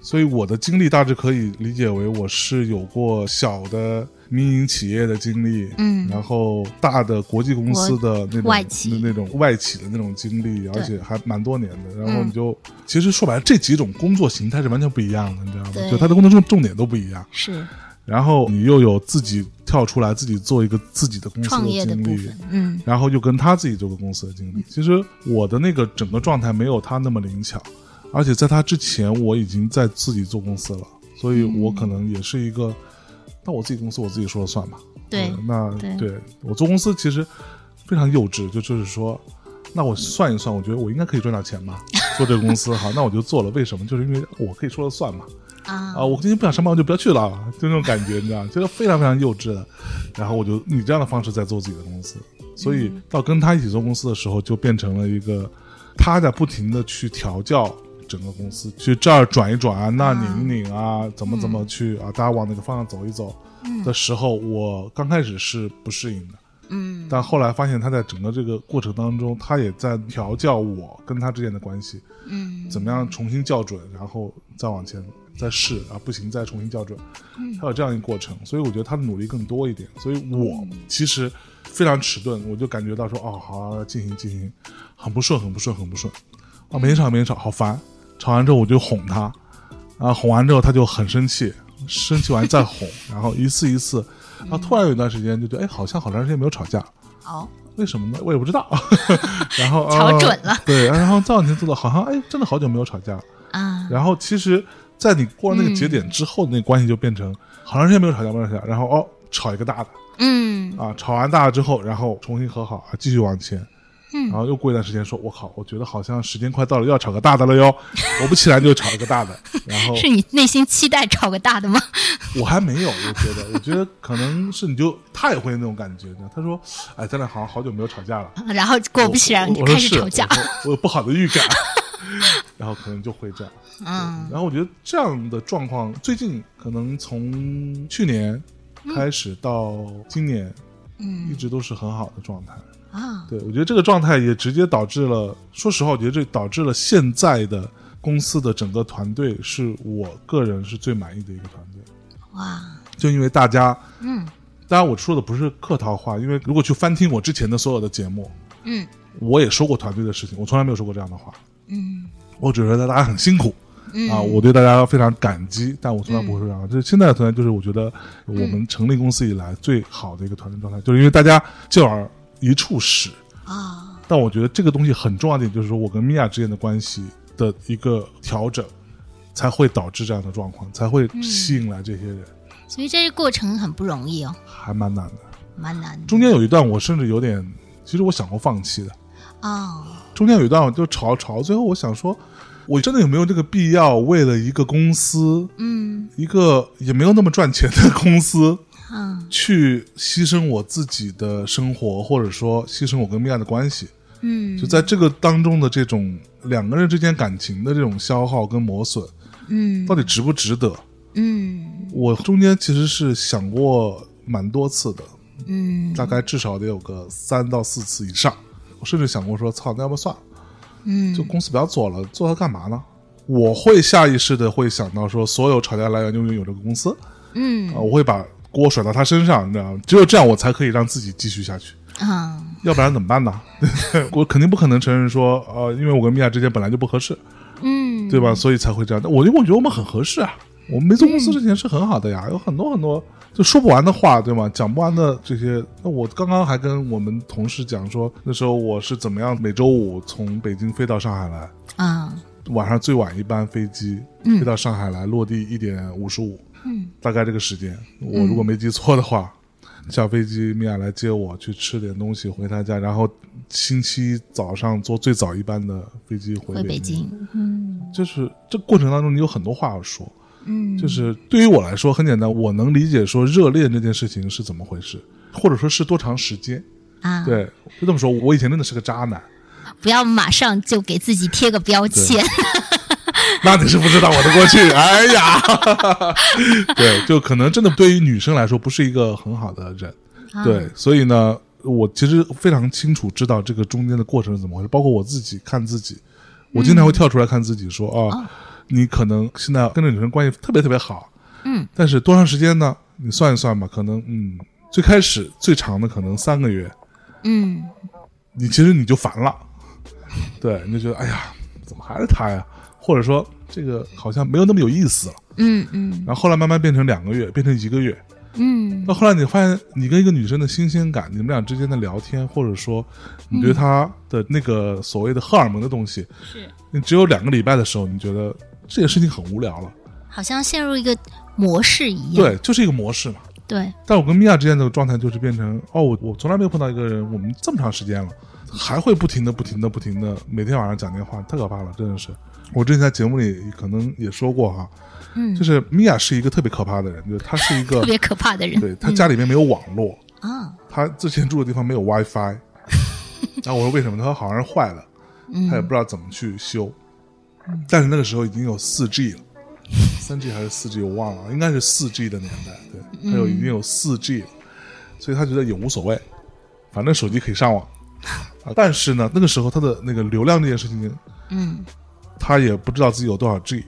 Speaker 5: 所以我的经历大致可以理解为我是有过小的民营企业的经历，
Speaker 3: 嗯
Speaker 5: 然后大的国际公司的那种
Speaker 3: 外企
Speaker 5: 那那种外企的那种经历，
Speaker 3: 对嗯
Speaker 5: 而且还蛮多年的。然后你就、其实说白了，这几种工作形态是完全不一样的，你知道
Speaker 3: 对
Speaker 5: 吗？就他的工作重重点都不一样。
Speaker 3: 是
Speaker 5: 然后你又有自己跳出来自己做一个自己的公司
Speaker 3: 创业的
Speaker 5: 经
Speaker 3: 部
Speaker 5: 历
Speaker 3: 分，，嗯
Speaker 5: 然后又跟他自己做个公司的经历。其实我的那个整个状态没有他那么灵巧，而且在他之前我已经在自己做公司了，所以我可能也是一个，那我自己公司我自己说了算嘛。
Speaker 3: 对
Speaker 5: 呃那
Speaker 3: 对
Speaker 5: 我做公司其实非常幼稚，就就是说。那我算一算，我觉得我应该可以赚点钱吧。做这个公司好，那我就做了。为什么？就是因为我可以说了算嘛。
Speaker 3: 啊
Speaker 5: 啊，我今天不想上班，我就不要去了，就那种感觉，你知道，就是非常非常幼稚的。然后我就以这样的方式在做自己的公司，所以
Speaker 3: 嗯
Speaker 5: 到跟他一起做公司的时候，就变成了一个他在不停的去调教整个公司，去这儿转一转啊，那拧一拧啊，怎么怎
Speaker 3: 嗯
Speaker 5: 么去啊，大家往哪个方向走一走的时候，我刚开始是不适应的。
Speaker 3: 嗯
Speaker 5: 但后来发现他在整个这个过程当中，他也在调教我跟他之间的关系，
Speaker 3: 嗯
Speaker 5: 怎么样重新校准，然后再往前再试啊，不行再重新校准，
Speaker 3: 嗯
Speaker 5: 他有这样一个过程，所以我觉得他的努力更多一点。所以我
Speaker 3: 嗯
Speaker 5: 其实非常迟钝，我就感觉到说，哦，好啊、进行进行，很不顺，很不顺，很不顺，
Speaker 3: 嗯
Speaker 5: 啊，每天吵每天吵，好烦。吵完之后我就哄他，啊，哄完之后他就很生气，生气完再哄，然后一次一次，然
Speaker 3: 嗯
Speaker 5: 后突然有一段时间就觉得，哎，好像好长时间没有吵架了。
Speaker 3: 好
Speaker 5: 为什么呢？我也不知道。 然后
Speaker 3: 瞧
Speaker 5: 啊
Speaker 3: 准了
Speaker 5: 对，然后再往前做的，好像哎，真的好久没有吵架了。
Speaker 3: 啊
Speaker 5: 然后其实，在你过
Speaker 3: 嗯
Speaker 5: 了那个节点之后，那关系就变成好长时间没有吵架，没有吵架，然后哦，吵一个大的
Speaker 3: 嗯
Speaker 5: 啊，吵完大的之后，然后重新和好，啊继续往前。
Speaker 3: 嗯
Speaker 5: 然后又过一段时间说，我靠，我觉得好像时间快到了，又要吵个大的 了哟。我不起来就吵一个大的，然后
Speaker 3: 是你内心期待吵个大的吗？
Speaker 5: 我还没有，我觉得，我觉得可能是你就他也会那种感觉呢。他说，哎，咱俩好像好久没有吵架了。
Speaker 3: 然后果不其然
Speaker 5: 我
Speaker 3: 就
Speaker 5: 我
Speaker 3: 开
Speaker 5: 说
Speaker 3: 始
Speaker 5: 是
Speaker 3: 吵架
Speaker 5: 我，说我有不好的 预感，然后可能就会这样。
Speaker 3: 嗯
Speaker 5: 然后我觉得这样的状况，最近可能从去年开始到今年，
Speaker 3: 嗯
Speaker 5: 一直都是很好的状态。
Speaker 3: 啊
Speaker 5: 对我觉得这个状态也直接导致了，说实话，我觉得这导致了现在的公司的整个团队是我个人是最满意的一个团队，
Speaker 3: 哇
Speaker 5: 就因为大家。
Speaker 3: 嗯
Speaker 5: 当然，我说的不是客套话，因为如果去翻听我之前的所有的节目，
Speaker 3: 嗯
Speaker 5: 我也说过团队的事情，我从来没有说过这样的话。
Speaker 3: 嗯
Speaker 5: 我只是觉得大家很辛苦，
Speaker 3: 嗯
Speaker 5: 啊，我对大家非常感激，但我从来不会说啊，就是现在的团队，就是我觉得我们成立公司以来最好的一个团队
Speaker 3: 嗯
Speaker 5: 状态，就是因为大家劲儿一处使，
Speaker 3: 啊，
Speaker 5: 但我觉得这个东西很重要的一点就是说我跟米娅之间的关系的一个调整，才会导致这样的状况，才会
Speaker 3: 嗯
Speaker 5: 吸引来这些人，
Speaker 3: 所以这个过程很不容易哦，
Speaker 5: 还蛮难的。
Speaker 3: 蛮难的
Speaker 5: 中间有一段我甚至有点，其实我想过放弃的。
Speaker 3: 哦，
Speaker 5: 中间有一段我就吵吵，最后我想说，我真的有没有这个必要为了一个公司，
Speaker 3: 嗯
Speaker 5: 一个也没有那么赚钱的公司，
Speaker 3: 啊
Speaker 5: 去牺牲我自己的生活，或者说牺牲我跟米娅的关系？
Speaker 3: 嗯
Speaker 5: 就在这个当中的这种两个人之间感情的这种消耗跟磨损，
Speaker 3: 嗯
Speaker 5: 到底值不值得？
Speaker 3: 嗯
Speaker 5: 我中间其实是想过蛮多次的，
Speaker 3: 嗯
Speaker 5: 大概至少得有个三到四次以上。我甚至想过说，操，那要不算了，
Speaker 3: 嗯，
Speaker 5: 就公司不要做了，做它干嘛呢？我会下意识的会想到说，所有吵架来源就有这个公司啊、
Speaker 3: 嗯
Speaker 5: 我会把锅甩到他身上，你知道吗？只有这样，我才可以让自己继续下去。
Speaker 3: 啊
Speaker 5: 要不然怎么办呢？ 我肯定不可能承认说，呃，因为我跟米娅之间本来就不合适，
Speaker 3: 嗯
Speaker 5: 对吧？所以才会这样。但我因为我觉得我们很合适啊，我们没做公司之前是很好的呀，
Speaker 3: 嗯
Speaker 5: 有很多很多就说不完的话，对吗？讲不完的这些。那我刚刚还跟我们同事讲说，那时候我是怎么样每周五从北京飞到上海来，
Speaker 3: 啊
Speaker 5: 晚上最晚一班飞机飞到上海来，落地一点五十五，
Speaker 3: 嗯，
Speaker 5: 大概这个时间，我如果没记错的话。下飞机，米娅来接我去吃点东西，回她家，然后星期一早上坐最早一班的飞机回
Speaker 3: 回北
Speaker 5: 北京。
Speaker 3: 京
Speaker 5: 就是这过程当中，你有很多话要说。
Speaker 3: 嗯，
Speaker 5: 就是对于我来说很简单，我能理解说热恋这件事情是怎么回事，或者说是多长时间。
Speaker 3: 啊，
Speaker 5: 对，就这么说，我以前真的是个渣男，
Speaker 3: 不要马上就给自己贴个标签，
Speaker 5: 那你是不知道我的过去。哎呀， 对，就可能真的对于女生来说不是一个很好的人。
Speaker 3: 啊
Speaker 5: 对，所以呢，我其实非常清楚知道这个中间的过程是怎么回事，包括我自己看自己，我经常
Speaker 3: 嗯
Speaker 5: 会跳出来看自己说、
Speaker 3: 哦
Speaker 5: 啊，你可能现在跟这女生关系特别特别好，
Speaker 3: 嗯，
Speaker 5: 但是多长时间呢？你算一算吧，可能嗯，最开始最长的可能三个月，
Speaker 3: 嗯
Speaker 5: 你其实你就烦了，对，你就觉得哎呀，怎么还是他呀？或者说这个好像没有那么有意思了。
Speaker 3: 嗯嗯
Speaker 5: 然后后来慢慢变成两个月，变成一个月，
Speaker 3: 嗯
Speaker 5: 到后来你发现，你跟一个女生的新鲜感，你们俩之间的聊天，或者说你对她的那个所谓的荷尔蒙的东西，
Speaker 3: 是，
Speaker 5: 你只有两个礼拜的时候，你觉得这件事情很无聊了，
Speaker 3: 好像陷入一个模式一样，
Speaker 5: 对，就是一个模式嘛。
Speaker 3: 对
Speaker 5: 但我跟米娅之间的状态就是变成，哦，我我从来没有碰到一个人，我们这么长时间了，还会不停的、不停的、不停的，每天晚上讲电话，太可怕了，真的是。我之前在节目里可能也说过哈，
Speaker 3: 嗯
Speaker 5: 就是米娅是一个特别可怕的人，就是她是一个
Speaker 3: 特，别可怕的人
Speaker 5: 对她家里面没有网络，
Speaker 3: 啊，
Speaker 5: 他之前住的地方没 有 WiFi，然后我说为什么？他说好像是坏了，
Speaker 3: 嗯
Speaker 5: 他也不知道怎么去修。但是那个时候已经有四 G 了，三 G 还是四 G 我忘了，应该是四 G 的年代，
Speaker 3: 嗯
Speaker 5: 对，还有已经有四 G 了，所以他觉得也无所谓，反正手机可以上网。啊但是呢，那个时候他的那个流量这件事情，
Speaker 3: 嗯
Speaker 5: 他也不知道自己有多少 G，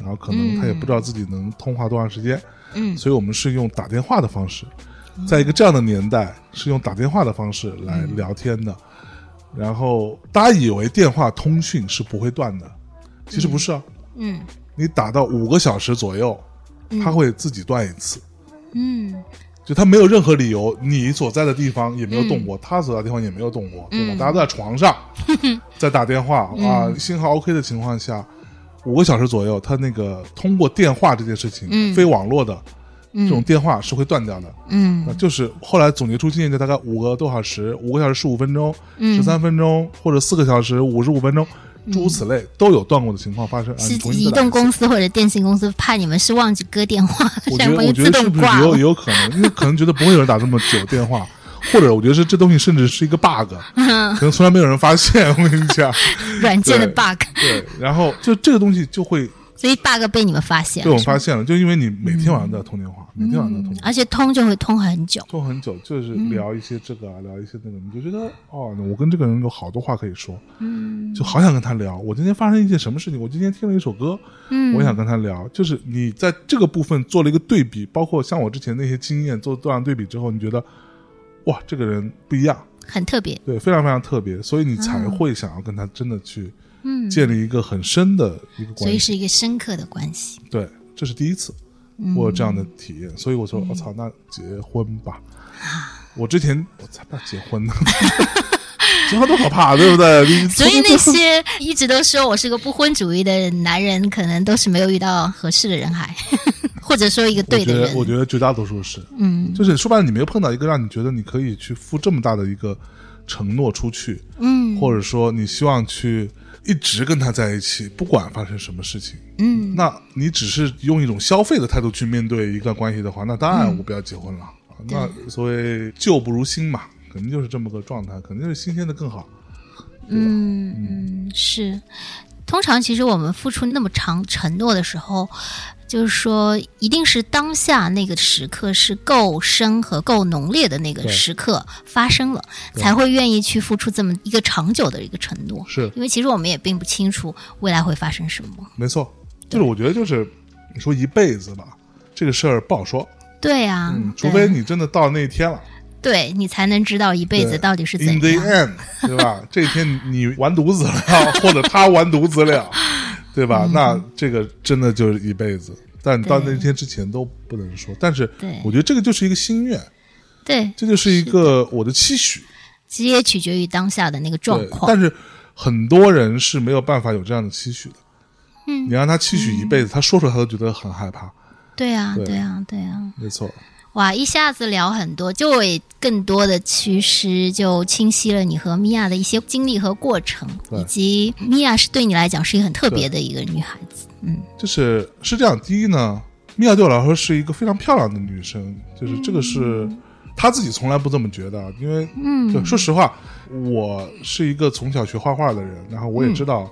Speaker 5: 然后可能他也不知道自己能通话多长时间，
Speaker 3: 嗯
Speaker 5: 所以我们是用打电话的方式，在一个这样的年代是用打电话的方式来聊天的，然后大家以为电话通讯是不会断的，其实不是啊，
Speaker 3: 嗯
Speaker 5: 你打到五个小时左右，它会自己断一次，
Speaker 3: 嗯
Speaker 5: 就它没有任何理由，你所在的地方也没有
Speaker 3: 嗯
Speaker 5: 动过，他所在的地方也没有动过，对吧？大家都在 床上在打电话
Speaker 3: 嗯
Speaker 5: 啊，信号 OK 的情况下，五个小时左右，它那个通过电话这件事情，
Speaker 3: 嗯
Speaker 5: 非网络的这种电话是会断掉的。
Speaker 3: 嗯
Speaker 5: 啊，就是后来总结出经验，就大概五个多小时，五个小时十五分钟，
Speaker 3: 嗯
Speaker 5: 十三分钟，或者四个小时五十五分钟，诸如此类都有断过的情况发生。啊，
Speaker 3: 是
Speaker 5: 你重新
Speaker 3: 移
Speaker 5: 再打
Speaker 3: 动
Speaker 5: 一次
Speaker 3: 公司或者电信公司怕你们是忘记割电话，
Speaker 5: 我觉
Speaker 3: 然
Speaker 5: 得
Speaker 3: 后就
Speaker 5: 我觉
Speaker 3: 自
Speaker 5: 得是
Speaker 3: 动
Speaker 5: 不是
Speaker 3: 挂
Speaker 5: 也有
Speaker 3: 了
Speaker 5: 也。有可能，因为可能觉得不会有人打这么久电话，或者我觉得是这东西甚至是一个 bug，可
Speaker 3: 嗯
Speaker 5: 能从来没有人发现。我跟你讲，
Speaker 3: 软件的
Speaker 5: 对
Speaker 3: bug，
Speaker 5: 对，然后就这个东西就会
Speaker 3: 所以 bug 被你们发现
Speaker 5: 被我们发现了，就因为你每天晚上都在通电话，每天晚上都在通电话。
Speaker 3: 而且通就会通很久。
Speaker 5: 就很久，就是
Speaker 3: 嗯
Speaker 5: 聊一些这个啊，聊一些那个，你就觉得哦，我跟这个人有好多话可以说，嗯，就好想跟他聊。我今天发生一件什么事情？我今天听了一首歌，
Speaker 3: 嗯，
Speaker 5: 我想跟他聊。就是你在这个部分做了一个对比，包括像我之前那些经验做这样对比之后，你觉得哇，这个人不一样，
Speaker 3: 很特别。
Speaker 5: 对，非常非常特别，所以你才会想要跟他真的去
Speaker 3: 啊嗯，
Speaker 5: 建立一个很深的一个
Speaker 3: 所
Speaker 5: 关
Speaker 3: 以
Speaker 5: 系。
Speaker 3: 是一个深刻的关系。
Speaker 5: 对，这是第一次
Speaker 3: 嗯
Speaker 5: 我有这样的体验，所以我说我、操，那结婚吧。
Speaker 3: 啊
Speaker 5: 我之前我操，那结婚呢？ 结婚多可怕，对不对？你
Speaker 3: 所以那些一直都说我是个不婚主义的男人，可能都是没有遇到合适的人，还 或者说一个
Speaker 5: 我
Speaker 3: 对
Speaker 5: 觉
Speaker 3: 的
Speaker 5: 得，我
Speaker 3: 人。
Speaker 5: 觉得绝大多数是，
Speaker 3: 嗯
Speaker 5: 就是说白了，你没有碰到一个让你觉得你可以去付这么大的一个承诺出去，
Speaker 3: 嗯
Speaker 5: 或者说你希望去一直跟他在一起，不管发生什么事情。
Speaker 3: 嗯，
Speaker 5: 那你只是用一种消费的态度去面对一段关系的话，那当
Speaker 3: 嗯
Speaker 5: 然我不要结婚了。那所谓旧不如新嘛，肯定就是这么个状态，肯定是新鲜的更好。
Speaker 3: 嗯，嗯，是。通常其实我们付出那么长承诺的时候，就是说，一定是当下那个时刻是够深和够浓烈的那个
Speaker 5: 对
Speaker 3: 时刻发生了，
Speaker 5: 对
Speaker 3: 才会愿意去付出这么一个长久的一个承诺。
Speaker 5: 是
Speaker 3: 因为其实我们也并不清楚未来会发生什么。
Speaker 5: 没错，就是我觉得就是你说一辈子吧，这个事儿不好说，
Speaker 3: 对啊，
Speaker 5: 嗯，除
Speaker 3: 对
Speaker 5: 非你真的到那一天了。
Speaker 3: 对你才能知道一辈子
Speaker 5: 对
Speaker 3: 到底是怎
Speaker 5: In the
Speaker 3: 样。
Speaker 5: end，对吧？这一天你完犊子了，或者他完犊子了，对吧？
Speaker 3: 嗯
Speaker 5: 那这个真的就是一辈子。但到那天之前都不能说。但是
Speaker 3: 对
Speaker 5: 我觉得这个就是一个心愿，
Speaker 3: 对，
Speaker 5: 这就是一个我的期许。
Speaker 3: 其实也取决于当下的那个状
Speaker 5: 对，
Speaker 3: 况
Speaker 5: 但。是很多人是没有办法有这样的期许的。嗯，你让他期许一辈子，
Speaker 3: 嗯
Speaker 5: 他说出来他都觉得很害怕。
Speaker 3: 对啊，
Speaker 5: 对
Speaker 3: 对啊，对啊。
Speaker 5: 没错，
Speaker 3: 哇，一下子聊很多，就我也更多的其实就清晰了你和米娅的一些经历和过程，
Speaker 5: 对
Speaker 3: 以及米娅是对你来讲是一个很特别的一个女孩子。
Speaker 5: 就是是这样。第一呢，米娅对我来说是一个非常漂亮的女生，就是这个是她自己从来不这么觉得啊，因为
Speaker 3: 嗯
Speaker 5: 对，说实话，我是一个从小学画画的人，然后我
Speaker 3: 嗯
Speaker 5: 也知道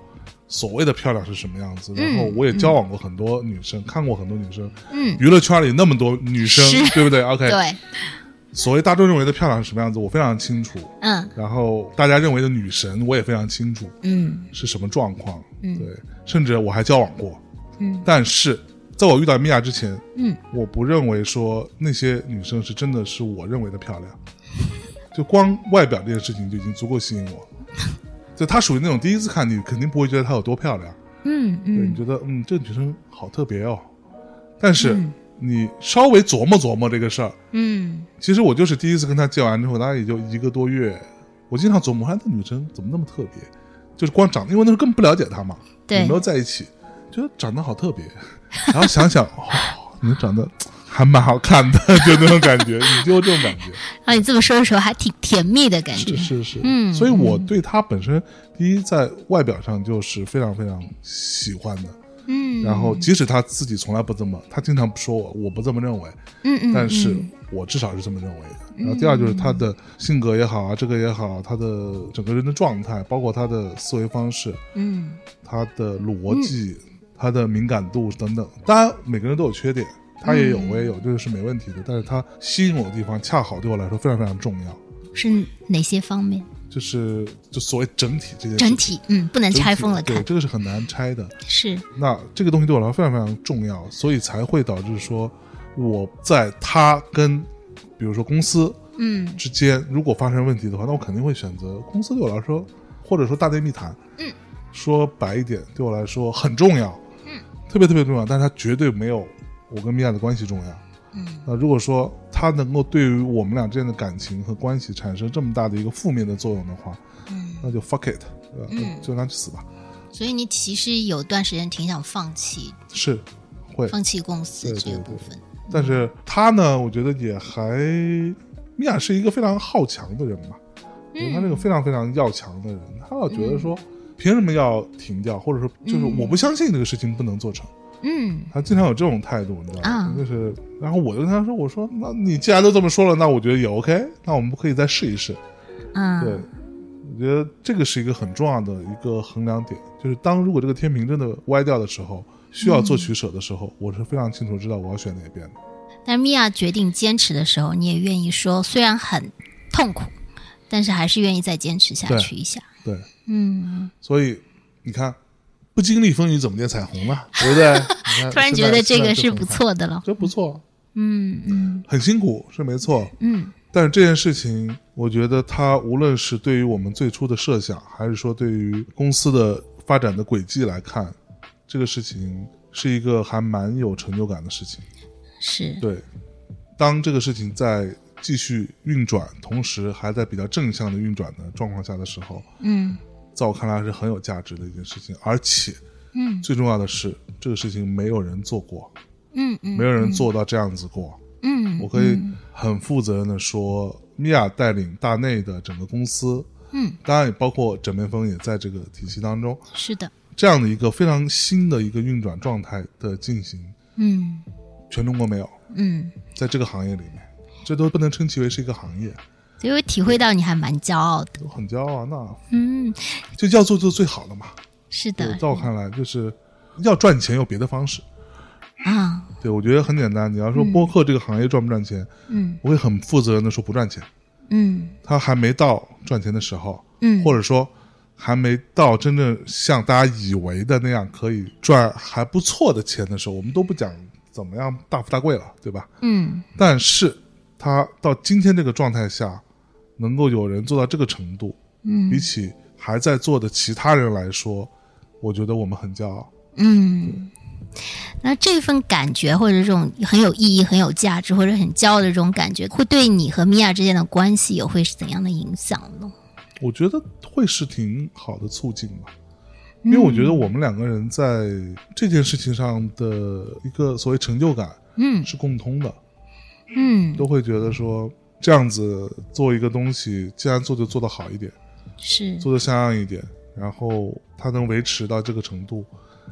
Speaker 5: 所谓的漂亮是什么样子，然后我也交往过很多女生，看过很多女生，
Speaker 3: 嗯，
Speaker 5: 娱乐圈里那么多女生，
Speaker 3: 是
Speaker 5: 对不对 ？OK，
Speaker 3: 对，
Speaker 5: 所谓大众认为的漂亮是什么样子，我非常清楚，
Speaker 3: 嗯
Speaker 5: 然后大家认为的女神，我也非常清楚
Speaker 3: 嗯
Speaker 5: 是什么状况，
Speaker 3: 嗯
Speaker 5: 对，甚至我还交往过，
Speaker 3: 嗯
Speaker 5: 但是在我遇到米娅之前，
Speaker 3: 嗯，
Speaker 5: 我不认为说那些女生是真的是我认为的漂亮， 就光外表这件事情就已经足够吸引 我。就她属于那种第一次看你肯定不会觉得她有多漂亮，
Speaker 3: 嗯
Speaker 5: 对你
Speaker 3: 嗯，
Speaker 5: 觉得嗯这个女生好特别哦，但是你稍微琢磨琢磨这个事儿，
Speaker 3: 嗯
Speaker 5: 其实我就是第一次跟她见完之后，大概也就一个多月，我经常琢磨，哎，这女生怎么那么特别？就是光长，因为那时候根本不了解她嘛，
Speaker 3: 对
Speaker 5: 有没有在一起，觉得长得好特别，然后想想，哦，你长 得还蛮好看的，就那种感觉，你就这种感觉，
Speaker 3: 啊，你这么说的时候还挺甜蜜的感觉
Speaker 5: 是。是是，
Speaker 3: 嗯
Speaker 5: 所以我对她本身，第一在外表上就是非常非常喜欢的，
Speaker 3: 嗯，
Speaker 5: 然后即使她自己从来不这么，她经常说我我不这么认为，
Speaker 3: 嗯嗯，
Speaker 5: 但是
Speaker 3: 嗯
Speaker 5: 我至少是这么认为的。然后第二就是他的性格也好啊，这个也好，他的整个人的状态，包括他的思维方式、
Speaker 3: 嗯
Speaker 5: 他的逻辑、他的敏感度等等。当然，每个人都有缺点，他也有，我也有，
Speaker 3: 嗯
Speaker 5: 这个是没问题的。但是他吸引我的地方，恰好对我来说非常非常重要，
Speaker 3: 是哪些方面？
Speaker 5: 就是就所谓整体这件事情
Speaker 3: 整体嗯，不能
Speaker 5: 整体
Speaker 3: 拆封了
Speaker 5: 对，
Speaker 3: 看，
Speaker 5: 这个是很难拆的。
Speaker 3: 是
Speaker 5: 那这个东西对我来说非常非常重要，所以才会导致说我在他跟比如说公司
Speaker 3: 嗯
Speaker 5: 之间如果发生问题的话，那我肯定会选择公司对我来说，或者说大内密谈，
Speaker 3: 嗯，
Speaker 5: 说白一点，对我来说很重要，嗯，特别特别重要，但是它绝对没有我跟米娅的关系重要。
Speaker 3: 嗯
Speaker 5: 那如果说它能够对于我们俩之间的感情和关系产生这么大的一个负面的作用的话，
Speaker 3: 嗯，
Speaker 5: 那就 fuck it，对吧？
Speaker 3: 嗯
Speaker 5: 就让他去死吧。
Speaker 3: 所以你其实有段时间挺想放弃
Speaker 5: 是，会，
Speaker 3: 放弃公司
Speaker 5: 对
Speaker 3: 这个
Speaker 5: 对
Speaker 3: 部
Speaker 5: 对
Speaker 3: 分。
Speaker 5: 但是他呢，我觉得也还，米娅是一个非常好强的人吧，我
Speaker 3: 嗯
Speaker 5: 觉得他是个非常非常要强的人，他老觉得说。凭什么要停掉？或者说，就是我不相信这个事情不能做成。
Speaker 3: 嗯
Speaker 5: 他经常有这种态度，你知道吗？
Speaker 3: 啊
Speaker 5: 就是，然后我就跟他说：“我说，那你既然都这么说了，那我觉得也 OK，那我们可以再试一试。
Speaker 3: 啊，
Speaker 5: 对，我觉得这个是一个很重要的一个衡量点，就是当如果这个天平真的歪掉的时候，需要
Speaker 3: 嗯
Speaker 5: 做取舍的时候，我是非常清楚知道我要选哪边的。
Speaker 3: 但米娅决定坚持的时候，你也愿意说，虽然很痛苦，但是还是愿意再坚持下去一下。
Speaker 5: 对，
Speaker 3: 嗯，
Speaker 5: 所以你看，不经历风雨怎么见彩虹啊？对 不对？你看
Speaker 3: 突然
Speaker 5: 呃现
Speaker 3: 觉
Speaker 5: 在
Speaker 3: 得这个
Speaker 5: 现在
Speaker 3: 是
Speaker 5: 就很
Speaker 3: 不
Speaker 5: 好，
Speaker 3: 错的了。
Speaker 5: 这不错，
Speaker 3: 嗯嗯
Speaker 5: 很辛苦是没错，
Speaker 3: 嗯
Speaker 5: 但是这件事情，我觉得它无论是对于我们最初的设想，还是说对于公司的发展的轨迹来看，这个事情是一个还蛮有成就感的事情。
Speaker 3: 是
Speaker 5: 对，当这个事情在继续运转，同时还在比较正向的运转的状况下的时候，
Speaker 3: 嗯
Speaker 5: 在我看来是很有价值的一件事情。而且
Speaker 3: 嗯
Speaker 5: 最重要的是，这个事情没有人做过，
Speaker 3: 嗯嗯，
Speaker 5: 没有人做到这样子过。
Speaker 3: 嗯，
Speaker 5: 我可以很负责任的说，米娅带领大内的整个公司，
Speaker 3: 嗯，
Speaker 5: 当然也包括枕边风也在这个体系当中，
Speaker 3: 是的，
Speaker 5: 这样的一个非常新的一个运转状态的进行，
Speaker 3: 嗯
Speaker 5: 全中国没有，
Speaker 3: 嗯，
Speaker 5: 在这个行业里面，这都不能称其为是一个行业，
Speaker 3: 所以我体会到你还蛮骄傲的，
Speaker 5: 我很骄傲。那
Speaker 3: 嗯，
Speaker 5: 就要做就最好的嘛。
Speaker 3: 是
Speaker 5: 对
Speaker 3: 的，
Speaker 5: 在我看来，就是要赚钱有别的方式。
Speaker 3: 啊，
Speaker 5: 对我觉得很简单，你要说播客这个行业赚不赚钱，
Speaker 3: 嗯
Speaker 5: 我会很负责任的说不赚钱，
Speaker 3: 嗯
Speaker 5: 它还没到赚钱的时候。
Speaker 3: 嗯，
Speaker 5: 或者说还没到真正像大家以为的那样可以赚还不错的钱的时候，我们都不讲怎么样大富大贵了，对吧？
Speaker 3: 嗯
Speaker 5: 但是他到今天这个状态下，能够有人做到这个程度，
Speaker 3: 嗯
Speaker 5: 比起还在做的其他人来说，我觉得我们很骄傲。
Speaker 3: 嗯，那这份感觉或者这种很有意义、很有价值或者很骄傲的这种感觉，会对你和米娅之间的关系有会是怎样的影响呢？
Speaker 5: 我觉得会是挺好的促进吧，因为我觉得我们两个人在这件事情上的一个所谓成就感
Speaker 3: 嗯
Speaker 5: 是共通的，
Speaker 3: 嗯，
Speaker 5: 都会觉得说这样子做一个东西，既然做就做得好一点，
Speaker 3: 是，
Speaker 5: 做得像样一点，然后它能维持到这个程度，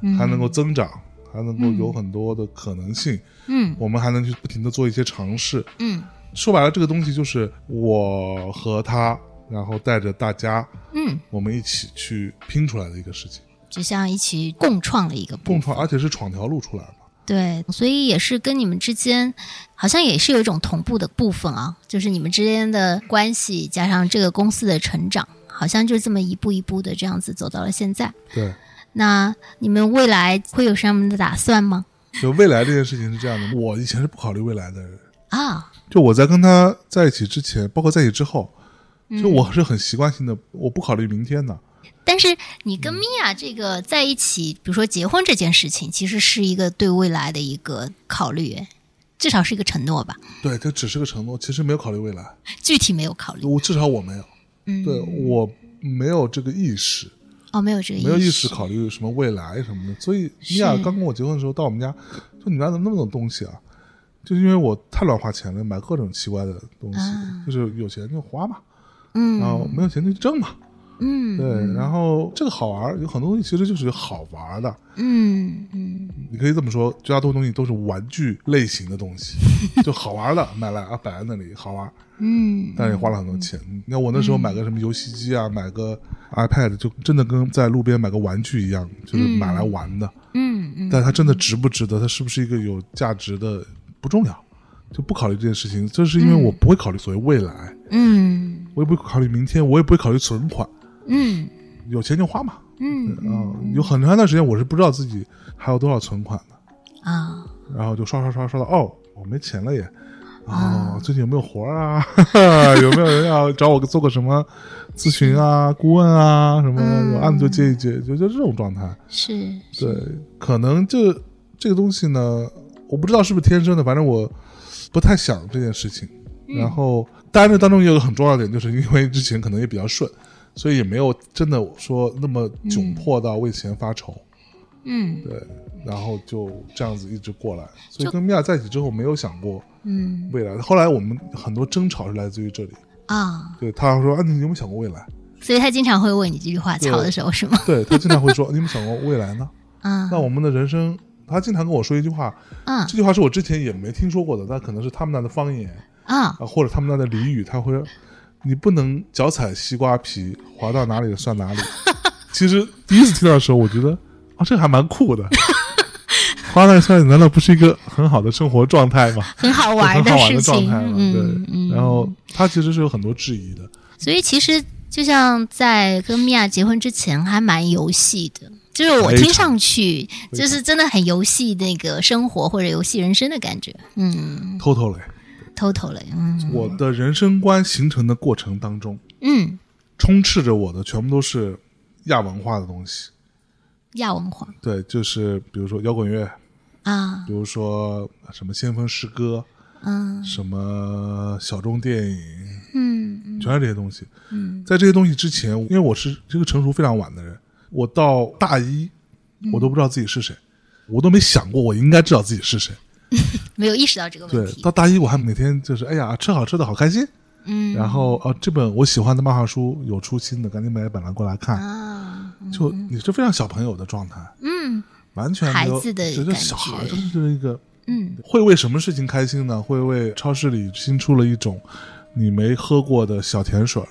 Speaker 3: 嗯
Speaker 5: 还能够增长，还能够有很多的可能性，
Speaker 3: 嗯
Speaker 5: 我们还能去不停的做一些尝试。
Speaker 3: 嗯
Speaker 5: 说白了，这个东西就是我和他，然后带着大家，
Speaker 3: 嗯，
Speaker 5: 我们一起去拼出来的一个事情，
Speaker 3: 就像一起共创了一个部
Speaker 5: 共创，而且是闯条路出来嘛。
Speaker 3: 对，所以也是跟你们之间，好像也是有一种同步的部分啊，就是你们之间的关系加上这个公司的成长，好像就这么一步一步的这样子走到了现在。
Speaker 5: 对，
Speaker 3: 那你们未来会有什么样的打算吗？
Speaker 5: 就未来这件事情是这样的，我以前是不考虑未来的人。
Speaker 3: 啊，
Speaker 5: 就我在跟他在一起之前，包括在一起之后，
Speaker 3: 嗯
Speaker 5: 就我是很习惯性的，我不考虑明天的。
Speaker 3: 但是你跟
Speaker 5: 嗯
Speaker 3: 米娅这个在一起，比如说结婚这件事情，其实是一个对未来的一个考虑，至少是一个承诺吧。
Speaker 5: 对，这只是个承诺，其实没有考虑未来，
Speaker 3: 具体没有考虑，
Speaker 5: 我至少我没有，
Speaker 3: 嗯，
Speaker 5: 对我没有这个意识，
Speaker 3: 哦，没有这个
Speaker 5: 没有意
Speaker 3: 意
Speaker 5: 识考虑什么未来什么的。所以米娅
Speaker 3: 是
Speaker 5: 刚跟我结婚的时候到我们家，说你们家怎么那么多东西啊？就是因为我太乱花钱了，买各种奇怪的东西，
Speaker 3: 啊
Speaker 5: 就是有钱就花嘛，
Speaker 3: 嗯
Speaker 5: 然后没有钱就挣嘛。
Speaker 3: 嗯
Speaker 5: 哦对，然后这个好玩儿，有很多东西其实就是好玩儿的。
Speaker 3: 嗯嗯
Speaker 5: 你可以这么说，绝大多数东西都是玩具类型的东西，就好玩的买来啊摆在那里好玩，
Speaker 3: 嗯
Speaker 5: 但是也花了很多钱。你看我那时候买个什么游戏机啊，买个 iPad，就真的跟在路边买个玩具一样，就是买来玩的。
Speaker 3: 嗯嗯，
Speaker 5: 但它真的值不值得，它是不是一个有价值的不重要，就不考虑这件事情。这是因为我不会考虑所谓未来，
Speaker 3: 嗯
Speaker 5: 我也不会考虑明天，我也不会考虑存款，
Speaker 3: 嗯
Speaker 5: 有钱就花嘛。
Speaker 3: 嗯
Speaker 5: 啊、有很长一段时间我是不知道自己还有多少存款的。
Speaker 3: 啊，
Speaker 5: 然后就刷刷刷刷到哦，我没钱了也。哦，最近有没有活儿啊？ 哈哈，有没有人要找我做个什么咨询啊、顾问啊什么的？有案子就接一接，就就这种状态。
Speaker 3: 是
Speaker 5: 对，可能就这个东西呢，我不知道是不是天生的，反正我不太想这件事情。然后，当然这当中也有个很重要的点，就是因为之前可能也比较顺，所以也没有真的说那么窘迫到为钱发愁。
Speaker 3: 嗯
Speaker 5: 对，然后就这样子一直过来。所以跟米娅在一起之后，没有想过
Speaker 3: 嗯
Speaker 5: 未来。后来我们很多争吵是来自于这里。
Speaker 3: 啊，
Speaker 5: 对，他说：“啊，你有没有想过未来
Speaker 3: 所以他经常会问你这句话，
Speaker 5: 对
Speaker 3: 吵的时候是吗？”？
Speaker 5: 对他经常会说：“你有没有想过未来呢？”
Speaker 3: 啊
Speaker 5: 那我们的人生，他经常跟我说一句话，
Speaker 3: 啊
Speaker 5: 这句话是我之前也没听说过的，但可能是他们那的方言
Speaker 3: 啊
Speaker 5: 啊，或者他们那的俚语。他会说：“你不能脚踩西瓜皮，滑到哪里算哪里。”其实第一次听到的时候，我觉得啊，这个还蛮酷的。滑到哪里算哪里难道不是一个很好的生活状态吗？
Speaker 3: 很好
Speaker 5: 就
Speaker 3: 玩
Speaker 5: 很好玩
Speaker 3: 事
Speaker 5: 的状
Speaker 3: 情，
Speaker 5: 态嘛，
Speaker 3: 嗯嗯，
Speaker 5: 对。然后他其实是有很多质疑的，
Speaker 3: 所以其实就像在跟米娅结婚之前，还蛮游戏的。就是我
Speaker 5: 非
Speaker 3: 听
Speaker 5: 常
Speaker 3: 上去，
Speaker 5: 非
Speaker 3: 就是真的很游戏那个生活或者游戏人生的感觉，嗯，
Speaker 5: 偷偷嘞。
Speaker 3: 偷偷了，嗯
Speaker 5: 我的人生观形成的过程当中，
Speaker 3: 嗯
Speaker 5: 充斥着我的全部都是亚文化的东西，
Speaker 3: 亚文化
Speaker 5: 对，就是比如说摇滚乐，
Speaker 3: 啊，
Speaker 5: 比如说什么先锋诗歌，
Speaker 3: 嗯
Speaker 5: 什么小众电影，
Speaker 3: 嗯嗯
Speaker 5: 全是这些东西。嗯，在这些东西之前，因为我是这个成熟非常晚的人，我到大一，我都不知道自己是谁，我都没想过我应该知道自己是谁。
Speaker 3: 没有意识到这个问
Speaker 5: 对，
Speaker 3: 题
Speaker 5: 到。大一我还每天就是，哎呀，吃好吃的好开心。
Speaker 3: 嗯
Speaker 5: 然后啊，这本我喜欢的漫画书有出新的，赶紧买一本来过来看。
Speaker 3: 啊，
Speaker 5: 就你是非常小朋友的状态，
Speaker 3: 嗯
Speaker 5: 完全没有
Speaker 3: 孩子的
Speaker 5: 觉得
Speaker 3: 感
Speaker 5: 小孩
Speaker 3: 觉
Speaker 5: 就是一个
Speaker 3: 嗯
Speaker 5: 会为什么事情开心呢？会为超市里新出了一种你没喝过的小甜水儿、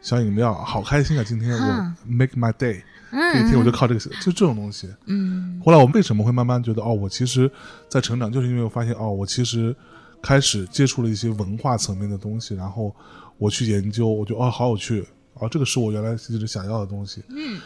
Speaker 5: 小饮料，好开心啊！今天我
Speaker 3: 哈
Speaker 5: make my day，这一天
Speaker 3: 嗯
Speaker 5: 我就靠这个，就这种东西。
Speaker 3: 嗯
Speaker 5: 后来我为什么会慢慢觉得哦，我其实在成长，就是因为我发现哦，我其实开始接触了一些文化层面的东西，然后我去研究，我觉得哦，好有趣，哦，这个是我原来一直想要的东西。
Speaker 3: 嗯，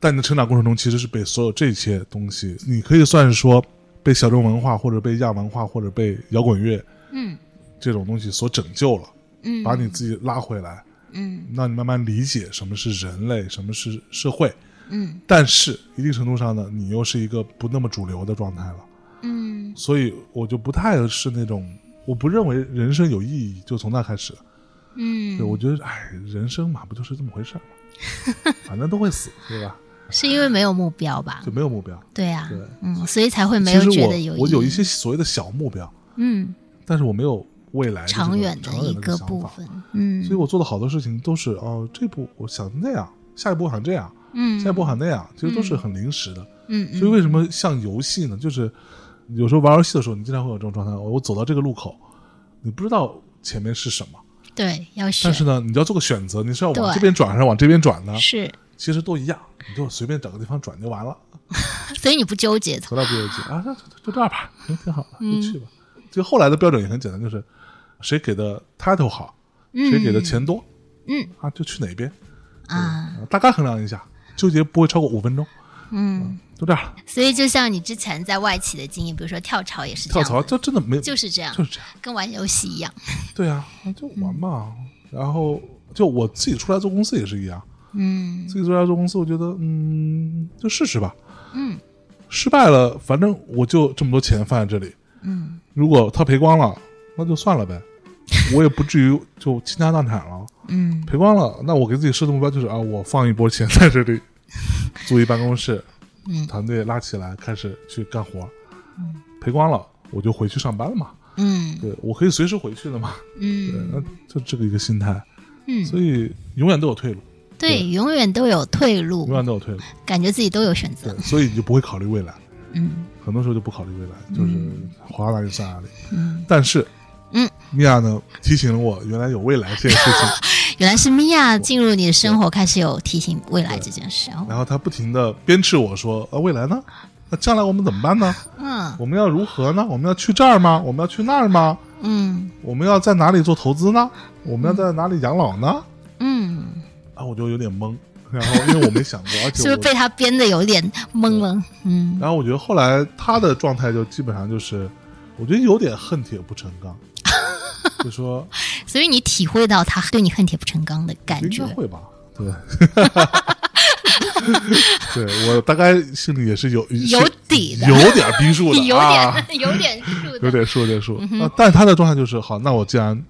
Speaker 5: 但你的成长过程中，其实是被所有这些东西，你可以算是说被小众文化，或者被亚文化，或者被摇滚乐
Speaker 3: 嗯
Speaker 5: 这种东西所拯救了，
Speaker 3: 嗯，
Speaker 5: 把你自己拉回来，
Speaker 3: 嗯
Speaker 5: 让你慢慢理解什么是人类，什么是社会。
Speaker 3: 嗯
Speaker 5: 但是一定程度上呢，你又是一个不那么主流的状态了。
Speaker 3: 嗯
Speaker 5: 所以我就不太是那种，我不认为人生有意义，就从那开始。
Speaker 3: 嗯，
Speaker 5: 对，我觉得，哎，人生嘛，不就是这么回事儿嘛， 反正都会死，对吧？
Speaker 3: 是因为没有目标吧
Speaker 5: 就？没有目标。
Speaker 3: 对啊
Speaker 5: 对，
Speaker 3: 嗯，所以才会没
Speaker 5: 其
Speaker 3: 有
Speaker 5: 实
Speaker 3: 觉
Speaker 5: 我
Speaker 3: 得有
Speaker 5: 我有
Speaker 3: 意
Speaker 5: 一
Speaker 3: 义
Speaker 5: 些所谓的小目标，
Speaker 3: 嗯
Speaker 5: 但是我没有未来的这
Speaker 3: 长
Speaker 5: 种
Speaker 3: 远的
Speaker 5: 长远
Speaker 3: 一
Speaker 5: 的这个
Speaker 3: 个
Speaker 5: 想
Speaker 3: 部
Speaker 5: 法
Speaker 3: 分，嗯，
Speaker 5: 所以我做的好多事情都是哦，这步我想那样，下一步我想这样，
Speaker 3: 嗯
Speaker 5: 下一步我想那样，其实都是
Speaker 3: 嗯
Speaker 5: 很临时的。
Speaker 3: 嗯嗯
Speaker 5: 所以为什么像游戏呢？就是有时候玩游戏的时候，你经常会有这种状态：哦我我走到这个路口，你不知道前面是什么。
Speaker 3: 对要选
Speaker 5: 但是呢，你要做个选择，你是要往
Speaker 3: 对
Speaker 5: 这边转还是往这边转呢？
Speaker 3: 是，
Speaker 5: 其实都一样，你就随便找个地方转就完了，
Speaker 3: 所以你不纠结它，
Speaker 5: 从来不纠结啊，那就就这儿吧，挺挺好的，
Speaker 3: 嗯
Speaker 5: 就去吧。就后来的标准也很简单，就是谁给的 title 好，谁给的钱多，
Speaker 3: 嗯
Speaker 5: 啊，就去哪边，
Speaker 3: 啊，
Speaker 5: 啊大概衡量一下，纠结不会超过五分钟，
Speaker 3: 嗯，
Speaker 5: 就这样了。
Speaker 3: 所以就像你之前在外企的经验，比如说跳槽也是这
Speaker 5: 跳
Speaker 3: 样
Speaker 5: 槽
Speaker 3: 的
Speaker 5: 这真的没
Speaker 3: 就是这样
Speaker 5: 就，是这样，
Speaker 3: 跟玩游戏一样，
Speaker 5: 对啊，就玩嘛。然后就我自己出来做公司也是一样，
Speaker 3: 嗯
Speaker 5: 自己出来做公司，我觉得嗯，就试试吧。
Speaker 3: 嗯
Speaker 5: 失败了，反正我就这么多钱放在这里，
Speaker 3: 嗯
Speaker 5: 如果他赔光了，那就算 了呗，我也不至于就倾家荡产了。
Speaker 3: 嗯
Speaker 5: 赔光了，那我给自己设的目标就是啊，我放一波钱在这 里，租一办公室，
Speaker 3: 嗯
Speaker 5: 团队拉起来开始去干活。赔光了，我就回去上班了嘛，
Speaker 3: 嗯
Speaker 5: 对我可以随时回去的嘛，对，
Speaker 3: 嗯
Speaker 5: 那就这个一个心态，
Speaker 3: 嗯，
Speaker 5: 所以永远都有退路，
Speaker 3: 对，永远都有退路
Speaker 5: 永，远都 有退路，
Speaker 3: 感觉自己都有选
Speaker 5: 对
Speaker 3: 择，，
Speaker 5: 所以你就不会考虑未来，
Speaker 3: 嗯
Speaker 5: 很多时候就不考虑未来，就是滑哪里算哪里。
Speaker 3: 嗯，
Speaker 5: 但是，
Speaker 3: 嗯，
Speaker 5: 米娅呢提醒了我，原来有未来这件事 情，
Speaker 3: 原来是米娅进入你的生活，开始有提醒未来这件事，哦
Speaker 5: 然后她不停的鞭笞我说，啊，未来呢？那将来我们怎么办呢？
Speaker 3: 嗯
Speaker 5: 我们要如何呢？我们要去这儿吗？我们要去那儿吗？
Speaker 3: 嗯
Speaker 5: 我们要在哪里做投资呢？我们要在哪里养老呢？
Speaker 3: 嗯，
Speaker 5: 啊，我就有点懵，然后因为我没想过，
Speaker 3: 是
Speaker 5: 而且
Speaker 3: 不 是
Speaker 5: 我
Speaker 3: 被，他编的有点懵了？嗯
Speaker 5: 然后我觉得后来她的状态就基本上就是，我觉得有点恨铁不成 钢，就说
Speaker 3: 所以你体会到他对你恨铁不成钢的感
Speaker 5: 应
Speaker 3: 觉
Speaker 5: 该，会吧？ 对，对我大概心里也是有
Speaker 3: 有底的
Speaker 5: 有点逼数的，
Speaker 3: 有
Speaker 5: 啊、
Speaker 3: 点嗯有点数
Speaker 5: 有
Speaker 3: 的，
Speaker 5: 点数，有点数。啊但他的状态就是，好，那我既然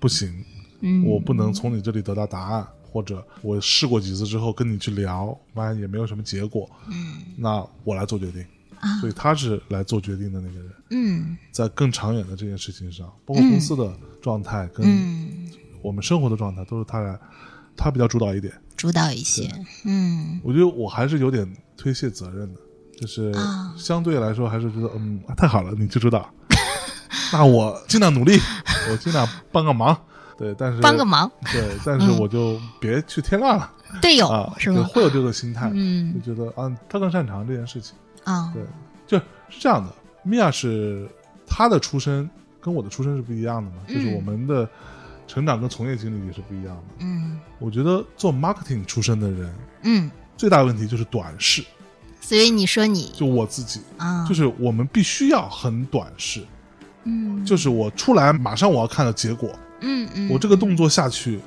Speaker 5: 不行，
Speaker 3: 嗯
Speaker 5: 我不能从你这里得到答案，或者我试过几次之后跟你去聊，发现也没有什么结果，
Speaker 3: 嗯
Speaker 5: 那我来做决定。
Speaker 3: 啊
Speaker 5: 所以他是来做决定的那个人，
Speaker 3: 嗯
Speaker 5: 在更长远的这件事情上，包括公司的状态跟
Speaker 3: 嗯，
Speaker 5: 我们生活的状态，都是他来，他比较主导一点。
Speaker 3: 主导一些，嗯
Speaker 5: 我觉得我还是有点推卸责任的，就是
Speaker 3: 啊
Speaker 5: 相对来说还是觉得，嗯，啊太好了，你就知道， 那我尽量 努力，我尽量帮个忙，对，但是
Speaker 3: 帮个，忙，
Speaker 5: 对，但是我就别去添乱了、
Speaker 3: 队友、
Speaker 5: 啊，
Speaker 3: 是
Speaker 5: 对
Speaker 3: 吗？
Speaker 5: 会有这个心态，
Speaker 3: 嗯
Speaker 5: 就觉得啊，他更擅长这件事情，
Speaker 3: 啊，
Speaker 5: 对，就是是这样的，米娅是她的出身跟我的出身是不一样的嘛，就是
Speaker 3: 嗯
Speaker 5: 我们的成长跟从业经历也是不一样的。
Speaker 3: 嗯
Speaker 5: 我觉得做 marketing 出身的人
Speaker 3: 嗯，
Speaker 5: 最大的问题就是短视。
Speaker 3: 所以你说你
Speaker 5: 就我自己，
Speaker 3: 啊，
Speaker 5: 就是我们必须要很短视，
Speaker 3: 嗯
Speaker 5: 就是我出来马上我要看到结果，
Speaker 3: 嗯嗯，
Speaker 5: 我这个动作下去，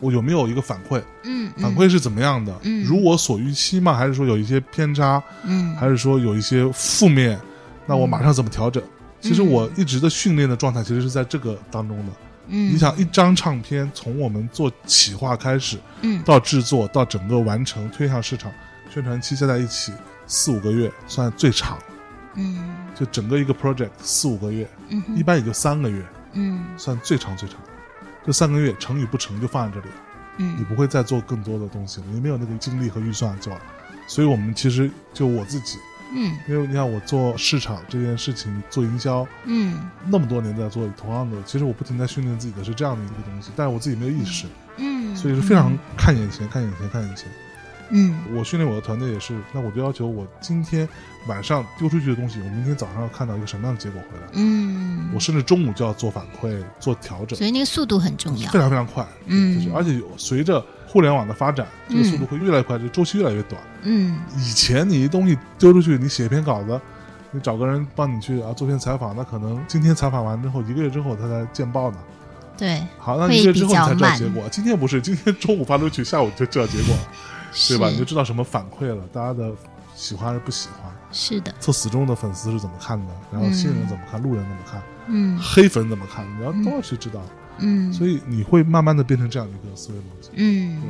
Speaker 5: 我有没有一个反馈？
Speaker 3: 嗯
Speaker 5: 反馈是怎么样的？
Speaker 3: 嗯
Speaker 5: 如我所预期吗？还是说有一些偏差？
Speaker 3: 嗯
Speaker 5: 还是说有一些负面？那我马上怎么调整？其实我一直的训练的状态其实是在这个当中的。
Speaker 3: 嗯，
Speaker 5: 你想，一张唱片从我们做企划开始，
Speaker 3: 嗯
Speaker 5: 到制作到整个完成推向市场，宣传期加在一起四五个月算最长，
Speaker 3: 嗯
Speaker 5: 就整个一个 project 四五个月，
Speaker 3: 嗯
Speaker 5: 一般也就三个月
Speaker 3: 嗯
Speaker 5: 算最长最长。这三个月成与不成就放在这里，你
Speaker 3: 嗯
Speaker 5: 不会再做更多的东西了，你没有那个精力和预算做了。所以我们其实就我自己，
Speaker 3: 嗯
Speaker 5: 因为你看我做市场这件事情，做营销
Speaker 3: 嗯
Speaker 5: 那么多年在做同样的，其实我不停在训练自己的是这样的一个东西，但是我自己没有意识，
Speaker 3: 嗯，
Speaker 5: 所以是非常看眼前，看眼前，看眼前。
Speaker 3: 嗯
Speaker 5: 我训练我的团队也是，那我就要求我今天晚上丢出去的东西，我明天早上要看到一个什么样的结果回来。
Speaker 3: 嗯
Speaker 5: 我，甚至中午就要做反馈、做调整，
Speaker 3: 所以那个速度很重要
Speaker 5: 非。常非常快。
Speaker 3: 啊嗯
Speaker 5: 就是而且有随着互联网的发展，这个速度会越来越快，这个周期越来越短。
Speaker 3: 嗯
Speaker 5: 以前你一东西丢出去，你写一篇稿子，你找个人帮你去啊做篇采访，那可能今天采访完之后，一个月之后他才见报呢。，
Speaker 3: 对，
Speaker 5: 好，那一个月之后你才
Speaker 3: 会比
Speaker 5: 知
Speaker 3: 较
Speaker 5: 道
Speaker 3: 慢
Speaker 5: 结果。今天不是， 今天中午发出去，下午就知道结果了。对吧？
Speaker 3: 是
Speaker 5: 你就知道什么反馈了，大家的喜欢还是不喜欢，
Speaker 3: 是的，
Speaker 5: 测死忠的粉丝是怎么看的，然后
Speaker 3: 嗯
Speaker 5: 新人怎么看，路人怎么看，
Speaker 3: 嗯
Speaker 5: 黑粉怎么看，你要都要去知道。
Speaker 3: 嗯，
Speaker 5: 所以你会慢慢的变成这样一个思维逻辑。
Speaker 3: 嗯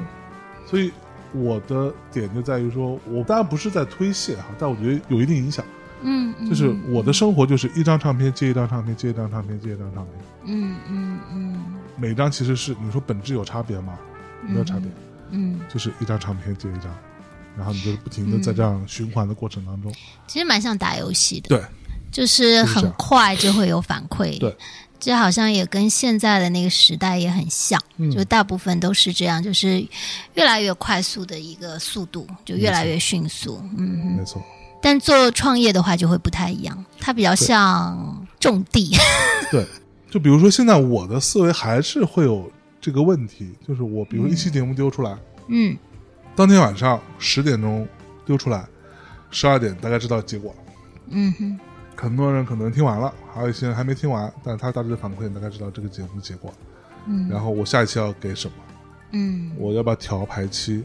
Speaker 5: 所以我的点就在于说，我当然不是在推卸哈，但我觉得有一定影响。
Speaker 3: 嗯嗯，
Speaker 5: 就是我的生活就是一张唱片接一张唱片接一张唱片接一张唱片，
Speaker 3: 嗯嗯嗯
Speaker 5: 每张其实是你说本质有差别吗？没有差别，
Speaker 3: 嗯，
Speaker 5: 就是一张唱片接一张，然后你就不停的在这样循环的过程当中，
Speaker 3: 其实蛮像打游戏的，
Speaker 5: 对。
Speaker 3: 就是
Speaker 5: 就是这
Speaker 3: 很
Speaker 5: 样
Speaker 3: 快就会有反馈，
Speaker 5: 对，
Speaker 3: 这好像也跟现在的那个时代也很像，
Speaker 5: 嗯
Speaker 3: 就大部分都是这样，就是越来越快速的一个速度，就越来越迅速，嗯哼。
Speaker 5: 没错。
Speaker 3: 但做创业的话就会不太一样，它比较像种地，
Speaker 5: 对，就比如说现在我的思维还是会有这个问题，就是我比如说一期节目丢出来，
Speaker 3: 嗯
Speaker 5: 当天晚上十点钟丢出来，十二点大概知道结果了。
Speaker 3: 嗯哼，
Speaker 5: 很多人可能听完了，还有一些人还没听完，但是他大致的反馈大概知道这个节目结果。
Speaker 3: 嗯
Speaker 5: 然后我下一期要给什么？
Speaker 3: 嗯
Speaker 5: 我要不要调排期？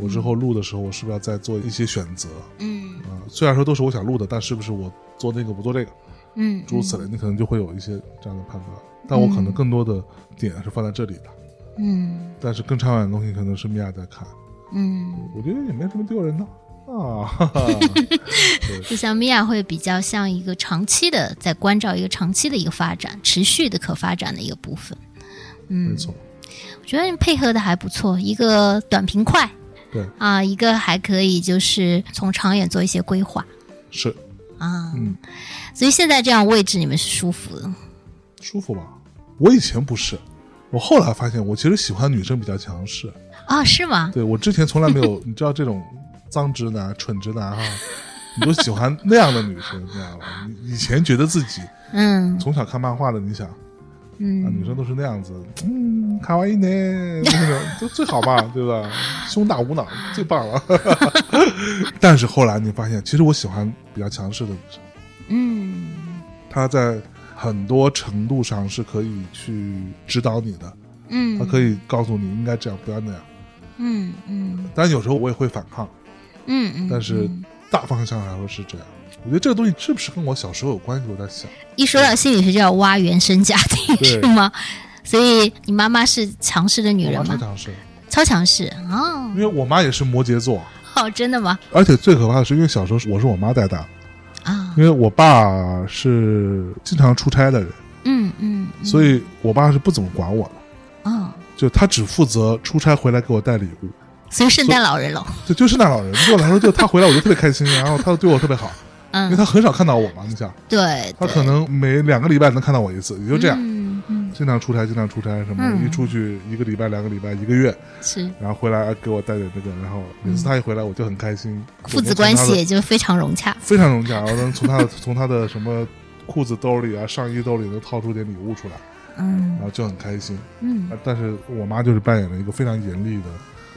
Speaker 5: 我之后录的时候，我是不是要再做一些选择？
Speaker 3: 嗯
Speaker 5: 啊、虽然说都是我想录的，但是不是我做那个不做这个，
Speaker 3: 嗯，
Speaker 5: 诸如此类，你可能就会有一些这样的判断。但我可能更多的点是放在这里的。
Speaker 3: 嗯
Speaker 5: 但是更长远的东西可能是米娅在看，
Speaker 3: 嗯，
Speaker 5: 我觉得也没什么丢人的啊。 哈哈对
Speaker 3: 就像米娅会比较像一个长期的，在关照一个长期的一个发展，持续的可发展的一个部分。嗯
Speaker 5: 没，错，
Speaker 3: 我觉得你配合的还不错，一个短平快
Speaker 5: 对，
Speaker 3: 啊，一个还可以就是从长远做一些规划
Speaker 5: 是，
Speaker 3: 啊。
Speaker 5: 嗯，
Speaker 3: 所以现在这样位置你们是舒服的。
Speaker 5: 舒服吧？我以前不是，我后来发现我其实喜欢女生比较强势。
Speaker 3: 啊，是 吗？
Speaker 5: 对我之前从来没有，你知道这种脏直男、蠢直男哈、你都喜欢那样的女生，你知道吧？你以前觉得自己
Speaker 3: 嗯
Speaker 5: 从小看漫画的，你想啊，女
Speaker 3: 嗯
Speaker 5: 生都是那样子，嗯，卡哇伊呢，那种就最好嘛，对吧？胸大无脑，最棒了。但是后来你发现，其实我喜欢比较强势的女生，
Speaker 3: 嗯
Speaker 5: 她在很多程度上是可以去指导你的，
Speaker 3: 嗯，
Speaker 5: 她可以告诉你应该这样，不要那样。
Speaker 3: 嗯嗯
Speaker 5: 当然有时候我也会反抗，
Speaker 3: 嗯嗯，
Speaker 5: 但是
Speaker 3: 嗯
Speaker 5: 大方向来说是这样。我觉得这个东西是不是跟我小时候有关系？我在想，
Speaker 3: 一说到心理学就要挖原生家庭，是
Speaker 5: 对
Speaker 3: 吗？所以你妈妈是强势的女
Speaker 5: 我
Speaker 3: 人
Speaker 5: 妈是
Speaker 3: 吗？
Speaker 5: 强势，
Speaker 3: 超强势哦
Speaker 5: 因为我妈也是摩羯座，啊
Speaker 3: 哦，真的吗？
Speaker 5: 而且最可怕的是，因为小时候我是我妈带大，
Speaker 3: 啊，
Speaker 5: 因为我爸是经常出差的人，
Speaker 3: 嗯嗯，嗯
Speaker 5: 所以我爸是不怎么管我的，
Speaker 3: 哦，
Speaker 5: 就他只负责出差回来给我带礼物，
Speaker 3: 所以圣诞老人喽，
Speaker 5: 就就圣诞老人对我来说，就他回来我就特别 开心，然后他对我特别好，因为
Speaker 3: 嗯，
Speaker 5: 他很少看到我嘛，你想，
Speaker 3: 对，
Speaker 5: 他可能每两个礼拜能看到我一次，也就
Speaker 3: 就
Speaker 5: 这样，
Speaker 3: 嗯嗯，
Speaker 5: 经常出差，经常出差什么，
Speaker 3: 嗯
Speaker 5: 一出去一个礼拜、两个礼拜、一个月，
Speaker 3: 是
Speaker 5: 然后回来给我带点那个，然后每次他一回来我就很开心，
Speaker 3: 嗯父子关
Speaker 5: 我能从他
Speaker 3: 系
Speaker 5: 的
Speaker 3: 也就非常融洽，
Speaker 5: 非常融洽，然后能从他的从他的什么裤子兜里啊、上衣兜里能掏出点礼物出来，
Speaker 3: 嗯
Speaker 5: 然后就很开心。
Speaker 3: 嗯，
Speaker 5: 但是我妈就是扮演了一个非常严厉的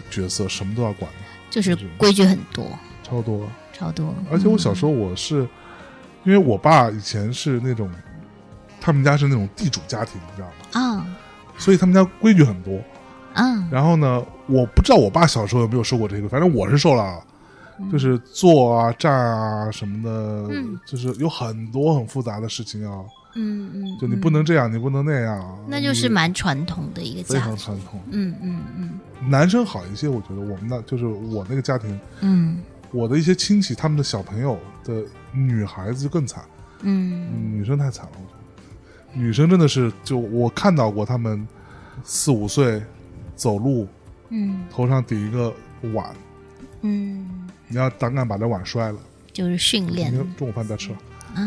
Speaker 5: 角色，什么都要管的，
Speaker 3: 就是规矩很多，
Speaker 5: 超多。
Speaker 3: 超多，
Speaker 5: 而且我小时候我是，因为我爸以前是那种，他们家是那种地主家庭，你知道吗？
Speaker 3: 啊，
Speaker 5: 所以他们家规矩很多。
Speaker 3: 啊，
Speaker 5: 然后呢，我不知道我爸小时候有没有受过这个，反正我是受了啊，
Speaker 3: 嗯
Speaker 5: 就是坐啊、站啊什么的，就是有很多很复杂的事情要，
Speaker 3: 嗯嗯，
Speaker 5: 就你不能这样，你不能那样，
Speaker 3: 那就是
Speaker 5: 你
Speaker 3: 蛮传统的一个
Speaker 5: 非
Speaker 3: 家
Speaker 5: 常
Speaker 3: 族，
Speaker 5: 传统。
Speaker 3: 嗯嗯嗯
Speaker 5: 男生好一些，我觉得我们那就是我那个家庭，
Speaker 3: 嗯
Speaker 5: 我的一些亲戚他们的小朋友的女孩子就更惨，
Speaker 3: 嗯
Speaker 5: 女生太惨了，我觉得女生真的是就我看到过他们四五岁走路
Speaker 3: 嗯
Speaker 5: 头上顶一个碗，
Speaker 3: 嗯，
Speaker 5: 你要胆敢把那碗摔了。
Speaker 3: 就是训
Speaker 5: 肯
Speaker 3: 练
Speaker 5: 定中午饭再吃，
Speaker 3: 啊，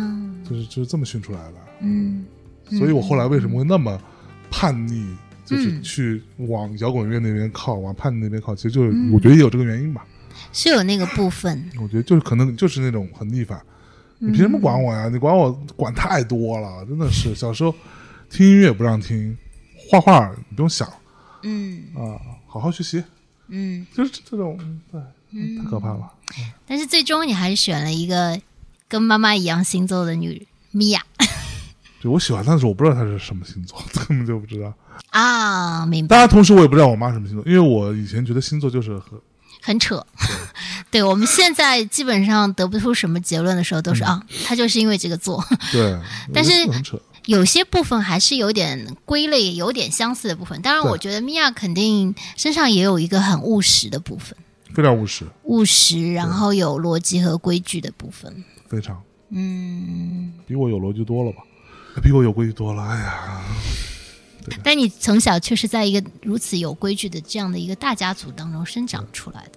Speaker 5: 就是就是这么训出来的。
Speaker 3: 嗯
Speaker 5: 所以我后来为什么会那么叛逆，就是
Speaker 3: 嗯
Speaker 5: 去往摇滚乐那边靠，往叛逆那边靠，其实就是
Speaker 3: 嗯
Speaker 5: 我觉得也有这个原因吧。
Speaker 3: 是有那个部分，
Speaker 5: 我觉得就是可能就是那种很逆反，
Speaker 3: 嗯
Speaker 5: 你凭什么管我呀？你管我管太多了，真的 是小时候听音乐不让听，画画你不用想
Speaker 3: 嗯
Speaker 5: 啊，好好学习，
Speaker 3: 嗯，
Speaker 5: 就是这这种，对，太嗯可怕了。
Speaker 3: 但是最终你还是选了一个跟妈妈一样星座的女米娅
Speaker 5: 就我喜欢，但是我不知道他是什么星座， 根本就不知道。
Speaker 3: 啊，明白
Speaker 5: 当，然，同时我也不知道我妈什么星座，因为我以前觉得星座就是很
Speaker 3: 很扯。 对我们现在基本上得不出什么结论的时候，都是啊，她就是因为这个座。
Speaker 5: 对，
Speaker 3: 但
Speaker 5: 我觉得
Speaker 3: 是
Speaker 5: 很扯。
Speaker 3: 有些部分还是有点归类，有点相似的部分。当然，
Speaker 5: 对
Speaker 3: 我觉得米娅肯定身上也有一个很务实的部分，
Speaker 5: 非常务实，
Speaker 3: 务实，然后有逻辑和规矩的部分。
Speaker 5: 非常
Speaker 3: 嗯，
Speaker 5: 比我有逻辑多了吧？比我有规矩多了。哎呀，
Speaker 3: 但你从小却是在一个如此有规矩的这样的一个大家族当中生长出来的，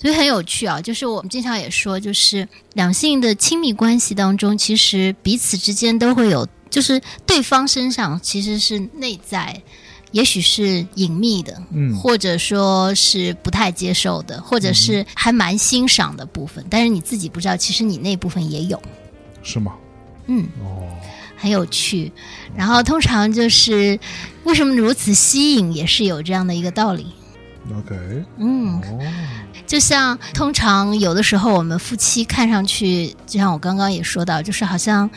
Speaker 3: 所以很有趣啊。就是我们经常也说，就是两性的亲密关系当中，其实彼此之间都会有，就是对方身上其实是内在，也许是隐秘的，
Speaker 5: 嗯，
Speaker 3: 或者说是不太接受的，或者是还蛮欣赏的部分，但是你自己不知道，其实你那部分也有，
Speaker 5: 是吗？
Speaker 3: 嗯，
Speaker 5: 哦，
Speaker 3: 很有趣。然后通常就是为什么如此吸引，也是有这样的一个道理。
Speaker 5: OK，
Speaker 3: 嗯，
Speaker 5: 哦，
Speaker 3: 就像通常有的时候我们夫妻看上去，就像我刚刚也说到，就是好像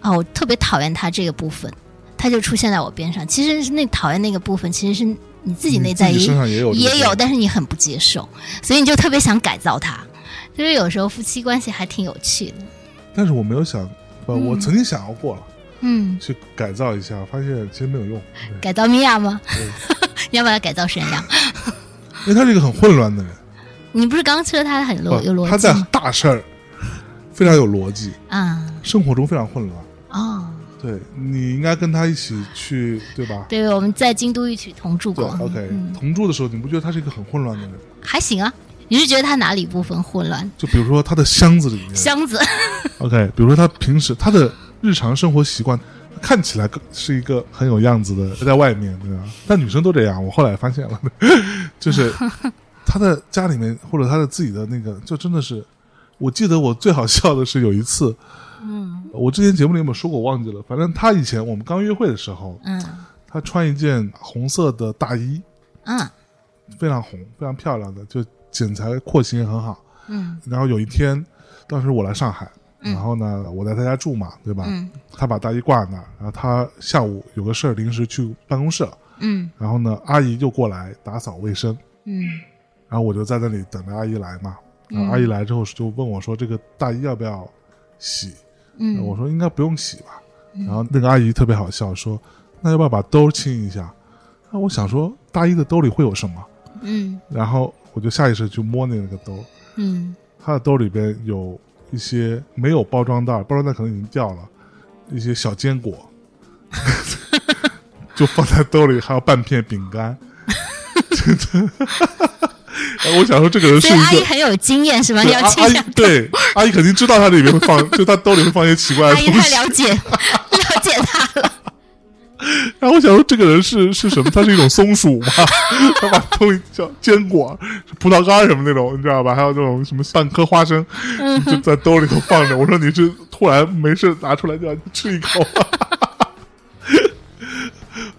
Speaker 3: 啊，我特别讨厌他这个部分，他就出现在我边上。其实是那讨厌那个部分，其实是你自己内在
Speaker 5: 你
Speaker 3: 也
Speaker 5: 身上也有这个
Speaker 3: 也有，
Speaker 5: 东西
Speaker 3: 但是你很不接受，所以你就特别想改造它。就是有时候夫妻关系还挺有趣的。
Speaker 5: 但是我没有想，不，我曾经想要过了，
Speaker 3: 嗯，
Speaker 5: 去改造一下，发现其实没有用，
Speaker 3: 改造米娅吗？
Speaker 5: 对
Speaker 3: 你要把它改造成什么样？
Speaker 5: 因为他是一个很混乱的人，
Speaker 3: 你不是刚说他很逻有
Speaker 5: 不
Speaker 3: 逻
Speaker 5: 他
Speaker 3: 辑
Speaker 5: 在
Speaker 3: 吗？
Speaker 5: 大事儿非常有逻辑，
Speaker 3: 啊、
Speaker 5: 生活中非常混乱。
Speaker 3: 哦，
Speaker 5: 对你应该跟他一起去，对吧？
Speaker 3: 对，我们在京都一起同住
Speaker 5: 对
Speaker 3: 过，
Speaker 5: ，OK，
Speaker 3: 嗯，
Speaker 5: 同住的时候，你不觉得他是一个很混乱的人吗？
Speaker 3: 还行啊。你是觉得他哪里部分混乱？
Speaker 5: 就比如说他的箱子里面
Speaker 3: 箱 子
Speaker 5: OK，比如说他平时他的日常生活习惯，看起来更是一个很有样子的，在外面对吧？但女生都这样，我后来发现了， 就是他的家里面或者他的自己的那个，就真的是，我记得我最好笑的是有一次，嗯，我之前节目里有没有说过我忘记了，反正他以前我们刚约会的时候，
Speaker 3: 嗯
Speaker 5: 他穿一件红色的大衣，
Speaker 3: 嗯
Speaker 5: 非常红，非常漂亮的，就剪裁廓形也很好。
Speaker 3: 嗯
Speaker 5: 然后有一天，当时我来上海，然后呢，我在他家住嘛，对吧？
Speaker 3: 嗯
Speaker 5: 他把大衣挂那儿，然后他下午有个事儿临时去办公室了，
Speaker 3: 嗯
Speaker 5: 然后呢，阿姨就过来打扫卫生，
Speaker 3: 嗯
Speaker 5: 然后我就在那里等着阿姨来嘛。然后阿姨来之后就问我说：“这个大衣要不要洗？”
Speaker 3: 嗯
Speaker 5: 我说：“应该不用洗吧。”然后那个阿姨特别好笑，说：“那要不要把兜清一下？”那我想说，大衣的兜里会有什么？
Speaker 3: 嗯
Speaker 5: 然后我就下意识去摸那个兜，
Speaker 3: 嗯
Speaker 5: 他的兜里边有一些没有包装袋，包装袋可能已经掉了，一些小坚果， 就放在兜里，还有半片饼干。 真哎的，我想说这个人是
Speaker 3: 所以
Speaker 5: 一
Speaker 3: 阿姨
Speaker 5: 个。
Speaker 3: 很有经验是吧？你
Speaker 5: 对
Speaker 3: 要
Speaker 5: 阿
Speaker 3: 倾
Speaker 5: 阿姨
Speaker 3: 向，
Speaker 5: 对阿姨肯定知道他里面会 放，就他兜里会放一些奇怪的
Speaker 3: 阿
Speaker 5: 东
Speaker 3: 姨太
Speaker 5: 西。
Speaker 3: 了解 了解他了。
Speaker 5: 然后我想说，这个人是 是什么？他是一种松鼠吗？他把东西叫坚果、葡萄干什么那种，你知道吧？还有那种什么半颗花生，
Speaker 3: 嗯
Speaker 5: 就在兜里头放着。我说你是突然没事拿出来就要吃一口 吗？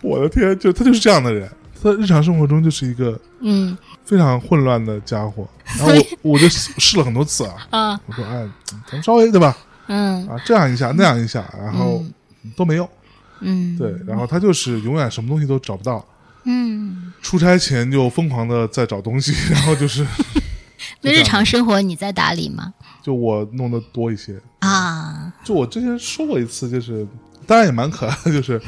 Speaker 5: 我的天，就他就是这样的人，他日常生活中就是一个
Speaker 3: 嗯
Speaker 5: 非常混乱的家伙。然后我我就试了很多次啊，
Speaker 3: 啊
Speaker 5: 我说哎，咱们稍微对吧？
Speaker 3: 嗯
Speaker 5: 啊，这样一下那样一下，然后都没用。
Speaker 3: 嗯
Speaker 5: 对，然后他就是永远什么东西都找不到，
Speaker 3: 嗯，
Speaker 5: 出差前就疯狂的在找东西， 然后就是
Speaker 3: 那日常生活你在打理吗？
Speaker 5: 就我弄的多一些。
Speaker 3: 啊，
Speaker 5: 就我之前说过一次，就是当然也蛮可爱的，就是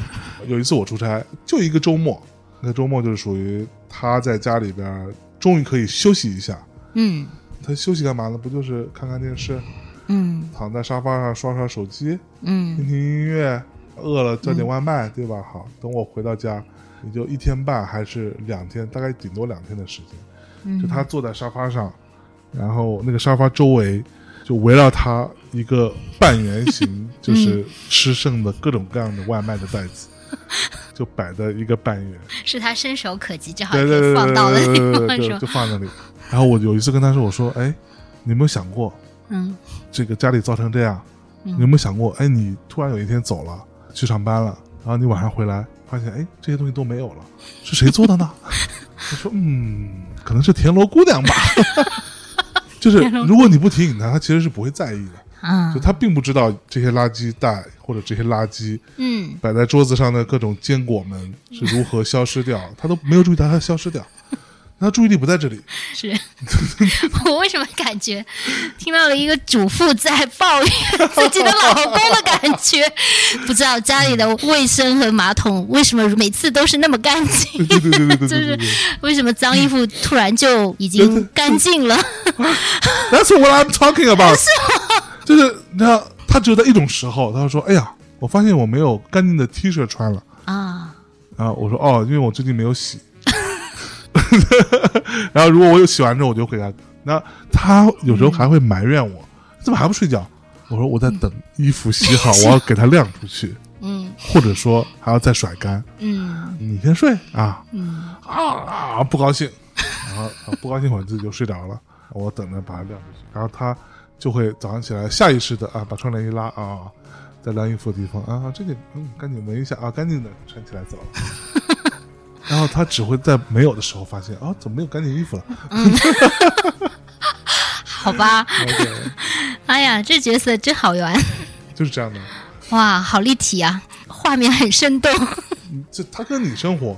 Speaker 5: 有一次我出差，就一个周末，那周末就是属于他在家里边儿终于可以休息一下。
Speaker 3: 嗯
Speaker 5: 他休息干嘛呢？不就是看看电视，
Speaker 3: 嗯
Speaker 5: 躺在沙发上刷刷手机，
Speaker 3: 嗯
Speaker 5: 听听音乐，饿了叫点外卖，对吧？好，等我回到家，也就一天半还是两天，大概顶多两天的时间。
Speaker 3: 嗯
Speaker 5: 就他坐在沙发上，然后那个沙发周围就围绕他一个半圆形， 就是吃剩的各种各样的外卖的袋子，
Speaker 3: 嗯
Speaker 5: 就摆在一个半圆。
Speaker 3: 是他伸手可及，正好
Speaker 5: 对对
Speaker 3: 可以
Speaker 5: 对
Speaker 3: 放
Speaker 5: 对
Speaker 3: 到了
Speaker 5: 对
Speaker 3: 那个
Speaker 5: 对对，
Speaker 3: 是
Speaker 5: 就
Speaker 3: 吧
Speaker 5: 就放在那里。然后我有一次跟他说，我说：“哎，你有没有想过，
Speaker 3: 嗯
Speaker 5: 这个家里造成这样，
Speaker 3: 嗯
Speaker 5: 你有没有想过，哎，你突然有一天走了，去上班了，然后你晚上回来，发现哎，这些东西都没有了，是谁做的呢？我说，嗯，可能是田螺姑娘吧。就是如果你不提醒他，他其实是不会在意的，
Speaker 3: 啊
Speaker 5: 就，他并不知道这些垃圾袋或者这些垃圾
Speaker 3: 嗯
Speaker 5: 摆在桌子上的各种坚果们是如何消失掉，他都没有注意到它消失掉，他注意力不在这里。
Speaker 3: 是 我为什么感觉听到了一个主妇在抱怨自己的老公的感觉？不知道家里的卫生和马桶为什么每次都是那么干净？
Speaker 5: 对对对对对
Speaker 3: 就
Speaker 5: 对
Speaker 3: 是
Speaker 5: 对对。
Speaker 3: 为什么脏衣服突然就已经干净了？
Speaker 5: That's what I'm talking about 。就是你知道，他只有在一种时候，他就说：“哎呀，我发现我没有干净的 T 恤穿了。
Speaker 3: 啊，”
Speaker 5: 然后我说：“哦，因为我最近没有洗。” 然后如果我有洗完之后，我就会给他。那他有时候还会埋怨
Speaker 3: 嗯
Speaker 5: 我：“怎么还不睡觉？”我说：“我在等衣服洗好，我要给它晾出去，
Speaker 3: 嗯
Speaker 5: 或者说还要再甩干。
Speaker 3: 嗯
Speaker 5: 你先睡啊
Speaker 3: 嗯
Speaker 5: 啊啊！不高兴，然后啊不高兴会儿自己就睡着了。我等着把它晾出去，然后他就会早上起来下意识的啊，把窗帘一拉啊，在晾衣服的地方啊，这里嗯，赶紧闻一下啊，干净的穿起来走了。然后他只会在没有的时候发现啊，怎么没有干净衣服了？
Speaker 3: 好吧，
Speaker 5: 然后就
Speaker 3: 哎呀，这角色真好玩，
Speaker 5: 就是这样的。
Speaker 3: 哇，好立体啊，画面很生动。
Speaker 5: 这他跟你生活，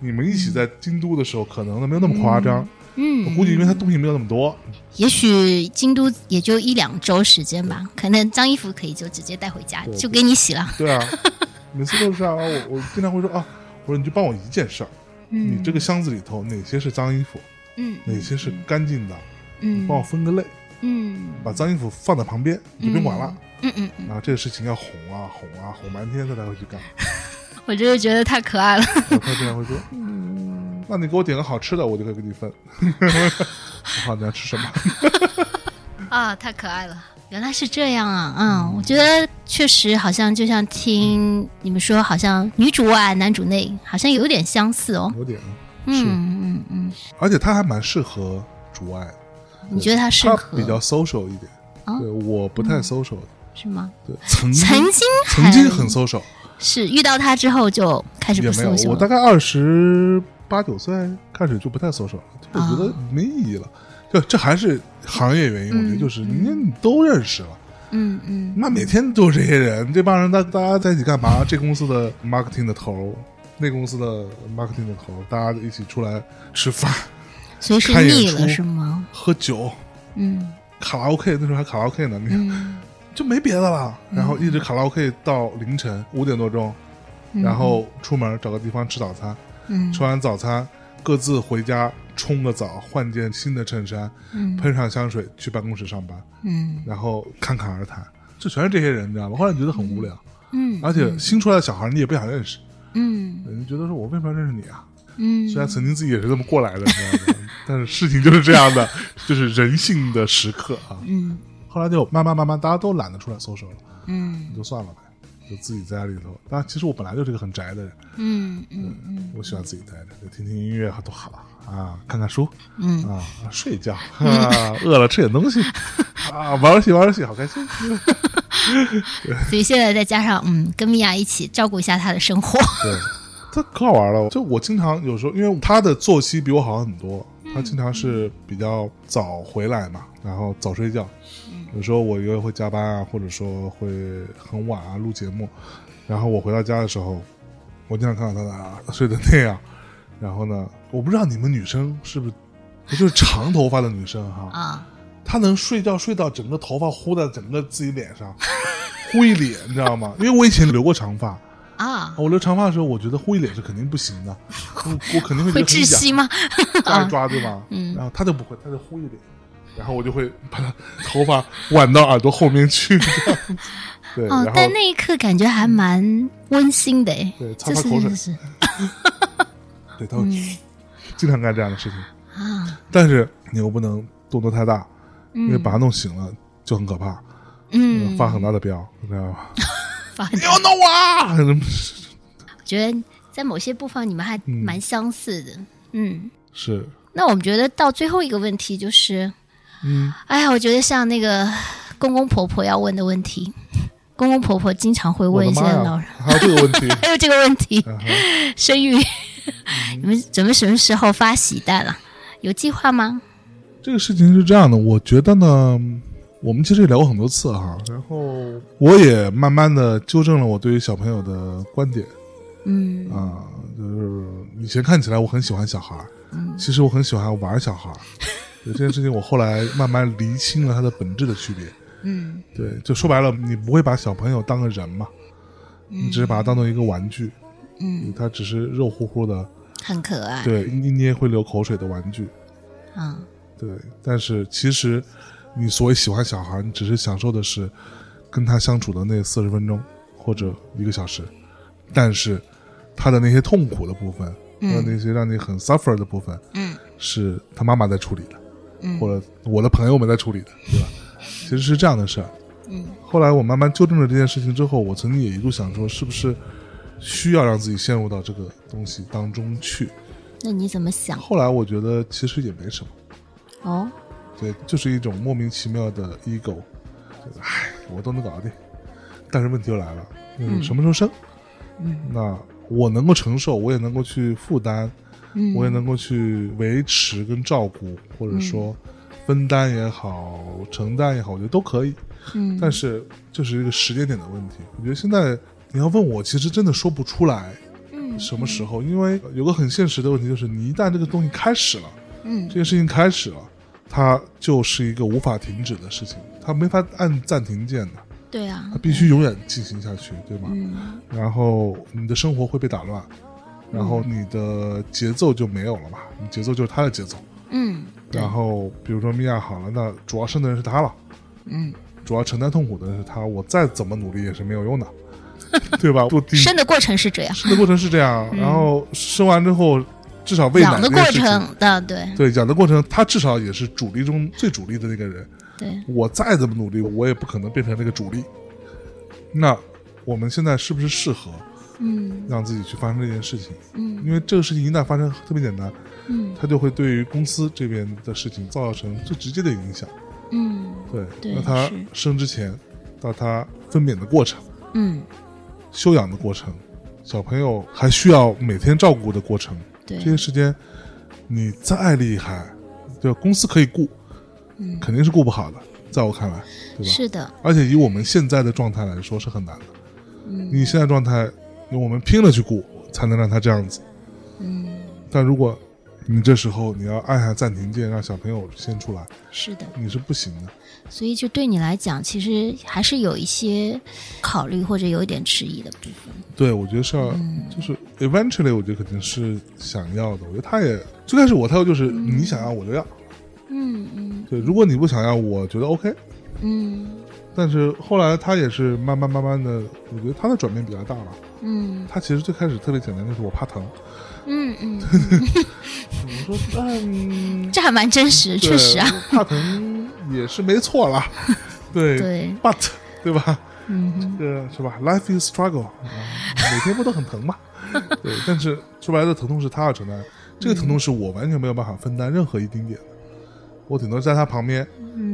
Speaker 5: 你们一起在京都的时候，可能没有那么夸张。
Speaker 3: 嗯，
Speaker 5: 我估计因为他东西没有那么多，
Speaker 3: 也许京都也就一两周时间吧，可能脏衣服可以就直接带回家，
Speaker 5: 对
Speaker 3: 就给你洗了。
Speaker 5: 对 啊，每次都是啊，我我经常会说啊，我说你就帮我一件事儿，
Speaker 3: 嗯，
Speaker 5: 你这个箱子里头哪些是脏衣服，
Speaker 3: 嗯
Speaker 5: 哪些是干净的，
Speaker 3: 嗯
Speaker 5: 帮我分个类，
Speaker 3: 嗯
Speaker 5: 把脏衣服放在旁边，你就不用管了。
Speaker 3: 嗯嗯，嗯
Speaker 5: 然后这个事情要哄啊哄啊哄半天，他才会去干。
Speaker 3: 嗯我就是觉得太可爱 了。
Speaker 5: 然后他经常会说，嗯，那你给我点个好吃的，我就可以给你分。 好，你要吃 什么？
Speaker 3: 啊，太可爱了。原来是这样啊，嗯，我觉得确实好像就像听你们说，好像女主外男主内，好像有点相似哦。
Speaker 5: 有点，是
Speaker 3: 嗯嗯嗯，
Speaker 5: 而且他还蛮适合主外的，
Speaker 3: 你觉得他适
Speaker 5: 他
Speaker 3: 合
Speaker 5: 比较 social 一点。
Speaker 3: 啊
Speaker 5: 对，我不太 social 的。
Speaker 3: 是吗？
Speaker 5: 对，曾经
Speaker 3: 曾经
Speaker 5: 嗯曾经很 social，
Speaker 3: 是遇到他之后就开始
Speaker 5: 也
Speaker 3: 不
Speaker 5: 没有
Speaker 3: 搜索，
Speaker 5: 我大
Speaker 3: 了。
Speaker 5: 概二十八九岁开始就不太 social 了，就
Speaker 3: 啊
Speaker 5: 觉得没意义了。就这还是行业原因，我觉得就是你你都认识了，
Speaker 3: 嗯嗯
Speaker 5: 那每天都是这些人，这帮人大大家在一起干嘛？这公司的 marketing 的头，那公司的 marketing 的头，大家一起出来吃饭、
Speaker 3: 所以是
Speaker 5: 看演
Speaker 3: 腻了
Speaker 5: 出
Speaker 3: 是吗？
Speaker 5: 喝酒、
Speaker 3: 嗯
Speaker 5: 卡拉 OK，那时候还卡拉 OK 呢，你看、
Speaker 3: 嗯
Speaker 5: 就没别的了。然后一直卡拉 OK 到凌晨五点多钟，然后出门找个地方吃早餐。
Speaker 3: 嗯
Speaker 5: 吃完早餐，各自回家冲个澡，换件新的衬衫，
Speaker 3: 嗯
Speaker 5: 喷上香水，去办公室上班，
Speaker 3: 嗯
Speaker 5: 然后侃侃而谈，就全是这些人，你知道吗？后来觉得很无聊，
Speaker 3: 嗯，
Speaker 5: 而且新出来的小孩你也不想认识，
Speaker 3: 嗯
Speaker 5: 你就觉得说我为什么要认识你啊？
Speaker 3: 嗯，
Speaker 5: 虽然曾经自己也是这么过来的，你知 道吗？但是事情就是这样的，就是人性的时刻啊。
Speaker 3: 嗯
Speaker 5: 后来就慢慢慢慢，大家都懒得出来 social 了，
Speaker 3: 嗯
Speaker 5: 就算了呗，就自己在家里头。当然，其实我本来就是个很宅的人，
Speaker 3: 嗯
Speaker 5: 啊
Speaker 3: 嗯
Speaker 5: 我喜欢自己待着，就听听音乐多好啊，看看书，
Speaker 3: 嗯
Speaker 5: 啊，睡 觉啊，饿了吃点东西啊，玩游戏玩游戏，好开心。
Speaker 3: 嗯，所以现在再加上嗯，跟米娅一起照顾一下她的生活，
Speaker 5: 对， 他可好玩了。就我经常有时候，因为他的作息比我好很多，他经常是比较早回来嘛，然后早睡觉。有时候我因为会加班啊，或者说会很晚啊录节目，然后我回到家的时候，我经常看到他啊睡得那样，然后呢，我不知道你们女生是不是，不就是长头发的女生哈，
Speaker 3: 啊，
Speaker 5: 她能睡觉睡到整个头发糊在整个自己脸上， 糊一脸，你知道吗？因为我以前留过长发，
Speaker 3: 啊，
Speaker 5: 我留长发的时候，我觉得糊一脸是肯定不行的，我我肯定会
Speaker 3: 会
Speaker 5: 觉得很
Speaker 3: 窒
Speaker 5: 痒
Speaker 3: 息啊吗？
Speaker 5: 抓一抓，对吧？嗯，然后他就不会，他就呼一脸，然后我就会把他头发挽到耳朵后面去，这样子对，
Speaker 3: 哦
Speaker 5: 然，后
Speaker 3: 但那一刻感觉还蛮温馨的哎，
Speaker 5: 对擦
Speaker 3: 就
Speaker 5: 擦
Speaker 3: 是嗯
Speaker 5: 口水
Speaker 3: 就是
Speaker 5: 对他会 经常干这样的事情，
Speaker 3: 啊，
Speaker 5: 但是你又不能动作太大，因为把他弄醒了就很可怕，
Speaker 3: 嗯，
Speaker 5: 发很大的飙，你知道吗？
Speaker 3: 发
Speaker 5: 你要弄我啊！
Speaker 3: 觉得在某些部分你们还
Speaker 5: 嗯
Speaker 3: 蛮相似的，嗯。
Speaker 5: 是，
Speaker 3: 那我们觉得到最后一个问题就是，
Speaker 5: 嗯，
Speaker 3: 哎呀，我觉得像那个公公婆婆要问的问题，公公婆婆经常会
Speaker 5: 我
Speaker 3: 问
Speaker 5: 的
Speaker 3: 一些
Speaker 5: 妈
Speaker 3: 老
Speaker 5: 呀
Speaker 3: 人，，
Speaker 5: 还有这个问 题，
Speaker 3: 还有这个问题，
Speaker 5: 嗯哼
Speaker 3: 生育，
Speaker 5: 嗯
Speaker 3: 你们准备什么时候发喜蛋了？有计划吗？
Speaker 5: 这个事情是这样的，我觉得呢，我们其实也聊过很多次哈，然后我也慢慢的纠正了我对于小朋友的观点
Speaker 3: 嗯
Speaker 5: 啊、就是以前看起来我很喜欢小孩儿，其实我很喜欢玩小孩儿。对这件事情，我后来慢慢厘清了它的本质的区别。
Speaker 3: 嗯
Speaker 5: 对，就说白了，你不会把小朋友当个人嘛，你只是把他当做一个玩具，
Speaker 3: 嗯，
Speaker 5: 他只是肉乎乎的，
Speaker 3: 很可爱，
Speaker 5: 对，一捏会流口水的玩具。
Speaker 3: 嗯
Speaker 5: 对，但是其实你所谓喜欢小孩，你只是享受的是跟他相处的那四十分钟或者一个小时，但是他的那些痛苦的部分，和
Speaker 3: 嗯
Speaker 5: 那些让你很 suffer 的部分，
Speaker 3: 嗯，
Speaker 5: 是他妈妈在处理的，
Speaker 3: 嗯
Speaker 5: 或者我的朋友们在处理的，对吧？其实是这样的事儿。
Speaker 3: 嗯，
Speaker 5: 后来我慢慢纠正了这件事情之后，我曾经也一度想说，是不是需要让自己陷入到这个东西当中去？
Speaker 3: 那你怎么想？
Speaker 5: 后来我觉得其实也没什么。
Speaker 3: 哦，
Speaker 5: 对，就是一种莫名其妙的 ego，就是唉，我都能搞定。但是问题又来了，嗯，什么时候生？嗯，那我能够承受，我也能够去负担，
Speaker 3: 嗯
Speaker 5: 我也能够去维持跟照顾，或者说
Speaker 3: 嗯
Speaker 5: 分担也好，承担也好，我觉得都可以。
Speaker 3: 嗯
Speaker 5: 但是就是一个时间点的问题，我觉得现在你要问我，其实真的说不出来
Speaker 3: 嗯
Speaker 5: 什么时候，因为有个很现实的问题，就是你一旦这个东西开始了。
Speaker 3: 嗯
Speaker 5: 这个事情开始了，它就是一个无法停止的事情，它没法按暂停键的，
Speaker 3: 对啊
Speaker 5: 它，必须永远进行下去，对吗？
Speaker 3: 嗯
Speaker 5: 然后你的生活会被打乱，然后你的节奏就没有了嘛，你节奏就是他的节奏。
Speaker 3: 嗯
Speaker 5: 然后比如说米娅好了，那主要生的人是他了，
Speaker 3: 嗯，
Speaker 5: 主要承担痛苦的人是他，我再怎么努力也是没 有用的，对吧？我顶
Speaker 3: 生的过程是这样，
Speaker 5: 生的过程是这样，然后生完之后，至少喂奶
Speaker 3: 养的
Speaker 5: 这
Speaker 3: 过
Speaker 5: 件事情
Speaker 3: 程的，对
Speaker 5: 对养的过程，他至少也是主力中最主力的那个人。
Speaker 3: 对，
Speaker 5: 我再怎么努力，我也不可能变成那个主力。那我们现在是不是适合
Speaker 3: 嗯
Speaker 5: 让自己去发生这件事情？
Speaker 3: 嗯
Speaker 5: 因为这个事情一旦发生，特别简单，
Speaker 3: 嗯
Speaker 5: 它就会对于公司这边的事情造成最直接的影响。
Speaker 3: 嗯
Speaker 5: 对，
Speaker 3: 对
Speaker 5: 那他
Speaker 3: 是
Speaker 5: 生之前，到他分娩的过程、
Speaker 3: 嗯，
Speaker 5: 休养的过程，小朋友还需要每天照顾的过程，
Speaker 3: 对
Speaker 5: 这，些时间，你再厉害，对吧公司可以顾，
Speaker 3: 嗯
Speaker 5: 肯定是顾不好的，在我看来，对吧？
Speaker 3: 是的，
Speaker 5: 而且以我们现在的状态来说是很难的。你现在状态，我们拼了去顾，才能让他这样子。嗯。但如果你这时候你要按下暂停键，让小朋友先出来，
Speaker 3: 是的。
Speaker 5: 你是不行的。
Speaker 3: 所以就对你来讲，其实还是有一些考虑或者有一点迟疑的部分。
Speaker 5: 对，我觉得是要，就是 eventually，我觉得肯定是想要的。我觉得他也最开始我态度就是、你想要我就要，
Speaker 3: 嗯嗯
Speaker 5: 对，如果你不想要，我觉得 OK。
Speaker 3: 嗯
Speaker 5: 但是后来他也是慢慢慢慢的，我觉得他的转变比较大了。
Speaker 3: 嗯
Speaker 5: 他其实最开始特别简单，就是我怕疼。
Speaker 3: 嗯嗯，
Speaker 5: 我说，嗯，
Speaker 3: 这还蛮真实，
Speaker 5: 对
Speaker 3: 确实啊，，
Speaker 5: 怕疼也是没错啦，对
Speaker 3: 对
Speaker 5: b u t 对吧？
Speaker 3: 嗯
Speaker 5: 这个是吧？Life is struggle，、啊每天不都很疼吗？ 对，但是说白了，疼痛是他要承担，这个疼痛是我完全没有办法分担任何一丁点的，我顶多在他旁边，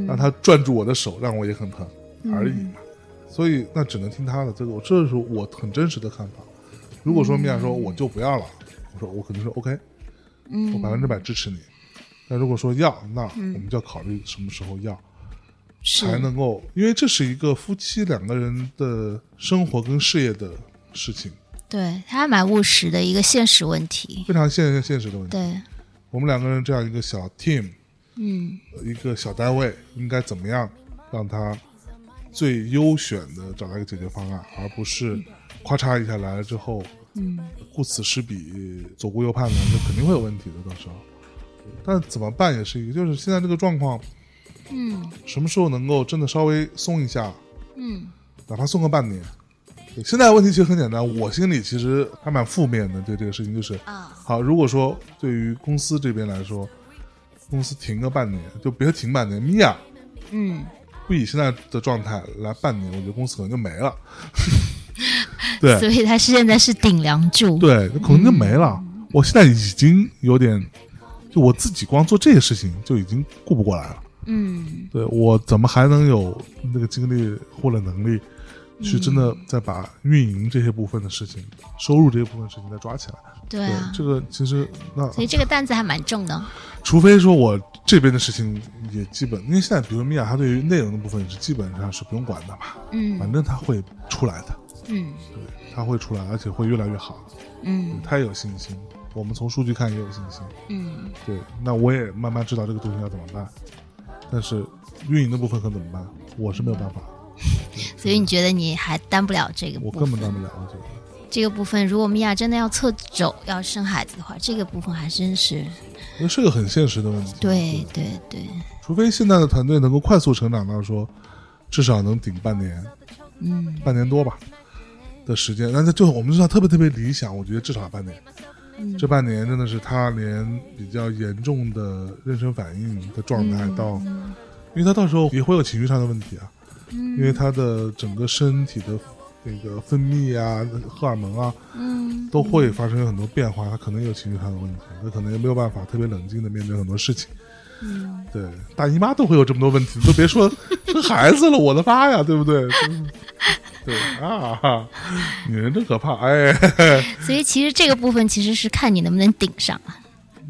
Speaker 5: 让他攥住我的手，让我也很疼而已嘛。所以那只能听他的，这个我这是我很真实的看法。如果说米娅说我就不要了，我说我肯定是 OK，我百分之百支持你。那如果说要，那我们就要考虑什么时候要。
Speaker 3: 是
Speaker 5: 才能够，因为这是一个夫妻两个人的生活跟事业的事情，
Speaker 3: 对他还蛮务实的一个现实问题。
Speaker 5: 非常现现实的问题。
Speaker 3: 对，
Speaker 5: 我们两个人这样一个小 team，
Speaker 3: 嗯
Speaker 5: 一个小单位，应该怎么样让它最优选的找到一个解决方案，而不是咔嚓一下来了之后，
Speaker 3: 嗯，
Speaker 5: 顾此失彼，左顾右盼的，这肯定会有问题的。到时候，但怎么办也是一个，就是现在这个状况，
Speaker 3: 嗯
Speaker 5: 什么时候能够真的稍微松一下，
Speaker 3: 嗯
Speaker 5: 哪怕送个半年。对现在问题其实很简单，我心里其实还蛮负面的，对这个事情就是，
Speaker 3: 啊，
Speaker 5: 好，如果说对于公司这边来说，公司停个半年，就别停半年，米娅
Speaker 3: 嗯，
Speaker 5: 不以现在的状态来半年，我觉得公司可能就没 了。对
Speaker 3: 所以他现在是顶梁柱。
Speaker 5: 对，可能就没了。
Speaker 3: 嗯
Speaker 5: 我现在已经有点，就我自己光做这个事情就已经顾不过来了。
Speaker 3: 嗯
Speaker 5: 对我怎么还能有那个精力或者能力，去真
Speaker 3: 嗯
Speaker 5: 的再把运营这些部分的事情、收入这些部分事情再抓起来？，
Speaker 3: 对
Speaker 5: 对
Speaker 3: 啊，
Speaker 5: 这个其实那
Speaker 3: 所以这个担子还蛮重的。
Speaker 5: 除非说我这边的事情也基本，因为现在比如米娅，她对于内容的部分是基本上是不用管的吧，反
Speaker 3: 嗯
Speaker 5: 正她会出来的，
Speaker 3: 嗯
Speaker 5: 对，她会出来，而且会越来越好，对
Speaker 3: 嗯
Speaker 5: 她也有信心。我们从数据看也有信心，
Speaker 3: 嗯
Speaker 5: 对，那我也慢慢知道这个东西要怎么办，但是运营的部分可怎么办，我是没有办法，
Speaker 3: 所以你觉得你还担不了这个
Speaker 5: 我
Speaker 3: 部
Speaker 5: 根本当
Speaker 3: 分？
Speaker 5: 不了，我觉得
Speaker 3: 这个部分，如果米娅真的要测走要生孩子的话，这个部分还真是
Speaker 5: 因为是个很现实的问题。
Speaker 3: 对对对，
Speaker 5: 除非现在的团队能够快速成长到说，至少能顶半年，
Speaker 3: 嗯
Speaker 5: 半年多吧的时间，但是就我们知道特别特别理想，我觉得至少半年。
Speaker 3: 嗯
Speaker 5: 这半年真的是他连比较严重的妊娠反应的状
Speaker 3: 嗯
Speaker 5: 态到，因为他到时候也会有情绪上的问题啊，
Speaker 3: 嗯
Speaker 5: 因为他的整个身体的那个分泌啊、荷尔蒙啊
Speaker 3: 嗯
Speaker 5: 都会发生很多变化，他可能有情绪上的问题，他可能也没有办法特别冷静的面对很多事情。
Speaker 3: 嗯，
Speaker 5: 对，大姨妈都会有这么多问题，都别说 生孩子了，我的妈呀，对不对？ 对啊，女人真可怕！哎，
Speaker 3: 所以其实这个部分其实是看你能不能顶上啊。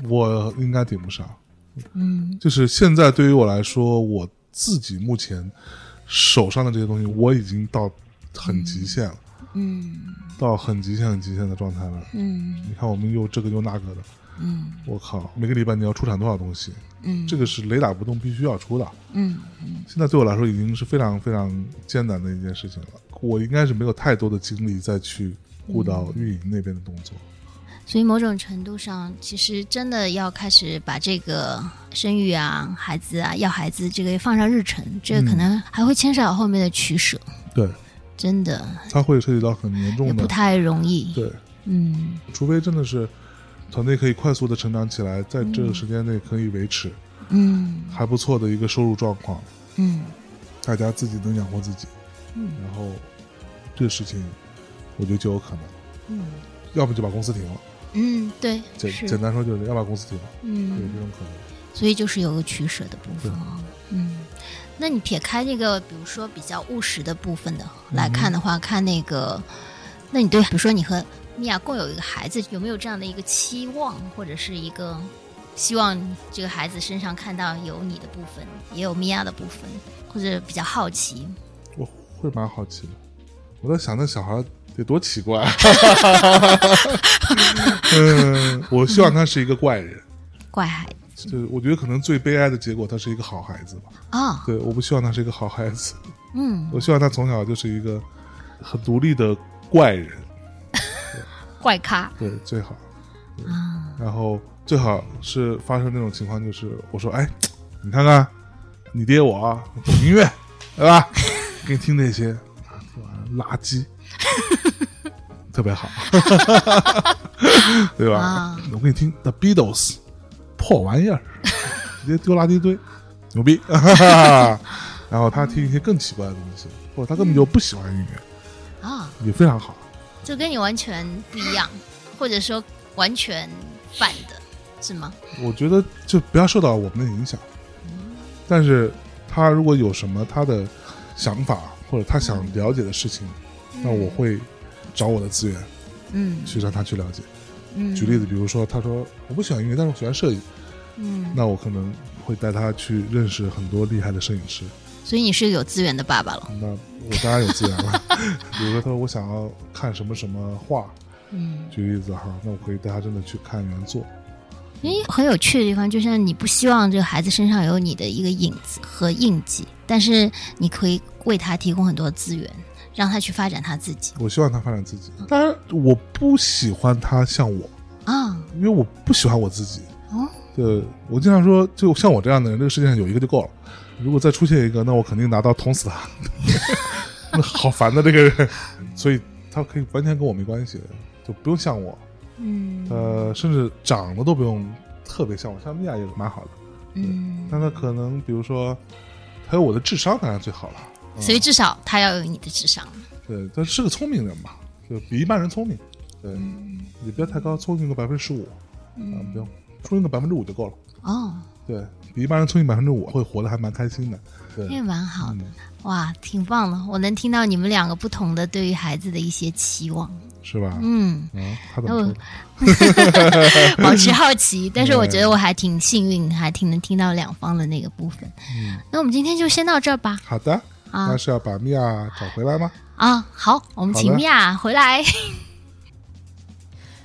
Speaker 5: 我应该顶不上。
Speaker 3: 嗯
Speaker 5: 就是现在对于我来说，我自己目前手上的这些东西，我已经到很极限了，
Speaker 3: 嗯
Speaker 5: 到很极限、很极限的状态了。
Speaker 3: 嗯
Speaker 5: 你看，我们又这个又那个的，
Speaker 3: 嗯
Speaker 5: 我靠，每个礼拜你要出产多少东西？
Speaker 3: 嗯
Speaker 5: 这个是雷打不动，必须要出的。
Speaker 3: 嗯
Speaker 5: 现在对我来说已经是非常非常艰难的一件事情了。我应该是没有太多的精力再去顾到
Speaker 3: 嗯
Speaker 5: 运营那边的动作。
Speaker 3: 所以某种程度上，其实真的要开始把这个生育啊、孩子啊、要孩子这个放上日程，这个可能还会牵扯到后面的取舍，
Speaker 5: 对，
Speaker 3: 真的
Speaker 5: 它会涉及到很严
Speaker 3: 也
Speaker 5: 重
Speaker 3: 不
Speaker 5: 的，
Speaker 3: 太容易。
Speaker 5: 对，
Speaker 3: 嗯
Speaker 5: 除非真的是团队可以快速的成长起来，在这个时间内可以维持
Speaker 3: 嗯
Speaker 5: 还不错的一个收入状况，
Speaker 3: 嗯
Speaker 5: 大家自己能养活自己，
Speaker 3: 嗯
Speaker 5: 然后这个事情我觉得就有可能，
Speaker 3: 嗯
Speaker 5: 要不就把公司停了，
Speaker 3: 嗯，对，
Speaker 5: 简
Speaker 3: 是
Speaker 5: 简单说就是要把公司停了，有
Speaker 3: 嗯
Speaker 5: 这，种可能。
Speaker 3: 所以就是有个取舍的部分啊。嗯，那你撇开这个，比如说比较务实的部分的来看的话，看那个，那你对，比如说你和米娅共有一个孩子，有没有这样的一个期望，或者是一个希望这个孩子身上看到有你的部分，也有米娅的部分，或者比较好奇？
Speaker 5: 我会蛮好奇的。我在想，那小孩得多奇怪。啊嗯，我希望他是一个怪人。
Speaker 3: 怪孩子
Speaker 5: 就是我觉得可能最悲哀的结果，他是一个好孩子吧。
Speaker 3: 啊、
Speaker 5: 对，我不希望他是一个好孩子，
Speaker 3: 嗯，
Speaker 5: 我希望他从小就是一个很独立的怪人，
Speaker 3: 怪咖
Speaker 5: 对，最好。
Speaker 3: 啊，
Speaker 5: 然后最好是发生那种情况，就是我说，哎，你看看，你爹我啊懂音乐， 对吧？给你听这些，啊听完了 垃圾，特别好，对吧？
Speaker 3: 啊
Speaker 5: 我给你听 The Beatles，破 玩意儿，直接丢垃圾堆，牛逼！然后他听一些更奇怪的东西，或者他根本就不喜欢音乐，
Speaker 3: 啊，
Speaker 5: 也非常好。
Speaker 3: 就跟你完全不一样，或者说完全反的，是吗？
Speaker 5: 我觉得就不要受到我们的影响。但是他如果有什么他的想法或者他想了解的事情，那我会找我的资源
Speaker 3: 嗯
Speaker 5: 去让他去了解。
Speaker 3: 嗯，
Speaker 5: 举例子，比如说他说我不喜欢音乐，但是我喜欢摄影，
Speaker 3: 嗯，
Speaker 5: 那我可能会带他去认识很多厉害的摄影师。
Speaker 3: 所以你是有资源的爸爸了。
Speaker 5: 那我当然有资源了。比如说他说我想要看什么什么画，
Speaker 3: 嗯，
Speaker 5: 举例子哈，那我可以带他真的去看原作，
Speaker 3: 因为很有趣的地方就是你不希望这个孩子身上有你的一个影子和印记，但是你可以为他提供很多资源，让他去发展他自己
Speaker 5: 我希望他发展自己。当然，我不喜欢他像我，
Speaker 3: 啊、
Speaker 5: 因为我不喜欢我自己。
Speaker 3: 哦，
Speaker 5: 对，我经常说，就像我这样的人，这个世界上有一个就够了。如果再出现一个，那我肯定拿刀捅死他。 那好烦的这个人，所以他可以完全跟我没关系，就不用像我。
Speaker 3: 嗯
Speaker 5: 呃，甚至长得都不用特别像我，像米娅也蛮好的。
Speaker 3: 嗯，
Speaker 5: 但他可能，比如说，他有我的智商，当然最好了。嗯
Speaker 3: 所以至少他要有你的智商。
Speaker 5: 对，他是个聪明人吧，就比一般人聪明。对，也不要太高，聪明个百分之十五啊，不用，聪明个百分之五就够了。
Speaker 3: 哦，
Speaker 5: 对比一般人聪明百分之五，会活得还蛮开心的。对，
Speaker 2: 嗯
Speaker 3: 这蛮好的，哇，挺棒的！我能听到你们两个不同的对于孩子的一些期望，
Speaker 5: 是吧？
Speaker 3: 嗯，
Speaker 5: 嗯，他怎么说 的？
Speaker 3: 保持好奇。但是我
Speaker 5: 对
Speaker 3: 觉得我还挺幸运，还挺能听到两方的那个部分。
Speaker 5: 嗯，
Speaker 3: 那我们今天就先到这儿吧。
Speaker 5: 好的，
Speaker 3: 啊
Speaker 5: 那是要把米娅找回来吗？
Speaker 3: 啊，好，我们
Speaker 5: 好
Speaker 3: 请
Speaker 5: 的
Speaker 3: 米娅回来。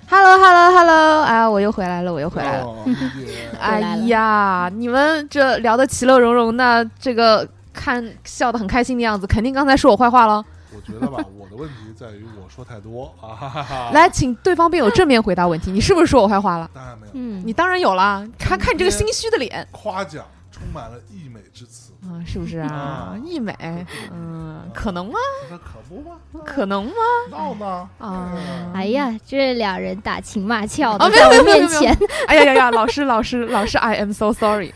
Speaker 2: h e l l o h e l l o h e l l o 啊，我又回来了，我又回来了。
Speaker 5: 哦，耶
Speaker 2: 哎
Speaker 3: 来了
Speaker 2: 呀，你们这聊得其乐融融的，这个看笑得很开心的样子，肯定刚才说我坏话了。
Speaker 5: 我觉得吧，我的问题在于我说太多啊，哈哈哈。
Speaker 2: 来，请对方辩友正面回答问题，你是不是说我坏话了？
Speaker 5: 当然没有，
Speaker 3: 嗯，
Speaker 2: 你当然有啦，看看你这个心虚的脸
Speaker 5: 夸奖充满了溢美之词，
Speaker 2: 啊、是不是啊
Speaker 5: 啊？
Speaker 2: 一美，嗯，可能吗？
Speaker 5: 那可不吗？
Speaker 2: 可能吗？
Speaker 5: 闹呢？
Speaker 2: 啊
Speaker 5: 哎
Speaker 6: 哎呀，这两人打情骂 俏
Speaker 2: 啊
Speaker 3: 哦
Speaker 6: 的，
Speaker 2: 没有
Speaker 6: 在我
Speaker 2: 没有没
Speaker 6: 面
Speaker 2: 有没有
Speaker 6: 前，
Speaker 2: 哎呀呀呀！老师，老师，老师，I am so sorry。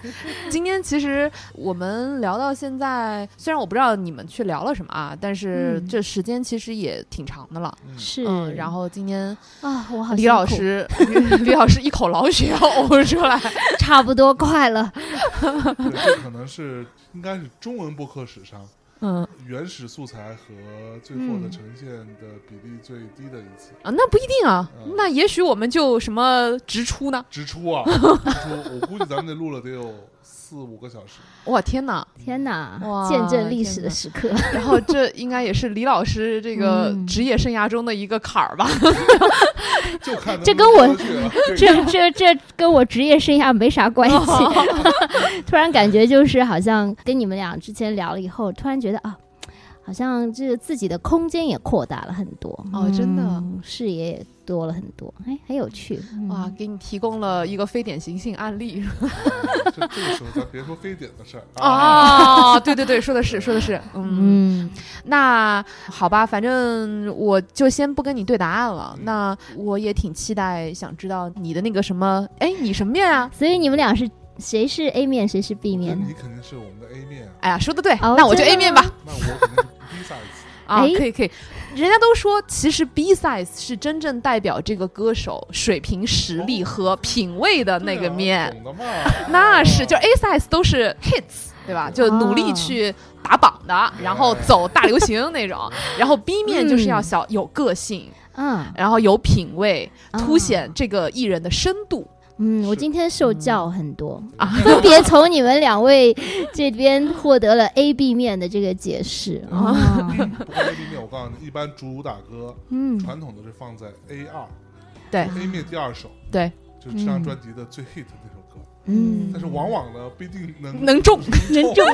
Speaker 2: 今天其实我们聊到现在，虽然我不知道你们去聊了什么啊，但是
Speaker 6: 嗯
Speaker 2: 这时间其实也挺长的了。
Speaker 6: 是
Speaker 2: 嗯，然后今天
Speaker 6: 啊，我好
Speaker 2: 李
Speaker 6: 辛
Speaker 2: 老
Speaker 6: 苦，
Speaker 2: 师， 李老师一口老血要呕出来。
Speaker 6: 差不多快了，
Speaker 5: 对这可能是应该是中文播客史上
Speaker 2: 嗯
Speaker 5: 原始素材和最后的呈现的比例最低的一次。
Speaker 2: 啊，那不一定啊
Speaker 5: 嗯，
Speaker 2: 那也许我们就什么直出呢？
Speaker 5: 支出啊，支出！我估计咱们得录了得有四五个小时。
Speaker 2: 哇，天哪！
Speaker 6: 天哪
Speaker 2: 哇，
Speaker 6: 见证历史
Speaker 2: 天
Speaker 6: 的
Speaker 2: 哪
Speaker 6: 时刻，
Speaker 2: 然 后这应该也是李老师这个
Speaker 6: 嗯
Speaker 2: 职业生涯中的一个坎儿吧？
Speaker 5: 就看能不能
Speaker 6: 这跟我
Speaker 5: 过得去了这
Speaker 6: 这这这跟我职业生涯没啥关 系， 突然感觉就是好像跟你们俩之前聊了以后，突然觉得啊。好像这个自己的空间也扩大了很多
Speaker 2: 哦真的
Speaker 6: 嗯视野也多了很多，哎，很有趣。嗯
Speaker 2: 哇，给你提供了一个非典型性案例
Speaker 5: 这这个时候咱别说非典的事儿啊。
Speaker 2: 哦，对对对，说的是，说的是，嗯，
Speaker 6: 嗯，
Speaker 2: 那好吧，反正我就先不跟你对答案了。那我也挺期待，想知道你的那个什么，哎，你什么面啊？
Speaker 6: 所以你们俩是谁是 A 面，谁是 B
Speaker 5: 那
Speaker 6: 面呢
Speaker 5: 你？肯定是我们的 A 面啊，
Speaker 2: 哎呀，说的对，
Speaker 6: 哦
Speaker 2: 那我就
Speaker 6: 真的
Speaker 2: A 面吧。
Speaker 5: 那我肯定是 B size。
Speaker 2: 啊，
Speaker 6: 哎
Speaker 2: 可以可以，人家都说其实 B size 是真正代表这个歌手水平、实力和品味的 那个面，
Speaker 5: 啊懂的嘛？
Speaker 2: 那是就是 A size 都是 hits，对吧？就努力去打榜的，然后走大流行那 种，然后 B 面就是要小、有个性，
Speaker 6: 嗯，
Speaker 2: 然后有品味，凸
Speaker 6: 啊
Speaker 2: 显这个艺人的深度。
Speaker 6: 嗯，
Speaker 5: 是
Speaker 6: 我今天受教很多，
Speaker 2: 啊
Speaker 6: 分别从你们两位这边获得了 A、B 面的这个解释。啊，
Speaker 5: 不过 A B 面，我告诉你，一般主打歌
Speaker 6: 嗯，
Speaker 5: 传统都是放在 A 二
Speaker 2: 对
Speaker 5: A 面第二首，
Speaker 2: 对，
Speaker 5: 就是这张专辑的最 hit 的那首歌。
Speaker 6: 嗯
Speaker 5: 但是往往呢，不一定能
Speaker 2: 能中。
Speaker 5: 能中。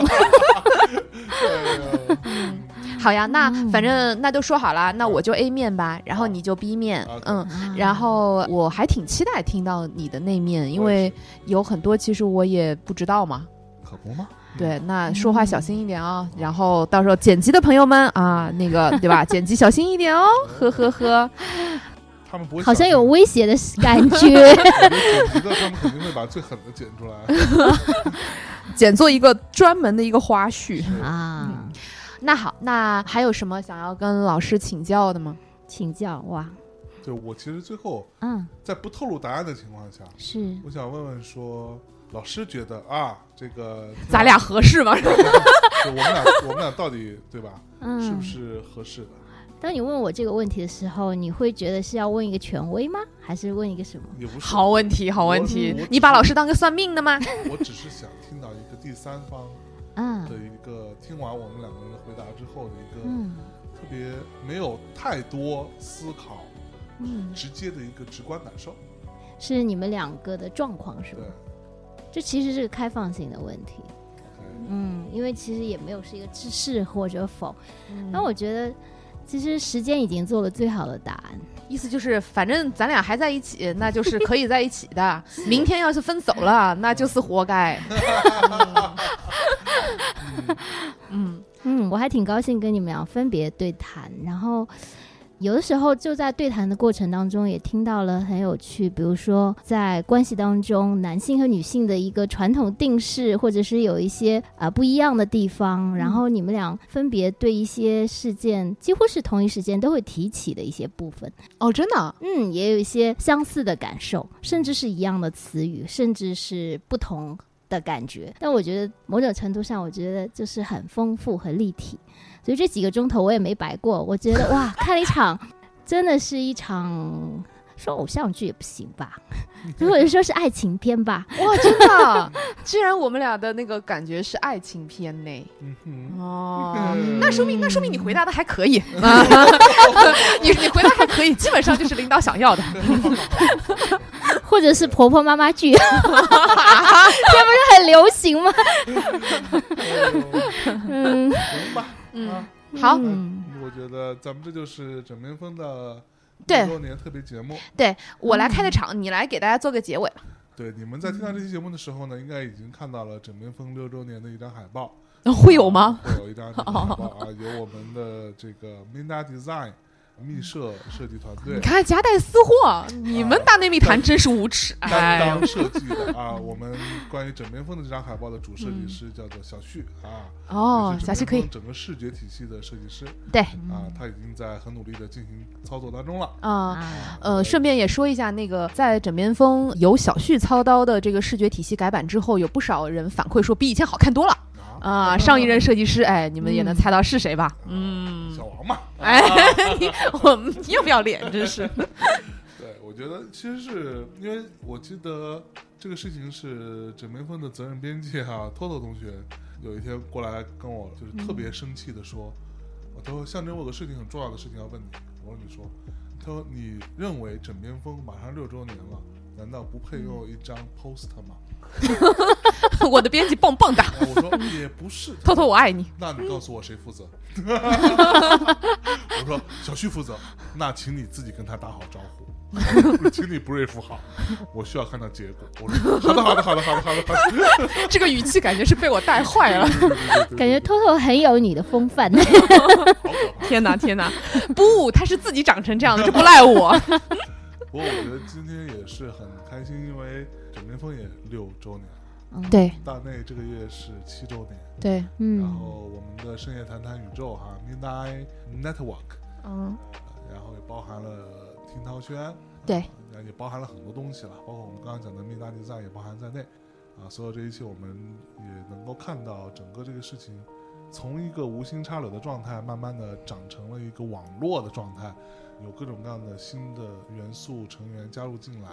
Speaker 5: 对
Speaker 2: 好呀，那反正那就说好了，那我就 A 面吧，然后你就 B 面
Speaker 5: 好，
Speaker 2: 嗯。然后我还挺期待听到你的那面，因为有很多其实我也不知道嘛。
Speaker 5: 可不嘛，
Speaker 2: 对，那说话小心一点啊、然后到时候剪辑的朋友们啊，那个对吧？剪辑小心一点哦， 呵呵呵。
Speaker 5: 呃他们不会
Speaker 6: 好像
Speaker 5: 小
Speaker 6: 有
Speaker 5: 心
Speaker 6: 威胁的感觉。
Speaker 5: 我觉得剪辑的他们肯定会把最狠的剪出来。
Speaker 2: 剪做一个专门的一个花絮。
Speaker 6: 啊，
Speaker 2: 那好，那还有什么想要跟老师请教的吗？
Speaker 6: 请教哇，
Speaker 5: 就我其实最后
Speaker 6: 嗯，
Speaker 5: 在不透露答案的情况下，
Speaker 6: 是
Speaker 5: 我想问问说，老师觉得啊，这个
Speaker 2: 咱俩合适吗？
Speaker 5: 就我们俩我们俩到底对吧，
Speaker 6: 嗯，
Speaker 5: 是不是合适的？
Speaker 6: 当你问我这个问题的时候，你会觉得是要问一个权威吗？还是问一个什么？
Speaker 5: 也不是，
Speaker 2: 好问题，好问题
Speaker 5: 我我。
Speaker 2: 你把老师当个算命的吗？
Speaker 5: 我只是想听到一个第三方
Speaker 6: 嗯
Speaker 5: 的一个听完我们两个
Speaker 3: 嗯
Speaker 5: 人的回答之后的一个
Speaker 6: 嗯
Speaker 5: 特别没有太多思考，
Speaker 3: 嗯，
Speaker 5: 直接的一个直观感受。
Speaker 3: 是你们两个的状况是
Speaker 5: 对
Speaker 3: 吗？，这其实是个开放性的问题。
Speaker 5: 哎
Speaker 3: 嗯，因为其实也没有是一个知是或者否。
Speaker 2: 嗯
Speaker 3: 那、我觉得，其实时间已经做了最好的答案。
Speaker 2: 意思就是，反正咱俩还在一起，那就是可以在一起的。明天要是分手了，那就是活该。嗯，
Speaker 3: 嗯，我还挺高兴跟你们俩分别对谈，然后。有的时候就在对谈的过程当中，也听到了很有趣，比如说在关系当中，男性和女性的一个传统定式，或者是有一些啊、呃不一样的地方，然后你们俩分别对一些事件，几乎是同一事件都会提起的一些部分，
Speaker 2: 哦，真的，
Speaker 3: 嗯，也有一些相似的感受，甚至是一样的词语，甚至是不同的感觉。但我觉得某种程度上，我觉得就是很丰富和立体。所以这几个钟头我也没白过，我觉得哇，看了一场，真的是一场。说偶像剧也不行 吧，如果说是爱情片吧，
Speaker 2: 哇，真 的，啊居然我们俩的那个感觉是爱情片呢。
Speaker 5: 嗯哼，
Speaker 2: 哦，嗯那说明那
Speaker 3: 嗯
Speaker 2: 说明你回答的还可以， 你你回答还可 以，基本上就是领导想要的。
Speaker 3: 或者是婆婆妈妈剧，这不是很流行吗？嗯
Speaker 5: 哎行吧，
Speaker 2: 嗯
Speaker 5: 啊，
Speaker 2: 好，
Speaker 3: 嗯
Speaker 5: 我觉得咱们这就是枕边风的
Speaker 2: 对
Speaker 5: 六周年特别节目。
Speaker 2: 对我来开个场，你来给大家做个结尾吧。
Speaker 5: 对，你们在听到这期节目的时候呢，应该已经看到了枕边风六周年的一张海报。
Speaker 2: 嗯会有吗？？哦
Speaker 5: 会有一张海报啊，有我们的这个 Minda Design 密社设计团队
Speaker 2: 你看夹带私货，你们大内密谈真是无耻！
Speaker 5: 担
Speaker 2: 哎，
Speaker 5: 当设计的啊。我们关于枕边风的这张海报的主设计师叫做小旭啊，
Speaker 2: 哦
Speaker 5: 也，是
Speaker 2: 小西
Speaker 5: 枕
Speaker 2: 可
Speaker 5: 边
Speaker 2: 以
Speaker 5: 风，整个视觉体系的设计师
Speaker 2: 对，
Speaker 5: 啊，他已经在很努力的进行操作当中了。
Speaker 2: 嗯。
Speaker 3: 啊，
Speaker 2: 呃，顺便也说一下，那个在枕边风由小旭操刀的这个视觉体系改版之后，有不少人反馈说比以前好看多了
Speaker 5: 啊
Speaker 2: 啊、上一任设计师，哎，你们也能猜到是谁吧？嗯，
Speaker 5: 小王嘛，
Speaker 2: 哎， 你我们要不要脸？真是，
Speaker 5: 对，我觉得其实是因为我记得这个事情是枕边风的责任编辑啊，托托同学有一天过来跟我就是特别生气的说，我他说象征我有个事情很重要的事情要问你，我说你说，他说你认为枕边风马上六周年了，难道不配用一张 poster 吗？
Speaker 2: 我的编辑棒棒的，
Speaker 5: 然后我说也不是，
Speaker 2: 偷偷我爱你。
Speaker 5: 那你告诉我谁负责？我说小旭负责，那请你自己跟他打好招呼， 请你 brief 好，我需要看到结果。我说好的，好的，好的，好的，好的，好的。
Speaker 2: 这个语气感觉是被我带坏了。
Speaker 5: 对对对 对
Speaker 3: 感觉 Toto 很有你的风范。
Speaker 5: 好可 怕。
Speaker 2: 天哪，天哪！不，他是自己长成这样的，这不赖我。
Speaker 5: 不过我觉得今天也是很开心，因为枕边风也六周年，
Speaker 2: 对
Speaker 5: 大内这个月是七周年，
Speaker 2: 对，
Speaker 5: 然后
Speaker 3: 嗯，
Speaker 5: 我们的深夜谈谈宇宙哈 Midnight Network，
Speaker 2: 嗯，
Speaker 5: 然后也包含了听涛轩，
Speaker 2: 对
Speaker 5: 啊，然后也包含了很多东西了，包括我们刚刚讲的密大地赞也包含在内，啊，所有这一切我们也能够看到整个这个事情从一个无心插柳的状态，慢慢的长成了一个网络的状态，有各种各样的新的元素成员加入进来，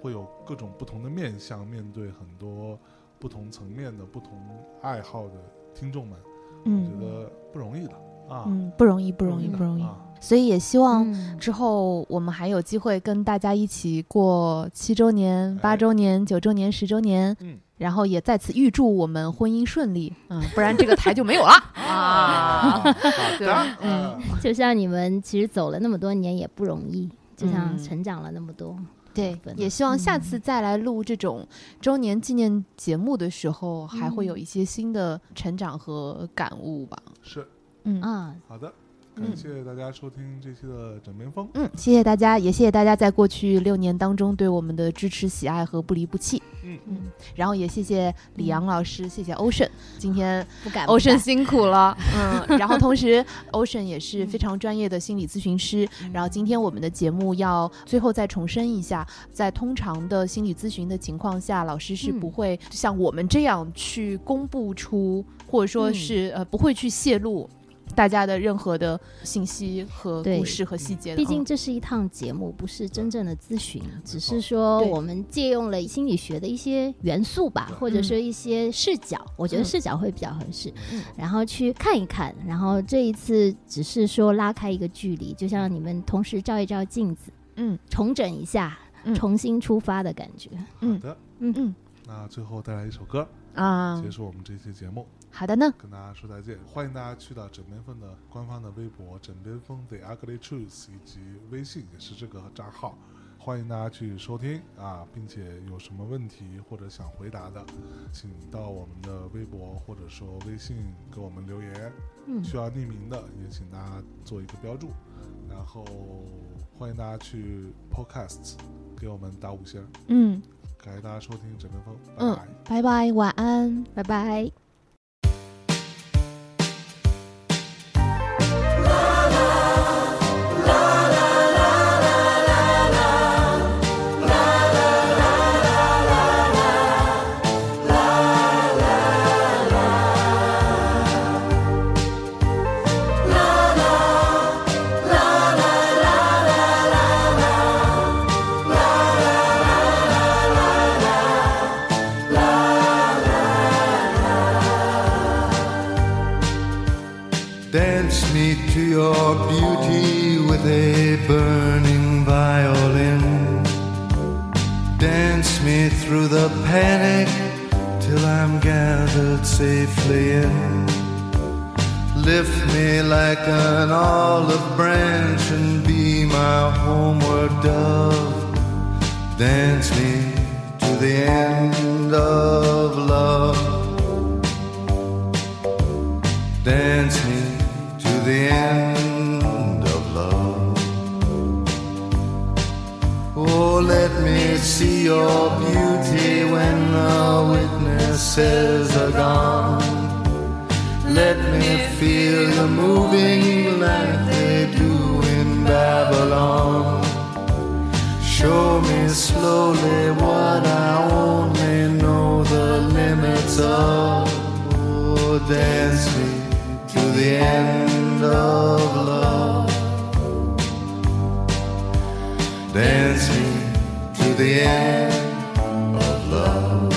Speaker 5: 会有各种不同的面向，面对很多不同层面的不同爱好的听众们，我觉
Speaker 6: 嗯
Speaker 5: 得不容易的啊，
Speaker 6: 嗯，不容易，不
Speaker 5: 不
Speaker 6: 容易，
Speaker 5: 的
Speaker 6: 不容易。
Speaker 5: 啊
Speaker 6: 所以也希望
Speaker 3: 嗯
Speaker 6: 之后我们还有机会跟大家一起过七周
Speaker 5: 哎
Speaker 6: 年、嗯八周年、九周年、十周年，
Speaker 5: 嗯，
Speaker 6: 然后也在此预祝我们婚姻顺利。嗯，
Speaker 2: 不然这个台就没有了 啊。
Speaker 5: 好的，嗯。
Speaker 3: 就像你们其实走了那么多年也不容易，就像
Speaker 2: 嗯
Speaker 3: 成长了那么多。
Speaker 6: 对
Speaker 3: 本，
Speaker 6: 也希望下
Speaker 3: 嗯
Speaker 6: 次再来录这种周年纪念节目的时候，还会有一些新的成长和感悟吧。
Speaker 5: 是
Speaker 6: 嗯
Speaker 3: 啊，
Speaker 5: 好的，
Speaker 6: 嗯
Speaker 5: 感谢大家收听这期的枕边风，
Speaker 6: 嗯，谢谢大家，也谢谢大家在过去六年当中对我们的支持、喜爱和不离不弃。
Speaker 5: 嗯
Speaker 6: 嗯，然后也谢谢李阳老师，谢谢 Ocean，今天
Speaker 3: 不敢不
Speaker 6: Ocean
Speaker 3: 敢。
Speaker 6: 辛苦了，嗯，然后同时 Ocean 也
Speaker 3: 嗯
Speaker 6: 是非常专业的心理咨询师，然后今天我们的节目要最后再重申一下，在通常的心理咨询的情况下，老师是
Speaker 3: 嗯
Speaker 6: 不会像我们这样去公布出，或者说
Speaker 3: 嗯
Speaker 6: 是呃不会去泄露。大家的任何的信息和
Speaker 3: 对
Speaker 6: 故事和细节的，
Speaker 3: 毕竟
Speaker 6: 嗯
Speaker 3: 这是一趟节目，不是真正的咨询，只
Speaker 5: 没错
Speaker 3: 是说
Speaker 6: 对
Speaker 3: 我们借用了心理学的一些元素吧
Speaker 5: 对，
Speaker 3: 或者说一些视角，我觉得
Speaker 6: 嗯
Speaker 3: 视角会比较合适，然后去看一看。然后这一次只是说拉开一个距离，就像你们同时照一照镜子，
Speaker 2: 嗯
Speaker 6: 重整一下，
Speaker 2: 嗯
Speaker 6: 重新出发的感觉。
Speaker 5: 好的，
Speaker 6: 嗯
Speaker 2: 嗯，
Speaker 5: 那最后带来一首歌，
Speaker 2: 啊
Speaker 5: 结，束我们这期节目，
Speaker 2: 好的呢，
Speaker 5: 跟大家说再见。欢迎大家去到枕边风的官方的微博“枕边风 The Ugly Truth” 以及微信也是这个账号，欢迎大家去收听啊，并且有什么问题或者想回答的，请到我们的微博或者说微信给我们留言。
Speaker 6: 嗯
Speaker 5: 需要匿名的也请大家做一个标注，然后欢迎大家去 Podcast 给我们打五星。
Speaker 2: 嗯
Speaker 5: 感谢大家收听枕边风，拜
Speaker 2: 嗯拜
Speaker 5: 拜。，
Speaker 2: 拜，晚安。
Speaker 6: 拜拜。
Speaker 7: Dance me to your beauty with a burning violin. Dance me through the panic till I'm gathered safely in. Lift me like an olive branch and be my homeward dove. Dance me to the end of love. Dance me to the end of love. Oh, let me see your beauty when the witnesses are gone. Let me feel the moving like they do in Babylon. Show me slowly what I only know the limits of. Oh, dance me to the end of love. Dance me to the end of love.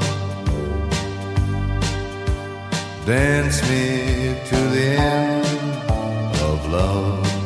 Speaker 7: Dance me to the end of love.